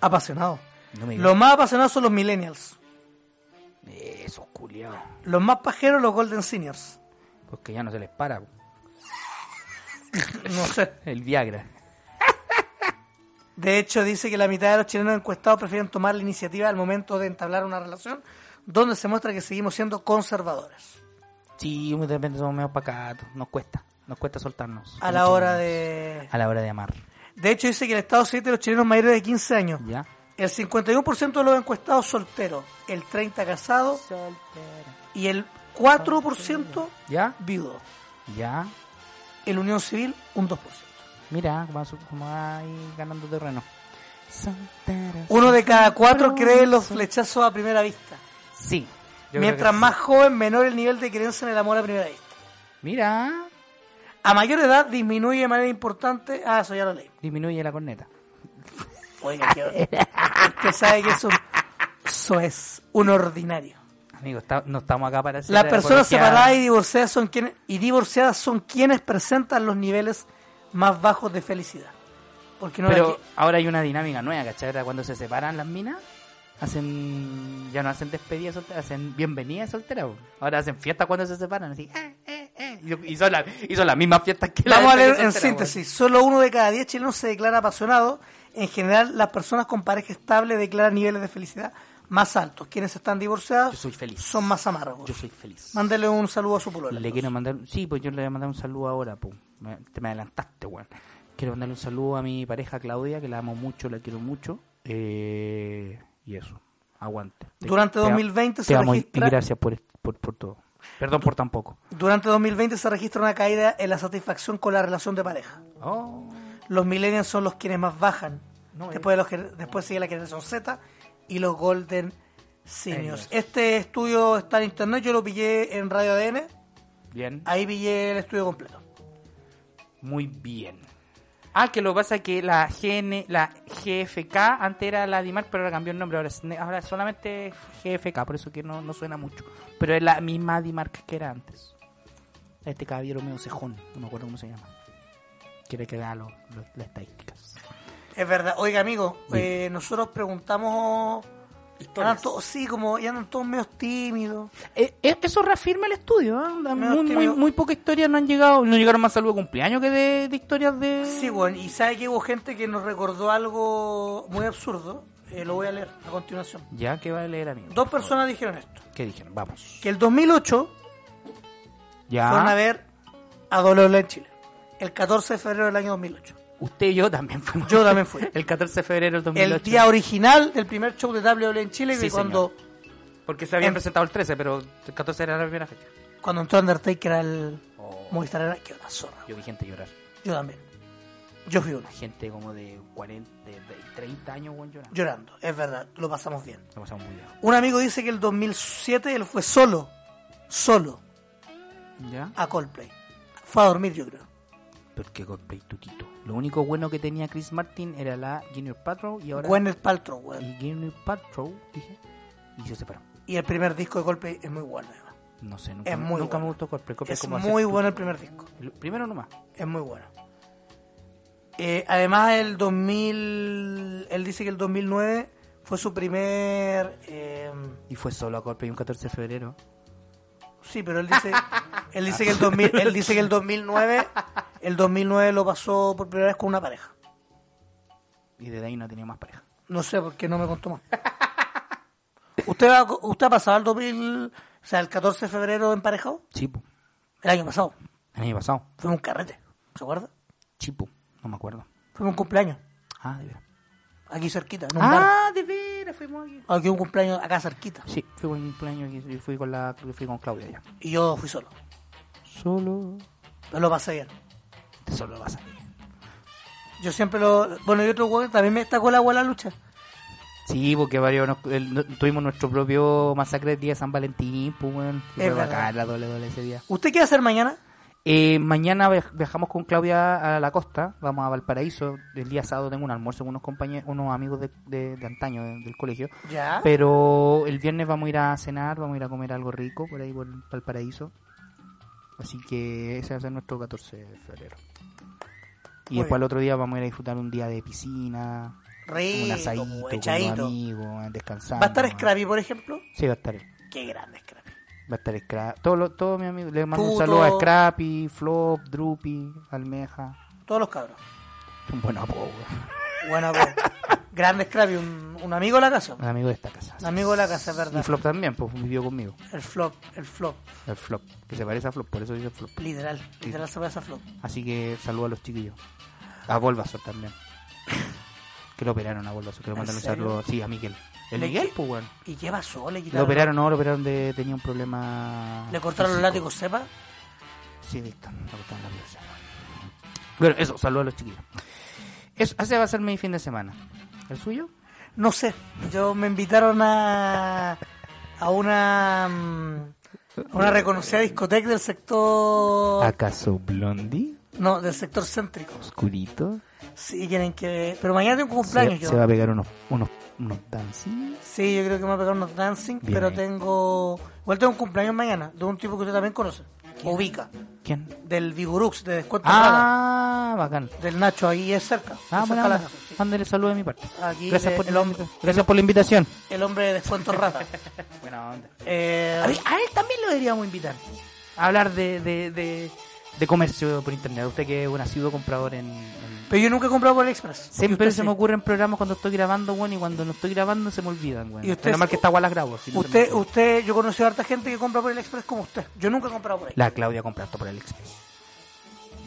Speaker 12: apasionados.
Speaker 11: No me
Speaker 12: Los más apasionados son los millennials.
Speaker 11: Eso, culiao.
Speaker 12: Los más pajeros, los golden seniors.
Speaker 11: Porque ya no se les para. [laughs]
Speaker 12: No sé.
Speaker 11: El Viagra.
Speaker 12: De hecho, dice que la mitad de los chilenos encuestados prefieren tomar la iniciativa al momento de entablar una relación, donde se muestra que seguimos siendo conservadores
Speaker 11: Sí, de repente somos medio pacatos. Nos cuesta. Nos cuesta soltarnos.
Speaker 12: a la
Speaker 11: Mucho
Speaker 12: hora
Speaker 11: menos.
Speaker 12: de...
Speaker 11: A la hora de amar.
Speaker 12: De hecho, dice que el Estado siente de los chilenos mayores de 15 años.
Speaker 11: Ya.
Speaker 12: El 51% de los encuestados solteros, el 30% casados y el 4%
Speaker 11: ¿Ya?
Speaker 12: viudo.
Speaker 11: Ya.
Speaker 12: El Unión Civil, un 2%.
Speaker 11: Mira, como, su- como va ahí ganando terreno.
Speaker 12: Uno de cada cuatro cree en los flechazos a primera vista.
Speaker 11: Sí. Yo creo
Speaker 12: Mientras
Speaker 11: que
Speaker 12: más joven, menor el nivel de creencia en el amor a primera vista.
Speaker 11: Mira.
Speaker 12: A mayor edad disminuye de manera importante. Ah, eso ya lo leí.
Speaker 11: sí. Disminuye la corneta.
Speaker 12: Oiga, qué... Usted sabe que es un. Eso es un ordinario.
Speaker 11: Amigo, está- no estamos acá para hacer
Speaker 12: Las personas
Speaker 11: apología-
Speaker 12: separadas y divorciadas son quienes y divorciadas son quienes presentan los niveles más bajos de felicidad. Porque no la
Speaker 11: Pero
Speaker 12: que-
Speaker 11: ahora hay una dinámica nueva, ¿cachai? Ahora Cuando se separan las minas, hacen ya no hacen despedida soltera, hacen bienvenida soltera. po. Ahora hacen fiestas cuando se separan, así. ah, eh, eh. Y, y son la- y son las mismas fiestas que [laughs] la
Speaker 12: Vamos a
Speaker 11: despedida
Speaker 12: leer en
Speaker 11: soltera, po.
Speaker 12: síntesis. Solo uno de cada diez chilenos se declara apasionado. En general, las personas con pareja estable declaran niveles de felicidad más altos. Quienes están divorciados son más amargos.
Speaker 11: Yo soy feliz.
Speaker 12: Mándele un saludo a su polola.
Speaker 11: Le quiero mandar, sí, pues yo le voy a mandar un saludo ahora, po. Me- te me adelantaste, weón. Quiero mandarle un saludo a mi pareja Claudia, que la amo mucho, la quiero mucho. Eh, y eso, aguante. Te- te
Speaker 12: Durante
Speaker 11: am-
Speaker 12: 2020
Speaker 11: te
Speaker 12: se
Speaker 11: amo y-
Speaker 12: registra-
Speaker 11: y gracias por, est- por, por todo. Perdón por tan poco.
Speaker 12: Durante 2020 se registra una caída en la satisfacción con la relación de pareja.
Speaker 11: Oh.
Speaker 12: Los millennials son los quienes más bajan. después, de los, gener- después sigue la generación Z y los Golden Seniors.
Speaker 11: Seniors.
Speaker 12: Este estudio está en internet, yo lo pillé en Radio ADN,
Speaker 11: Bien.
Speaker 12: ahí pillé el estudio completo.
Speaker 11: Muy bien. Ah, que lo que pasa es que la GN, la GFK antes era la Dimar, pero ahora cambió el nombre. Ahora, es- ahora es solamente GFK, por eso que no, no suena mucho. Pero es la misma Dimar que era antes. Este caballero medio cejón, no me acuerdo cómo se llama. Quiere que vea lo- lo- las estadísticas.
Speaker 12: Es verdad, oiga amigo, eh, nosotros preguntamos... Andan todos- sí, como ya andan todos medio tímidos.
Speaker 11: eso reafirma el estudio. ¿eh? Muy, muy,
Speaker 12: tímido.
Speaker 11: muy poca historia no han llegado. No llegaron más saludos de cumpleaños que de, de historias de.
Speaker 12: Sí, bueno, y sabe que hubo gente que nos recordó algo muy absurdo. Eh, lo voy a leer a continuación.
Speaker 11: Ya que va a leer, amigo.
Speaker 12: Dos personas dijeron esto.
Speaker 11: ¿Qué dijeron? Vamos.
Speaker 12: Que el 2008
Speaker 11: Ya.
Speaker 12: fueron a ver a Dolores en Chile. El 14 de febrero del año 2008.
Speaker 11: Usted y yo también fuimos.
Speaker 12: Yo también fui.
Speaker 11: [laughs] El 14 de febrero del 2008.
Speaker 12: El día original del primer show de WWE en Chile,
Speaker 11: Sí,
Speaker 12: que
Speaker 11: señor.
Speaker 12: cuando,
Speaker 11: Porque se habían
Speaker 12: En-
Speaker 11: presentado el 13, pero el 14 era la primera fecha.
Speaker 12: cuando entró Undertaker al Movistar Arena, que una zorra.
Speaker 11: Oh. Yo vi gente llorar.
Speaker 12: Yo también. Yo fui uno.
Speaker 11: Gente como de 40, de, de 30 años, weón, llorando.
Speaker 12: Llorando, es verdad, lo pasamos bien.
Speaker 11: Lo pasamos muy bien.
Speaker 12: Un amigo dice que el 2007 él fue solo, solo,
Speaker 11: ¿Ya?
Speaker 12: a Coldplay. Fue a dormir, yo creo.
Speaker 11: Porque Coldplay tutito. Lo único bueno que tenía Chris Martin era la Junior Patrol y ahora...
Speaker 12: Gwyneth Paltrow, weón.
Speaker 11: Y Junior Patrol, dije, y se separó.
Speaker 12: Y el primer disco de Coldplay es muy bueno, además.
Speaker 11: No sé, nunca,
Speaker 12: Es muy
Speaker 11: nunca
Speaker 12: bueno.
Speaker 11: me gustó Coldplay. Coldplay
Speaker 12: Es
Speaker 11: como hacer
Speaker 12: muy
Speaker 11: tutito.
Speaker 12: bueno el primer disco.
Speaker 11: El primero nomás.
Speaker 12: Es muy bueno. Eh, además, el 2000. Él dice que el 2009 fue su primer. eh,
Speaker 11: Y fue solo a Coldplay un 14 de febrero.
Speaker 12: sí, pero
Speaker 11: [laughs]
Speaker 12: él dice. él, dice que el 2000, él dice que el 2009. El 2009 lo pasó por primera vez con una pareja.
Speaker 11: Y desde ahí no ha tenido más pareja.
Speaker 12: No sé por qué no me contó más. ¿Usted ha, usted ha pasado el 2000. O sea, el 14 de febrero emparejado?
Speaker 11: Sí, po.
Speaker 12: El año pasado.
Speaker 11: El año pasado.
Speaker 12: Fue un carrete. ¿Se acuerda?
Speaker 11: Chipo. No me acuerdo.
Speaker 12: Fue un cumpleaños.
Speaker 11: Ah, de veras.
Speaker 12: aquí cerquita. En un bar.
Speaker 11: Ah, de veras, fuimos aquí.
Speaker 12: Aquí un cumpleaños acá cerquita.
Speaker 11: Sí, fui con mi cumpleaños y- y fui con la creo que fui con Claudia ya.
Speaker 12: Y yo fui solo.
Speaker 11: Solo.
Speaker 12: Pero lo pasé bien.
Speaker 11: Solo lo pasé bien.
Speaker 12: Yo siempre lo. Bueno, y otro hueón también me destacó la agua la lucha.
Speaker 11: Sí, porque varios nos- el- no- tuvimos nuestro propio masacre el día de San Valentín, pues weón. Sí,
Speaker 12: Es
Speaker 11: fue
Speaker 12: verdad.
Speaker 11: bacán la doble doble ese día.
Speaker 12: ¿Usted qué va a hacer mañana?
Speaker 11: Eh, mañana viaj- viajamos con Claudia a la costa, vamos a Valparaíso. El día sábado tengo un almuerzo con unos compañeros, unos amigos de, de- de antaño de- del colegio.
Speaker 12: Ya.
Speaker 11: Pero el viernes vamos a ir a cenar, vamos a ir a comer algo rico por ahí por Valparaíso. Así que ese va a ser nuestro 14 de febrero. Y
Speaker 12: Muy
Speaker 11: después
Speaker 12: bien.
Speaker 11: el otro día vamos a ir a disfrutar un día de piscina, un
Speaker 12: Rico,
Speaker 11: asadito con los
Speaker 12: echadito.
Speaker 11: amigos, eh, descansando.
Speaker 12: ¿Va a estar Scrappy, por ejemplo?
Speaker 11: Sí, va a estar. Va
Speaker 12: Qué grande Scrappy.
Speaker 11: a estar Scrappy. Todo, lo- todo mi amigo. Le mando un
Speaker 12: Tuto.
Speaker 11: saludo a Scrappy, Flop, Drupi, Almeja.
Speaker 12: Todos los cabros.
Speaker 11: Un buen apodo, güey.
Speaker 12: Bueno, pues. [laughs] grande Scrappy, un, un amigo de la casa.
Speaker 11: Un amigo de esta casa.
Speaker 12: Un amigo de la casa, es verdad.
Speaker 11: Y Flop también, pues vivió conmigo.
Speaker 12: El flop, el flop.
Speaker 11: El Flop. Que se parece a Flop, por eso dice Flop.
Speaker 12: Literal, literal se parece a flop.
Speaker 11: Así que saludo a los chiquillos. A Volvazor
Speaker 12: [laughs]
Speaker 11: también. que lo operaron a Volvazor. Que le
Speaker 12: ¿En
Speaker 11: mandaron un
Speaker 12: serio?
Speaker 11: saludo. Sí, a Miguel. ¿El
Speaker 12: Le-
Speaker 11: Miguel, pues, weón?
Speaker 12: ¿Y qué pasó? ¿Le quitaron?
Speaker 11: Lo operaron, no, lo operaron de. Tenía un problema.
Speaker 12: ¿Le cortaron los
Speaker 11: físico.
Speaker 12: látigos cepa?
Speaker 11: Sí, Víctor, me cortaron los látigos cepa. Bueno, eso, saludo a los chiquillos. Eso, ese va a ser mi fin de semana. ¿El suyo?
Speaker 12: No sé. Yo me invitaron a. a una. mm, a una reconocida discoteca del sector.
Speaker 11: ¿Acaso Blondie?
Speaker 12: No, del sector céntrico.
Speaker 11: ¿Oscurito?
Speaker 12: Sí, tienen que. Pero mañana tengo un
Speaker 11: Se,
Speaker 12: cumpleaños
Speaker 11: se va a
Speaker 12: yo.
Speaker 11: pegar unos, unos, unos dancing.
Speaker 12: Sí, yo creo que me voy a pegar unos dancing,
Speaker 11: Bien
Speaker 12: pero
Speaker 11: ahí.
Speaker 12: tengo. Igual tengo un cumpleaños mañana de un tipo que usted también conoce. Ubica.
Speaker 11: ¿Quién?
Speaker 12: Del Vigorux, de Descuento Rada,
Speaker 11: Ah, bacán.
Speaker 12: Del Nacho, ahí es cerca.
Speaker 11: Ah,
Speaker 12: es cerca
Speaker 11: bueno,
Speaker 12: de la
Speaker 11: bueno.
Speaker 12: casa.
Speaker 11: Mándele saludos de mi parte.
Speaker 12: Aquí
Speaker 11: gracias,
Speaker 12: le-
Speaker 11: por
Speaker 12: el
Speaker 11: la
Speaker 12: hombre-
Speaker 11: invita- gracias por la invitación.
Speaker 12: El hombre de
Speaker 11: [laughs]
Speaker 12: Descuento Rata.
Speaker 11: Buena onda.
Speaker 12: Eh,
Speaker 11: A, ver, a él también lo deberíamos invitar. A hablar de, de, de, de comercio por internet. Usted que es un asiduo comprador en... en-
Speaker 12: Pero yo nunca he comprado por AliExpress. Y
Speaker 11: Siempre
Speaker 12: usted
Speaker 11: se me
Speaker 12: sí.
Speaker 11: ocurren programas cuando estoy grabando, bueno, y cuando no estoy grabando se me olvidan, bueno.
Speaker 12: Y usted-
Speaker 11: Menos mal que está guay las grabo. si no se me
Speaker 12: Usted,
Speaker 11: olvida.
Speaker 12: usted, yo conocí a harta gente que compra por AliExpress como usted. Yo nunca he comprado por ahí.
Speaker 11: La Claudia compra esto por AliExpress.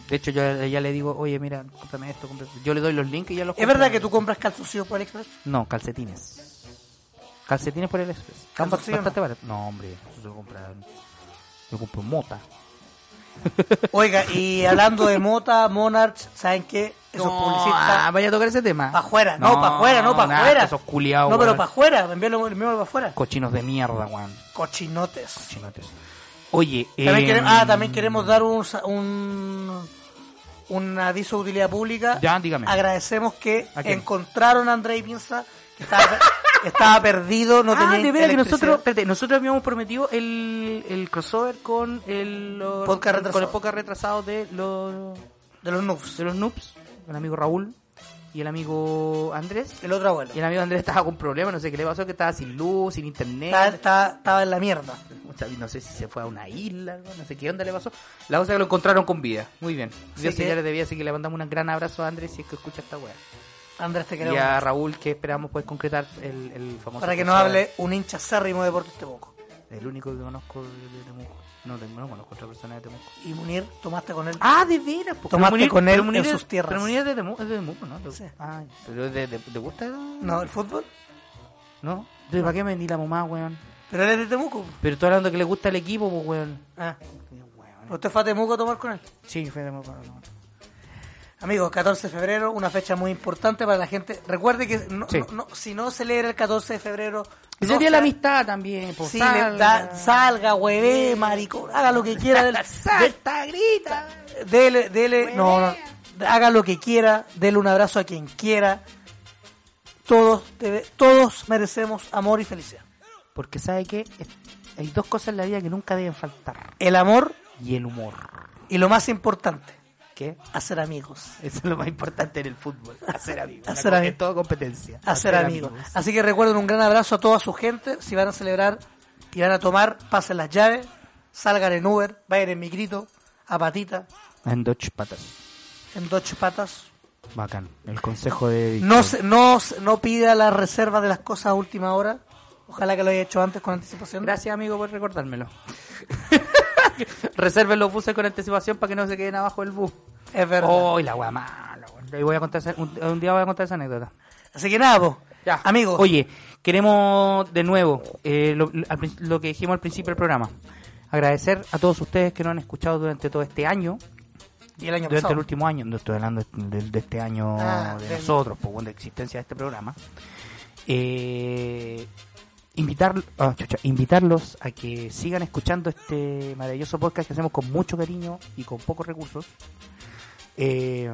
Speaker 11: De hecho, yo a ella le digo, oye, mira, cómprame esto, cómprame esto. Yo le doy los links y ya los
Speaker 12: ¿Es verdad que tú compras calzoncillos por
Speaker 11: [laughs]
Speaker 12: AliExpress?
Speaker 11: No, calcetines. Calcetines por el express. Están ba-
Speaker 12: ¿Calzoncillo
Speaker 11: bastante baratos. No, hombre, eso se compra. Yo compro mota.
Speaker 12: Oiga, y hablando de Mota, Monarchs, ¿saben qué? Esos publicistas.
Speaker 11: ah, vaya a tocar ese tema.
Speaker 12: Para afuera, no, para afuera, no, para
Speaker 11: nah,
Speaker 12: afuera.
Speaker 11: Esos culiados.
Speaker 12: No, pero
Speaker 11: weón.
Speaker 12: para afuera, envíalo para afuera.
Speaker 11: Cochinos de mierda, weón.
Speaker 12: Cochinotes.
Speaker 11: Cochinotes. Oye,
Speaker 12: También
Speaker 11: eh,
Speaker 12: queremos, ah, también queremos dar un, sa- un, un aviso de utilidad pública.
Speaker 11: Ya, dígame.
Speaker 12: Agradecemos que
Speaker 11: ¿A quién?
Speaker 12: encontraron a Andrei Pinza, que estaba, pe- [laughs] estaba perdido, no
Speaker 11: ah,
Speaker 12: tenía
Speaker 11: de veras que
Speaker 12: electricidad.
Speaker 11: nosotros, espérate, nosotros habíamos prometido el, el crossover con el los-
Speaker 12: Podcast
Speaker 11: con
Speaker 12: retrasado.
Speaker 11: el podcast retrasado de los
Speaker 12: De los noobs.
Speaker 11: de los noobs, el amigo Raúl y el amigo Andrés.
Speaker 12: El otro abuelo.
Speaker 11: Y el amigo Andrés estaba con problemas, no sé qué le pasó, que estaba sin luz, sin internet.
Speaker 12: Estaba, estaba- estaba en la mierda.
Speaker 11: O sea, No sé si se fue a una isla, algo, no sé qué onda le pasó. La cosa es que lo encontraron con vida. Muy bien. Dios
Speaker 12: Sí,
Speaker 11: se
Speaker 12: que-
Speaker 11: ya le debía, así que le mandamos un gran abrazo a Andrés si es que escucha esta weá.
Speaker 12: Andrés, te
Speaker 11: Y
Speaker 12: queremos.
Speaker 11: a Raúl, que esperamos poder concretar el, el famoso.
Speaker 12: para que nos
Speaker 11: crossover.
Speaker 12: hable un hincha acérrimo de Deportes Temuco.
Speaker 11: El único que conozco de Temuco. No, te- no conozco otra persona de Temuco.
Speaker 12: Y Munir, tomaste con él.
Speaker 11: Ah, de veras. po.
Speaker 12: Tomaste
Speaker 11: Pero Munir-
Speaker 12: con él
Speaker 11: pero Munir
Speaker 12: en
Speaker 11: es-
Speaker 12: sus tierras.
Speaker 11: Pero Munir es de Temuco, es de Temuco, ¿no?
Speaker 12: Sí. Ah.
Speaker 11: Ay, pero de, de- ¿te gusta? el-
Speaker 12: No, el fútbol.
Speaker 11: ¿No? Entonces, ¿para qué me vendí la mamá, weón?
Speaker 12: Pero él es de Temuco.
Speaker 11: Pero tú hablando que le gusta el equipo, pues, weón.
Speaker 12: Ah. ¿Usted fue a Temuco a tomar con él?
Speaker 11: Sí, fue de Temuco.
Speaker 12: Amigos, 14 de febrero, una fecha muy importante para la gente. Recuerde que no-
Speaker 11: Sí.
Speaker 12: no- no- si no celebra el 14 de febrero,
Speaker 11: Ese
Speaker 12: no
Speaker 11: día de la
Speaker 12: sea-
Speaker 11: amistad también, pues.
Speaker 12: sí, le da- salga, hueve, maricón, haga lo que
Speaker 11: [laughs]
Speaker 12: quiera. del-
Speaker 11: Salta, grita.
Speaker 12: de- dele, dele, no, no, haga lo que quiera, dele un abrazo a quien quiera. Todos, debe- todos merecemos amor y felicidad.
Speaker 11: Porque sabe que hay dos cosas en la vida que nunca deben faltar.
Speaker 12: El amor
Speaker 11: Y el humor.
Speaker 12: y lo más importante,
Speaker 11: ¿Qué?
Speaker 12: hacer amigos.
Speaker 11: Eso es lo más importante en el fútbol. [laughs] Hacer amigos.
Speaker 12: Hacer
Speaker 11: La-
Speaker 12: amigos.
Speaker 11: Es toda competencia.
Speaker 12: Hacer amigos. Así que recuerden un gran abrazo a toda su gente. Si van a celebrar y van a tomar, pasen las llaves, salgan en Uber, vayan en migrito, a patita,
Speaker 11: En Dodge Patas.
Speaker 12: en dos patas.
Speaker 11: Bacán. El consejo de...
Speaker 12: No, se- no, se- no pida la reserva de las cosas a última hora. Ojalá que lo haya hecho antes con anticipación.
Speaker 11: Gracias, amigo, por recordármelo. Reserven los buses con anticipación para que no se queden abajo del bus.
Speaker 12: Es verdad.
Speaker 11: ¡Oh, la guamala! weón. Ahí voy a contar esa- un, un día voy a contar esa anécdota.
Speaker 12: Así que nada, po.
Speaker 11: Ya.
Speaker 12: Amigos.
Speaker 11: Oye, queremos de nuevo eh, lo, al prin- lo que dijimos al principio del programa. Agradecer a todos ustedes que nos han escuchado durante todo este año.
Speaker 12: Y el año
Speaker 11: durante
Speaker 12: pasado.
Speaker 11: el último año, no estoy hablando de, de- de este año
Speaker 12: Ah,
Speaker 11: de
Speaker 12: del-
Speaker 11: nosotros, po, bueno, de existencia de este programa. Eh, invitar, ah, chucha, invitarlos a que sigan escuchando este maravilloso podcast que hacemos con mucho cariño y con pocos recursos. Eh,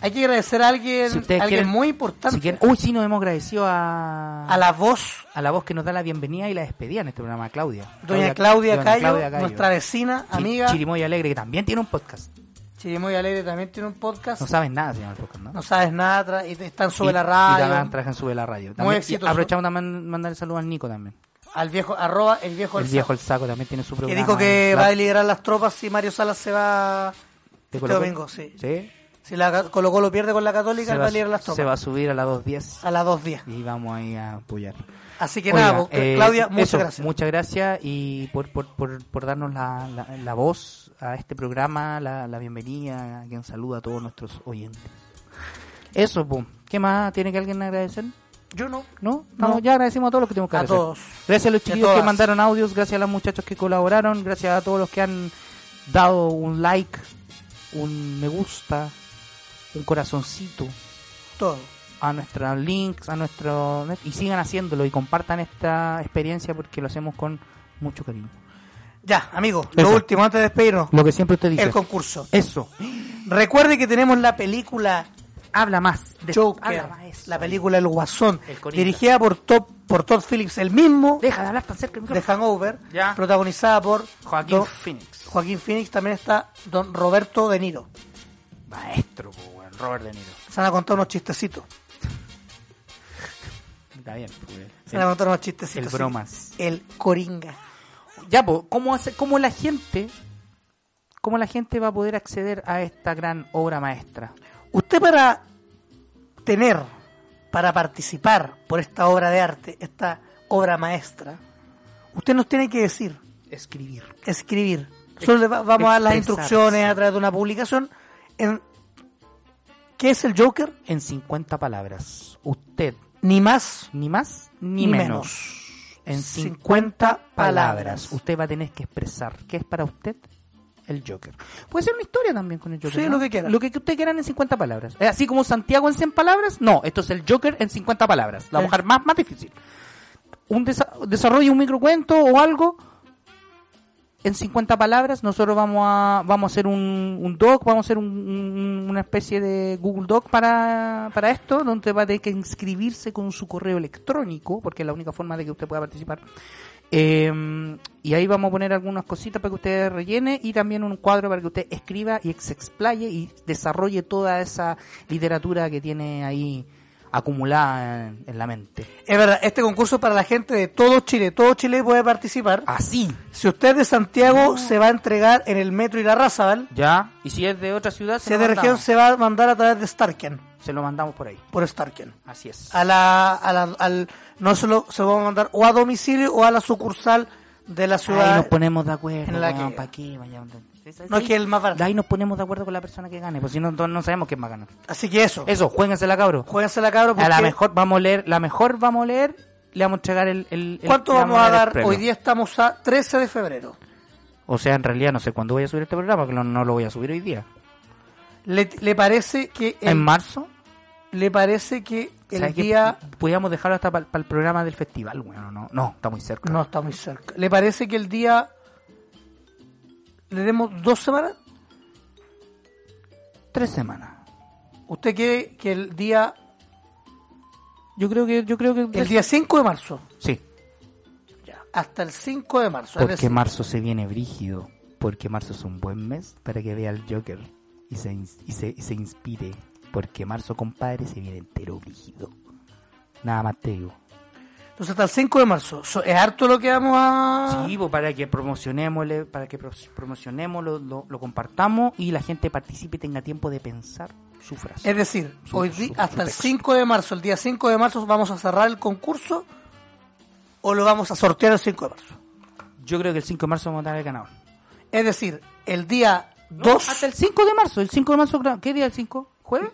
Speaker 12: Hay que agradecer a alguien,
Speaker 11: si ustedes
Speaker 12: a alguien
Speaker 11: quieren-
Speaker 12: muy importante.
Speaker 11: si quieren- uy, sí, nos hemos agradecido a...
Speaker 12: A la voz.
Speaker 11: A la voz que nos da la bienvenida y la despedida en este programa, Claudia.
Speaker 12: Doña Claudia
Speaker 11: Doña
Speaker 12: Cayo, nuestra vecina,
Speaker 11: Chi-
Speaker 12: amiga.
Speaker 11: Chirimoya Alegre, que también tiene un podcast.
Speaker 12: Chirimoy Alegre también tiene un podcast.
Speaker 11: No saben nada, señor, el podcast, ¿no?
Speaker 12: No sabes nada, tra- y están sobre
Speaker 11: Y-
Speaker 12: la
Speaker 11: Y
Speaker 12: radio.
Speaker 11: también trabajan sube la radio. También,
Speaker 12: Muy
Speaker 11: y
Speaker 12: exitoso.
Speaker 11: Aprovechamos también mandar el saludo al Nico también.
Speaker 12: al viejo, arroba el viejo
Speaker 11: El
Speaker 12: del
Speaker 11: viejo El Saco también tiene su
Speaker 12: Saco,
Speaker 11: programa.
Speaker 12: Que dijo que va a
Speaker 11: el
Speaker 12: liderar las tropas si Mario Salas se va este domingo, sí. Si la Colo Colo pierde con la Católica, él va a liderar las
Speaker 11: Se va a
Speaker 12: tropas.
Speaker 11: subir a las 2.10.
Speaker 12: A las 2.10.
Speaker 11: Y vamos ahí a apoyar.
Speaker 12: Así que
Speaker 11: Oiga,
Speaker 12: nada, vos,
Speaker 11: eh,
Speaker 12: Claudia, muchas
Speaker 11: eso,
Speaker 12: gracias.
Speaker 11: Muchas gracias y por, por, por, por darnos la, la, la voz a este programa, la, la bienvenida, a quien saluda a todos nuestros oyentes. Eso, pum. ¿Qué más tiene que alguien agradecer?
Speaker 12: Yo no.
Speaker 11: ¿No? Estamos-
Speaker 12: No.
Speaker 11: Ya agradecimos a todos los que tenemos que
Speaker 12: A
Speaker 11: agradecer.
Speaker 12: todos.
Speaker 11: Gracias a los
Speaker 12: Y a
Speaker 11: chiquillos que
Speaker 12: todas.
Speaker 11: mandaron audios, gracias a los muchachos que colaboraron, gracias a todos los que han dado un like, un me gusta, un corazoncito
Speaker 12: Todo.
Speaker 11: a nuestros links, a nuestro y sigan haciéndolo y compartan esta experiencia porque lo hacemos con mucho cariño.
Speaker 12: Ya, amigo,
Speaker 11: Eso.
Speaker 12: lo último antes de despedirnos.
Speaker 11: Lo que siempre usted dice.
Speaker 12: El concurso.
Speaker 11: Eso.
Speaker 12: Recuerde que tenemos la película
Speaker 11: Habla más. de-
Speaker 12: Joker,
Speaker 11: habla más eso.
Speaker 12: la película El Guasón,
Speaker 11: El Corita.
Speaker 12: dirigida por Top por Todd Phillips, el mismo
Speaker 11: Deja de hablar tan cerca del
Speaker 12: de
Speaker 11: micrófono.
Speaker 12: Hangover,
Speaker 11: Ya.
Speaker 12: protagonizada por
Speaker 11: Joaquín
Speaker 12: Don-
Speaker 11: Phoenix.
Speaker 12: Joaquín Phoenix también está Don Roberto De Niro.
Speaker 11: Maestro, po, weón, Robert De Niro.
Speaker 12: Se van a contar unos chistecitos.
Speaker 11: Está bien. po, weón.
Speaker 12: Se van a contar unos chistecitos.
Speaker 11: El
Speaker 12: sí.
Speaker 11: bromas.
Speaker 12: El Coringa.
Speaker 11: Ya, pues, ¿cómo, hace, ¿cómo la gente cómo la gente va a poder acceder a esta gran obra maestra?
Speaker 12: Usted para tener, para participar por esta obra de arte, esta obra maestra, usted nos tiene que decir,
Speaker 11: Escribir.
Speaker 12: escribir. Solo le va- vamos a dar las
Speaker 11: expresarse.
Speaker 12: instrucciones a través de una publicación en ¿Qué es el Joker?
Speaker 11: En 50 palabras. Usted,
Speaker 12: Ni más
Speaker 11: ni más ni,
Speaker 12: Ni
Speaker 11: menos. En 50,
Speaker 12: 50
Speaker 11: palabras.
Speaker 12: palabras.
Speaker 11: Usted va a tener que expresar qué es para usted el Joker. Puede ser una historia también con el Joker.
Speaker 12: Sí,
Speaker 11: ¿no?
Speaker 12: lo que quiera.
Speaker 11: Lo que usted quieran en 50 palabras. ¿Es así como Santiago en 100 palabras? No, esto es el Joker en 50 palabras. La
Speaker 12: El-
Speaker 11: mujer más, más difícil. Un desa- desarrolla un microcuento o algo en 50 palabras. Nosotros vamos a vamos a hacer un, un doc, vamos a hacer un- un- una especie de Google Doc para, para esto, donde va a tener que inscribirse con su correo electrónico, porque es la única forma de que usted pueda participar. Eh, y ahí vamos a poner algunas cositas para que usted rellene y también un cuadro para que usted escriba y se explaye y desarrolle toda esa literatura que tiene ahí acumulada en, en la mente.
Speaker 12: Es verdad, este concurso es para la gente de todo Chile. Todo Chile puede participar.
Speaker 11: Así.
Speaker 12: Si usted es de Santiago, se va a entregar en el metro Irarrázaval.
Speaker 11: ¿Ya? Y si es de otra ciudad,
Speaker 12: Si es
Speaker 11: lo
Speaker 12: de región,
Speaker 11: mandamos.
Speaker 12: se va a mandar a través de Starken.
Speaker 11: se lo mandamos por ahí.
Speaker 12: Por Starken.
Speaker 11: Así es.
Speaker 12: A la, a la- al, no se lo, se lo vamos a mandar o a domicilio o a la sucursal de la ciudad.
Speaker 11: Ahí nos ponemos de acuerdo.
Speaker 12: en la
Speaker 11: weón,
Speaker 12: que-
Speaker 11: pa' aquí, vaya, sí, sí,
Speaker 12: No es
Speaker 11: sí.
Speaker 12: que el más barato.
Speaker 11: De ahí nos ponemos de acuerdo con la persona que gane, porque si no, no no sabemos quién va a ganar.
Speaker 12: Así que eso.
Speaker 11: Eso, juéguensela, cabros.
Speaker 12: Jueguense la cabra porque...
Speaker 11: A la mejor vamos a leer, la mejor vamos a leer, le vamos a entregar el... el- el-
Speaker 12: ¿Cuánto
Speaker 11: le
Speaker 12: vamos a
Speaker 11: dar el
Speaker 12: dar?
Speaker 11: premio.
Speaker 12: Hoy día estamos a 13 de febrero.
Speaker 11: O sea, en realidad no sé cuándo voy a subir este programa, que no, no lo voy a subir hoy día.
Speaker 12: ¿Le, le parece que el-
Speaker 11: ¿En marzo?
Speaker 12: le parece que el
Speaker 11: ¿Sabes qué?
Speaker 12: día
Speaker 11: Podríamos dejarlo hasta para el programa del festival, bueno, no, no, está muy cerca.
Speaker 12: no está muy cerca? ¿Le parece que el día le demos dos semanas?
Speaker 11: Tres semanas.
Speaker 12: ¿Usted quiere que el día
Speaker 11: Yo creo que... Yo creo que
Speaker 12: el día 5 de marzo
Speaker 11: Sí,
Speaker 12: hasta el 5 de marzo? es
Speaker 11: porque
Speaker 12: decir,
Speaker 11: marzo se viene brígido, porque marzo es un buen mes para que vea al Joker y se, ins- y se, y se inspire, porque marzo, compadre, se viene entero brígido. Nada más te digo.
Speaker 12: Entonces hasta el 5 de marzo. So- Es harto lo que vamos a
Speaker 11: Sí, pues, para que promocionémosle, para que pros- promocionemos, lo, lo- lo compartamos y la gente participe y tenga tiempo de pensar su frase.
Speaker 12: Es decir, hoy di-
Speaker 11: su- su
Speaker 12: hasta el
Speaker 11: texto.
Speaker 12: 5 de marzo, el día 5 de marzo vamos a cerrar el concurso o lo vamos a sortear el 5 de marzo.
Speaker 11: Yo creo que el 5 de marzo vamos a dar el ganador.
Speaker 12: Es decir, el día 2
Speaker 11: Hasta el 5 de marzo, el 5 de marzo, ¿qué día el 5? ¿Jueves?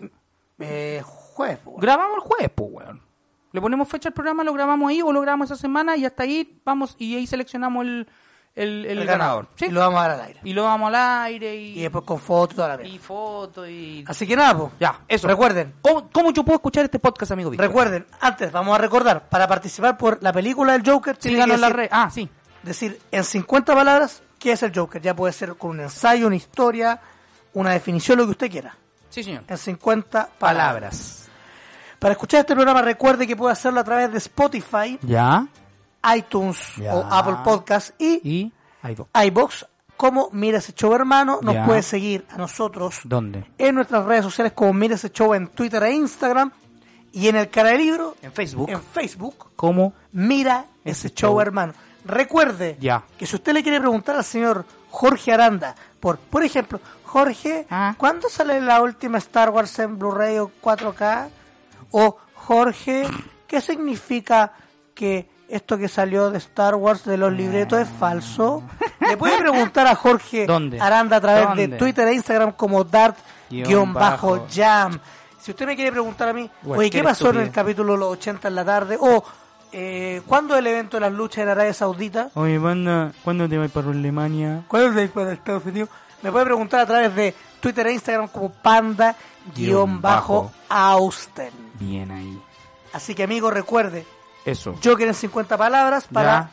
Speaker 12: eh, ju- jueves, po, weón.
Speaker 11: Grabamos el jueves, pues, weón. Le ponemos fecha al programa, lo grabamos ahí o lo grabamos esa semana y hasta ahí vamos y ahí seleccionamos el, el, el
Speaker 12: El
Speaker 11: ganador.
Speaker 12: ganador. Y lo vamos a dar al aire.
Speaker 11: Y lo vamos al aire y...
Speaker 12: Y después con fotos y toda la mierda.
Speaker 11: Y fotos y...
Speaker 12: Así que nada, po.
Speaker 11: Ya, eso.
Speaker 12: Recuerden.
Speaker 11: ¿Cómo, cómo yo puedo escuchar este podcast, amigo Víctor?
Speaker 12: Recuerden, antes vamos a recordar, para participar por la película del Joker, tienen
Speaker 11: Síganos
Speaker 12: que
Speaker 11: en la
Speaker 12: decir-
Speaker 11: red. Ah, sí.
Speaker 12: decir en 50 palabras qué es el Joker. Ya puede ser con un ensayo, una historia, una definición, lo que usted quiera.
Speaker 11: Sí, señor.
Speaker 12: En 50 palabras.
Speaker 11: Palabras.
Speaker 12: Para escuchar este programa recuerde que puede hacerlo a través de Spotify,
Speaker 11: Ya.
Speaker 12: iTunes
Speaker 11: Ya.
Speaker 12: o Apple Podcast y,
Speaker 11: Ahí va.
Speaker 12: iBox. Como Mira ese show, hermano, nos
Speaker 11: Ya.
Speaker 12: puede seguir a nosotros
Speaker 11: ¿Dónde?
Speaker 12: en nuestras redes sociales como Mira ese show en Twitter e Instagram y en el canal de libro
Speaker 11: En Facebook.
Speaker 12: en Facebook
Speaker 11: ¿Cómo?
Speaker 12: Mira ese show,
Speaker 11: show.
Speaker 12: hermano. Recuerde
Speaker 11: Ya.
Speaker 12: que si usted le quiere preguntar al señor Jorge Aranda, por, por ejemplo, Jorge,
Speaker 11: Ah.
Speaker 12: ¿cuándo sale la última Star Wars en Blu-ray o 4K? O Jorge, ¿qué significa que esto que salió de Star Wars de los libretos es
Speaker 11: [laughs]
Speaker 12: falso? Le puede preguntar a Jorge
Speaker 11: ¿Dónde?
Speaker 12: Aranda a través de
Speaker 11: ¿Dónde?
Speaker 12: Twitter e Instagram como
Speaker 11: Guión bajo.
Speaker 12: Dart-Jam. Si usted me quiere preguntar a mí,
Speaker 11: Cualquier
Speaker 12: oye, ¿qué pasó en el
Speaker 11: estupidez.
Speaker 12: capítulo de los 80 en la tarde? O, eh, ¿cuándo es el evento de las luchas en Arabia Saudita?
Speaker 11: Oye, banda, ¿cuándo te vas para Alemania?
Speaker 12: ¿Cuál es el para Estados Unidos? Me puede preguntar a través de Twitter e Instagram como
Speaker 11: Guión bajo.
Speaker 12: panda-austen.
Speaker 11: Bien ahí.
Speaker 12: Así que, amigo, recuerde,
Speaker 11: Eso.
Speaker 12: Joker en 50 palabras para...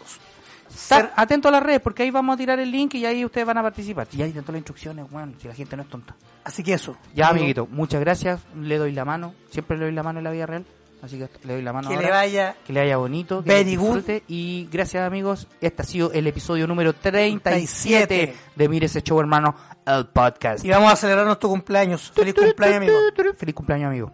Speaker 11: Estar atento a las redes porque ahí vamos a tirar el link y ahí ustedes van a participar. Y ahí tanto las instrucciones, weón, si la gente no es tonta.
Speaker 12: Así que eso.
Speaker 11: Ya,
Speaker 12: Amigo,
Speaker 11: amiguito, muchas gracias. Le doy la mano. Siempre le doy la mano en la vida real. Así que le doy la mano
Speaker 12: Que
Speaker 11: ahora.
Speaker 12: le vaya...
Speaker 11: Que le vaya bonito. Que
Speaker 12: very
Speaker 11: lo disfrute. Y gracias, amigos. Este ha sido el episodio número 37,
Speaker 12: 37.
Speaker 11: de Mire ese show, hermano, el podcast.
Speaker 12: Y vamos a celebrar nuestro cumpleaños. Feliz cumpleaños, amigo.
Speaker 11: Feliz cumpleaños, amigo.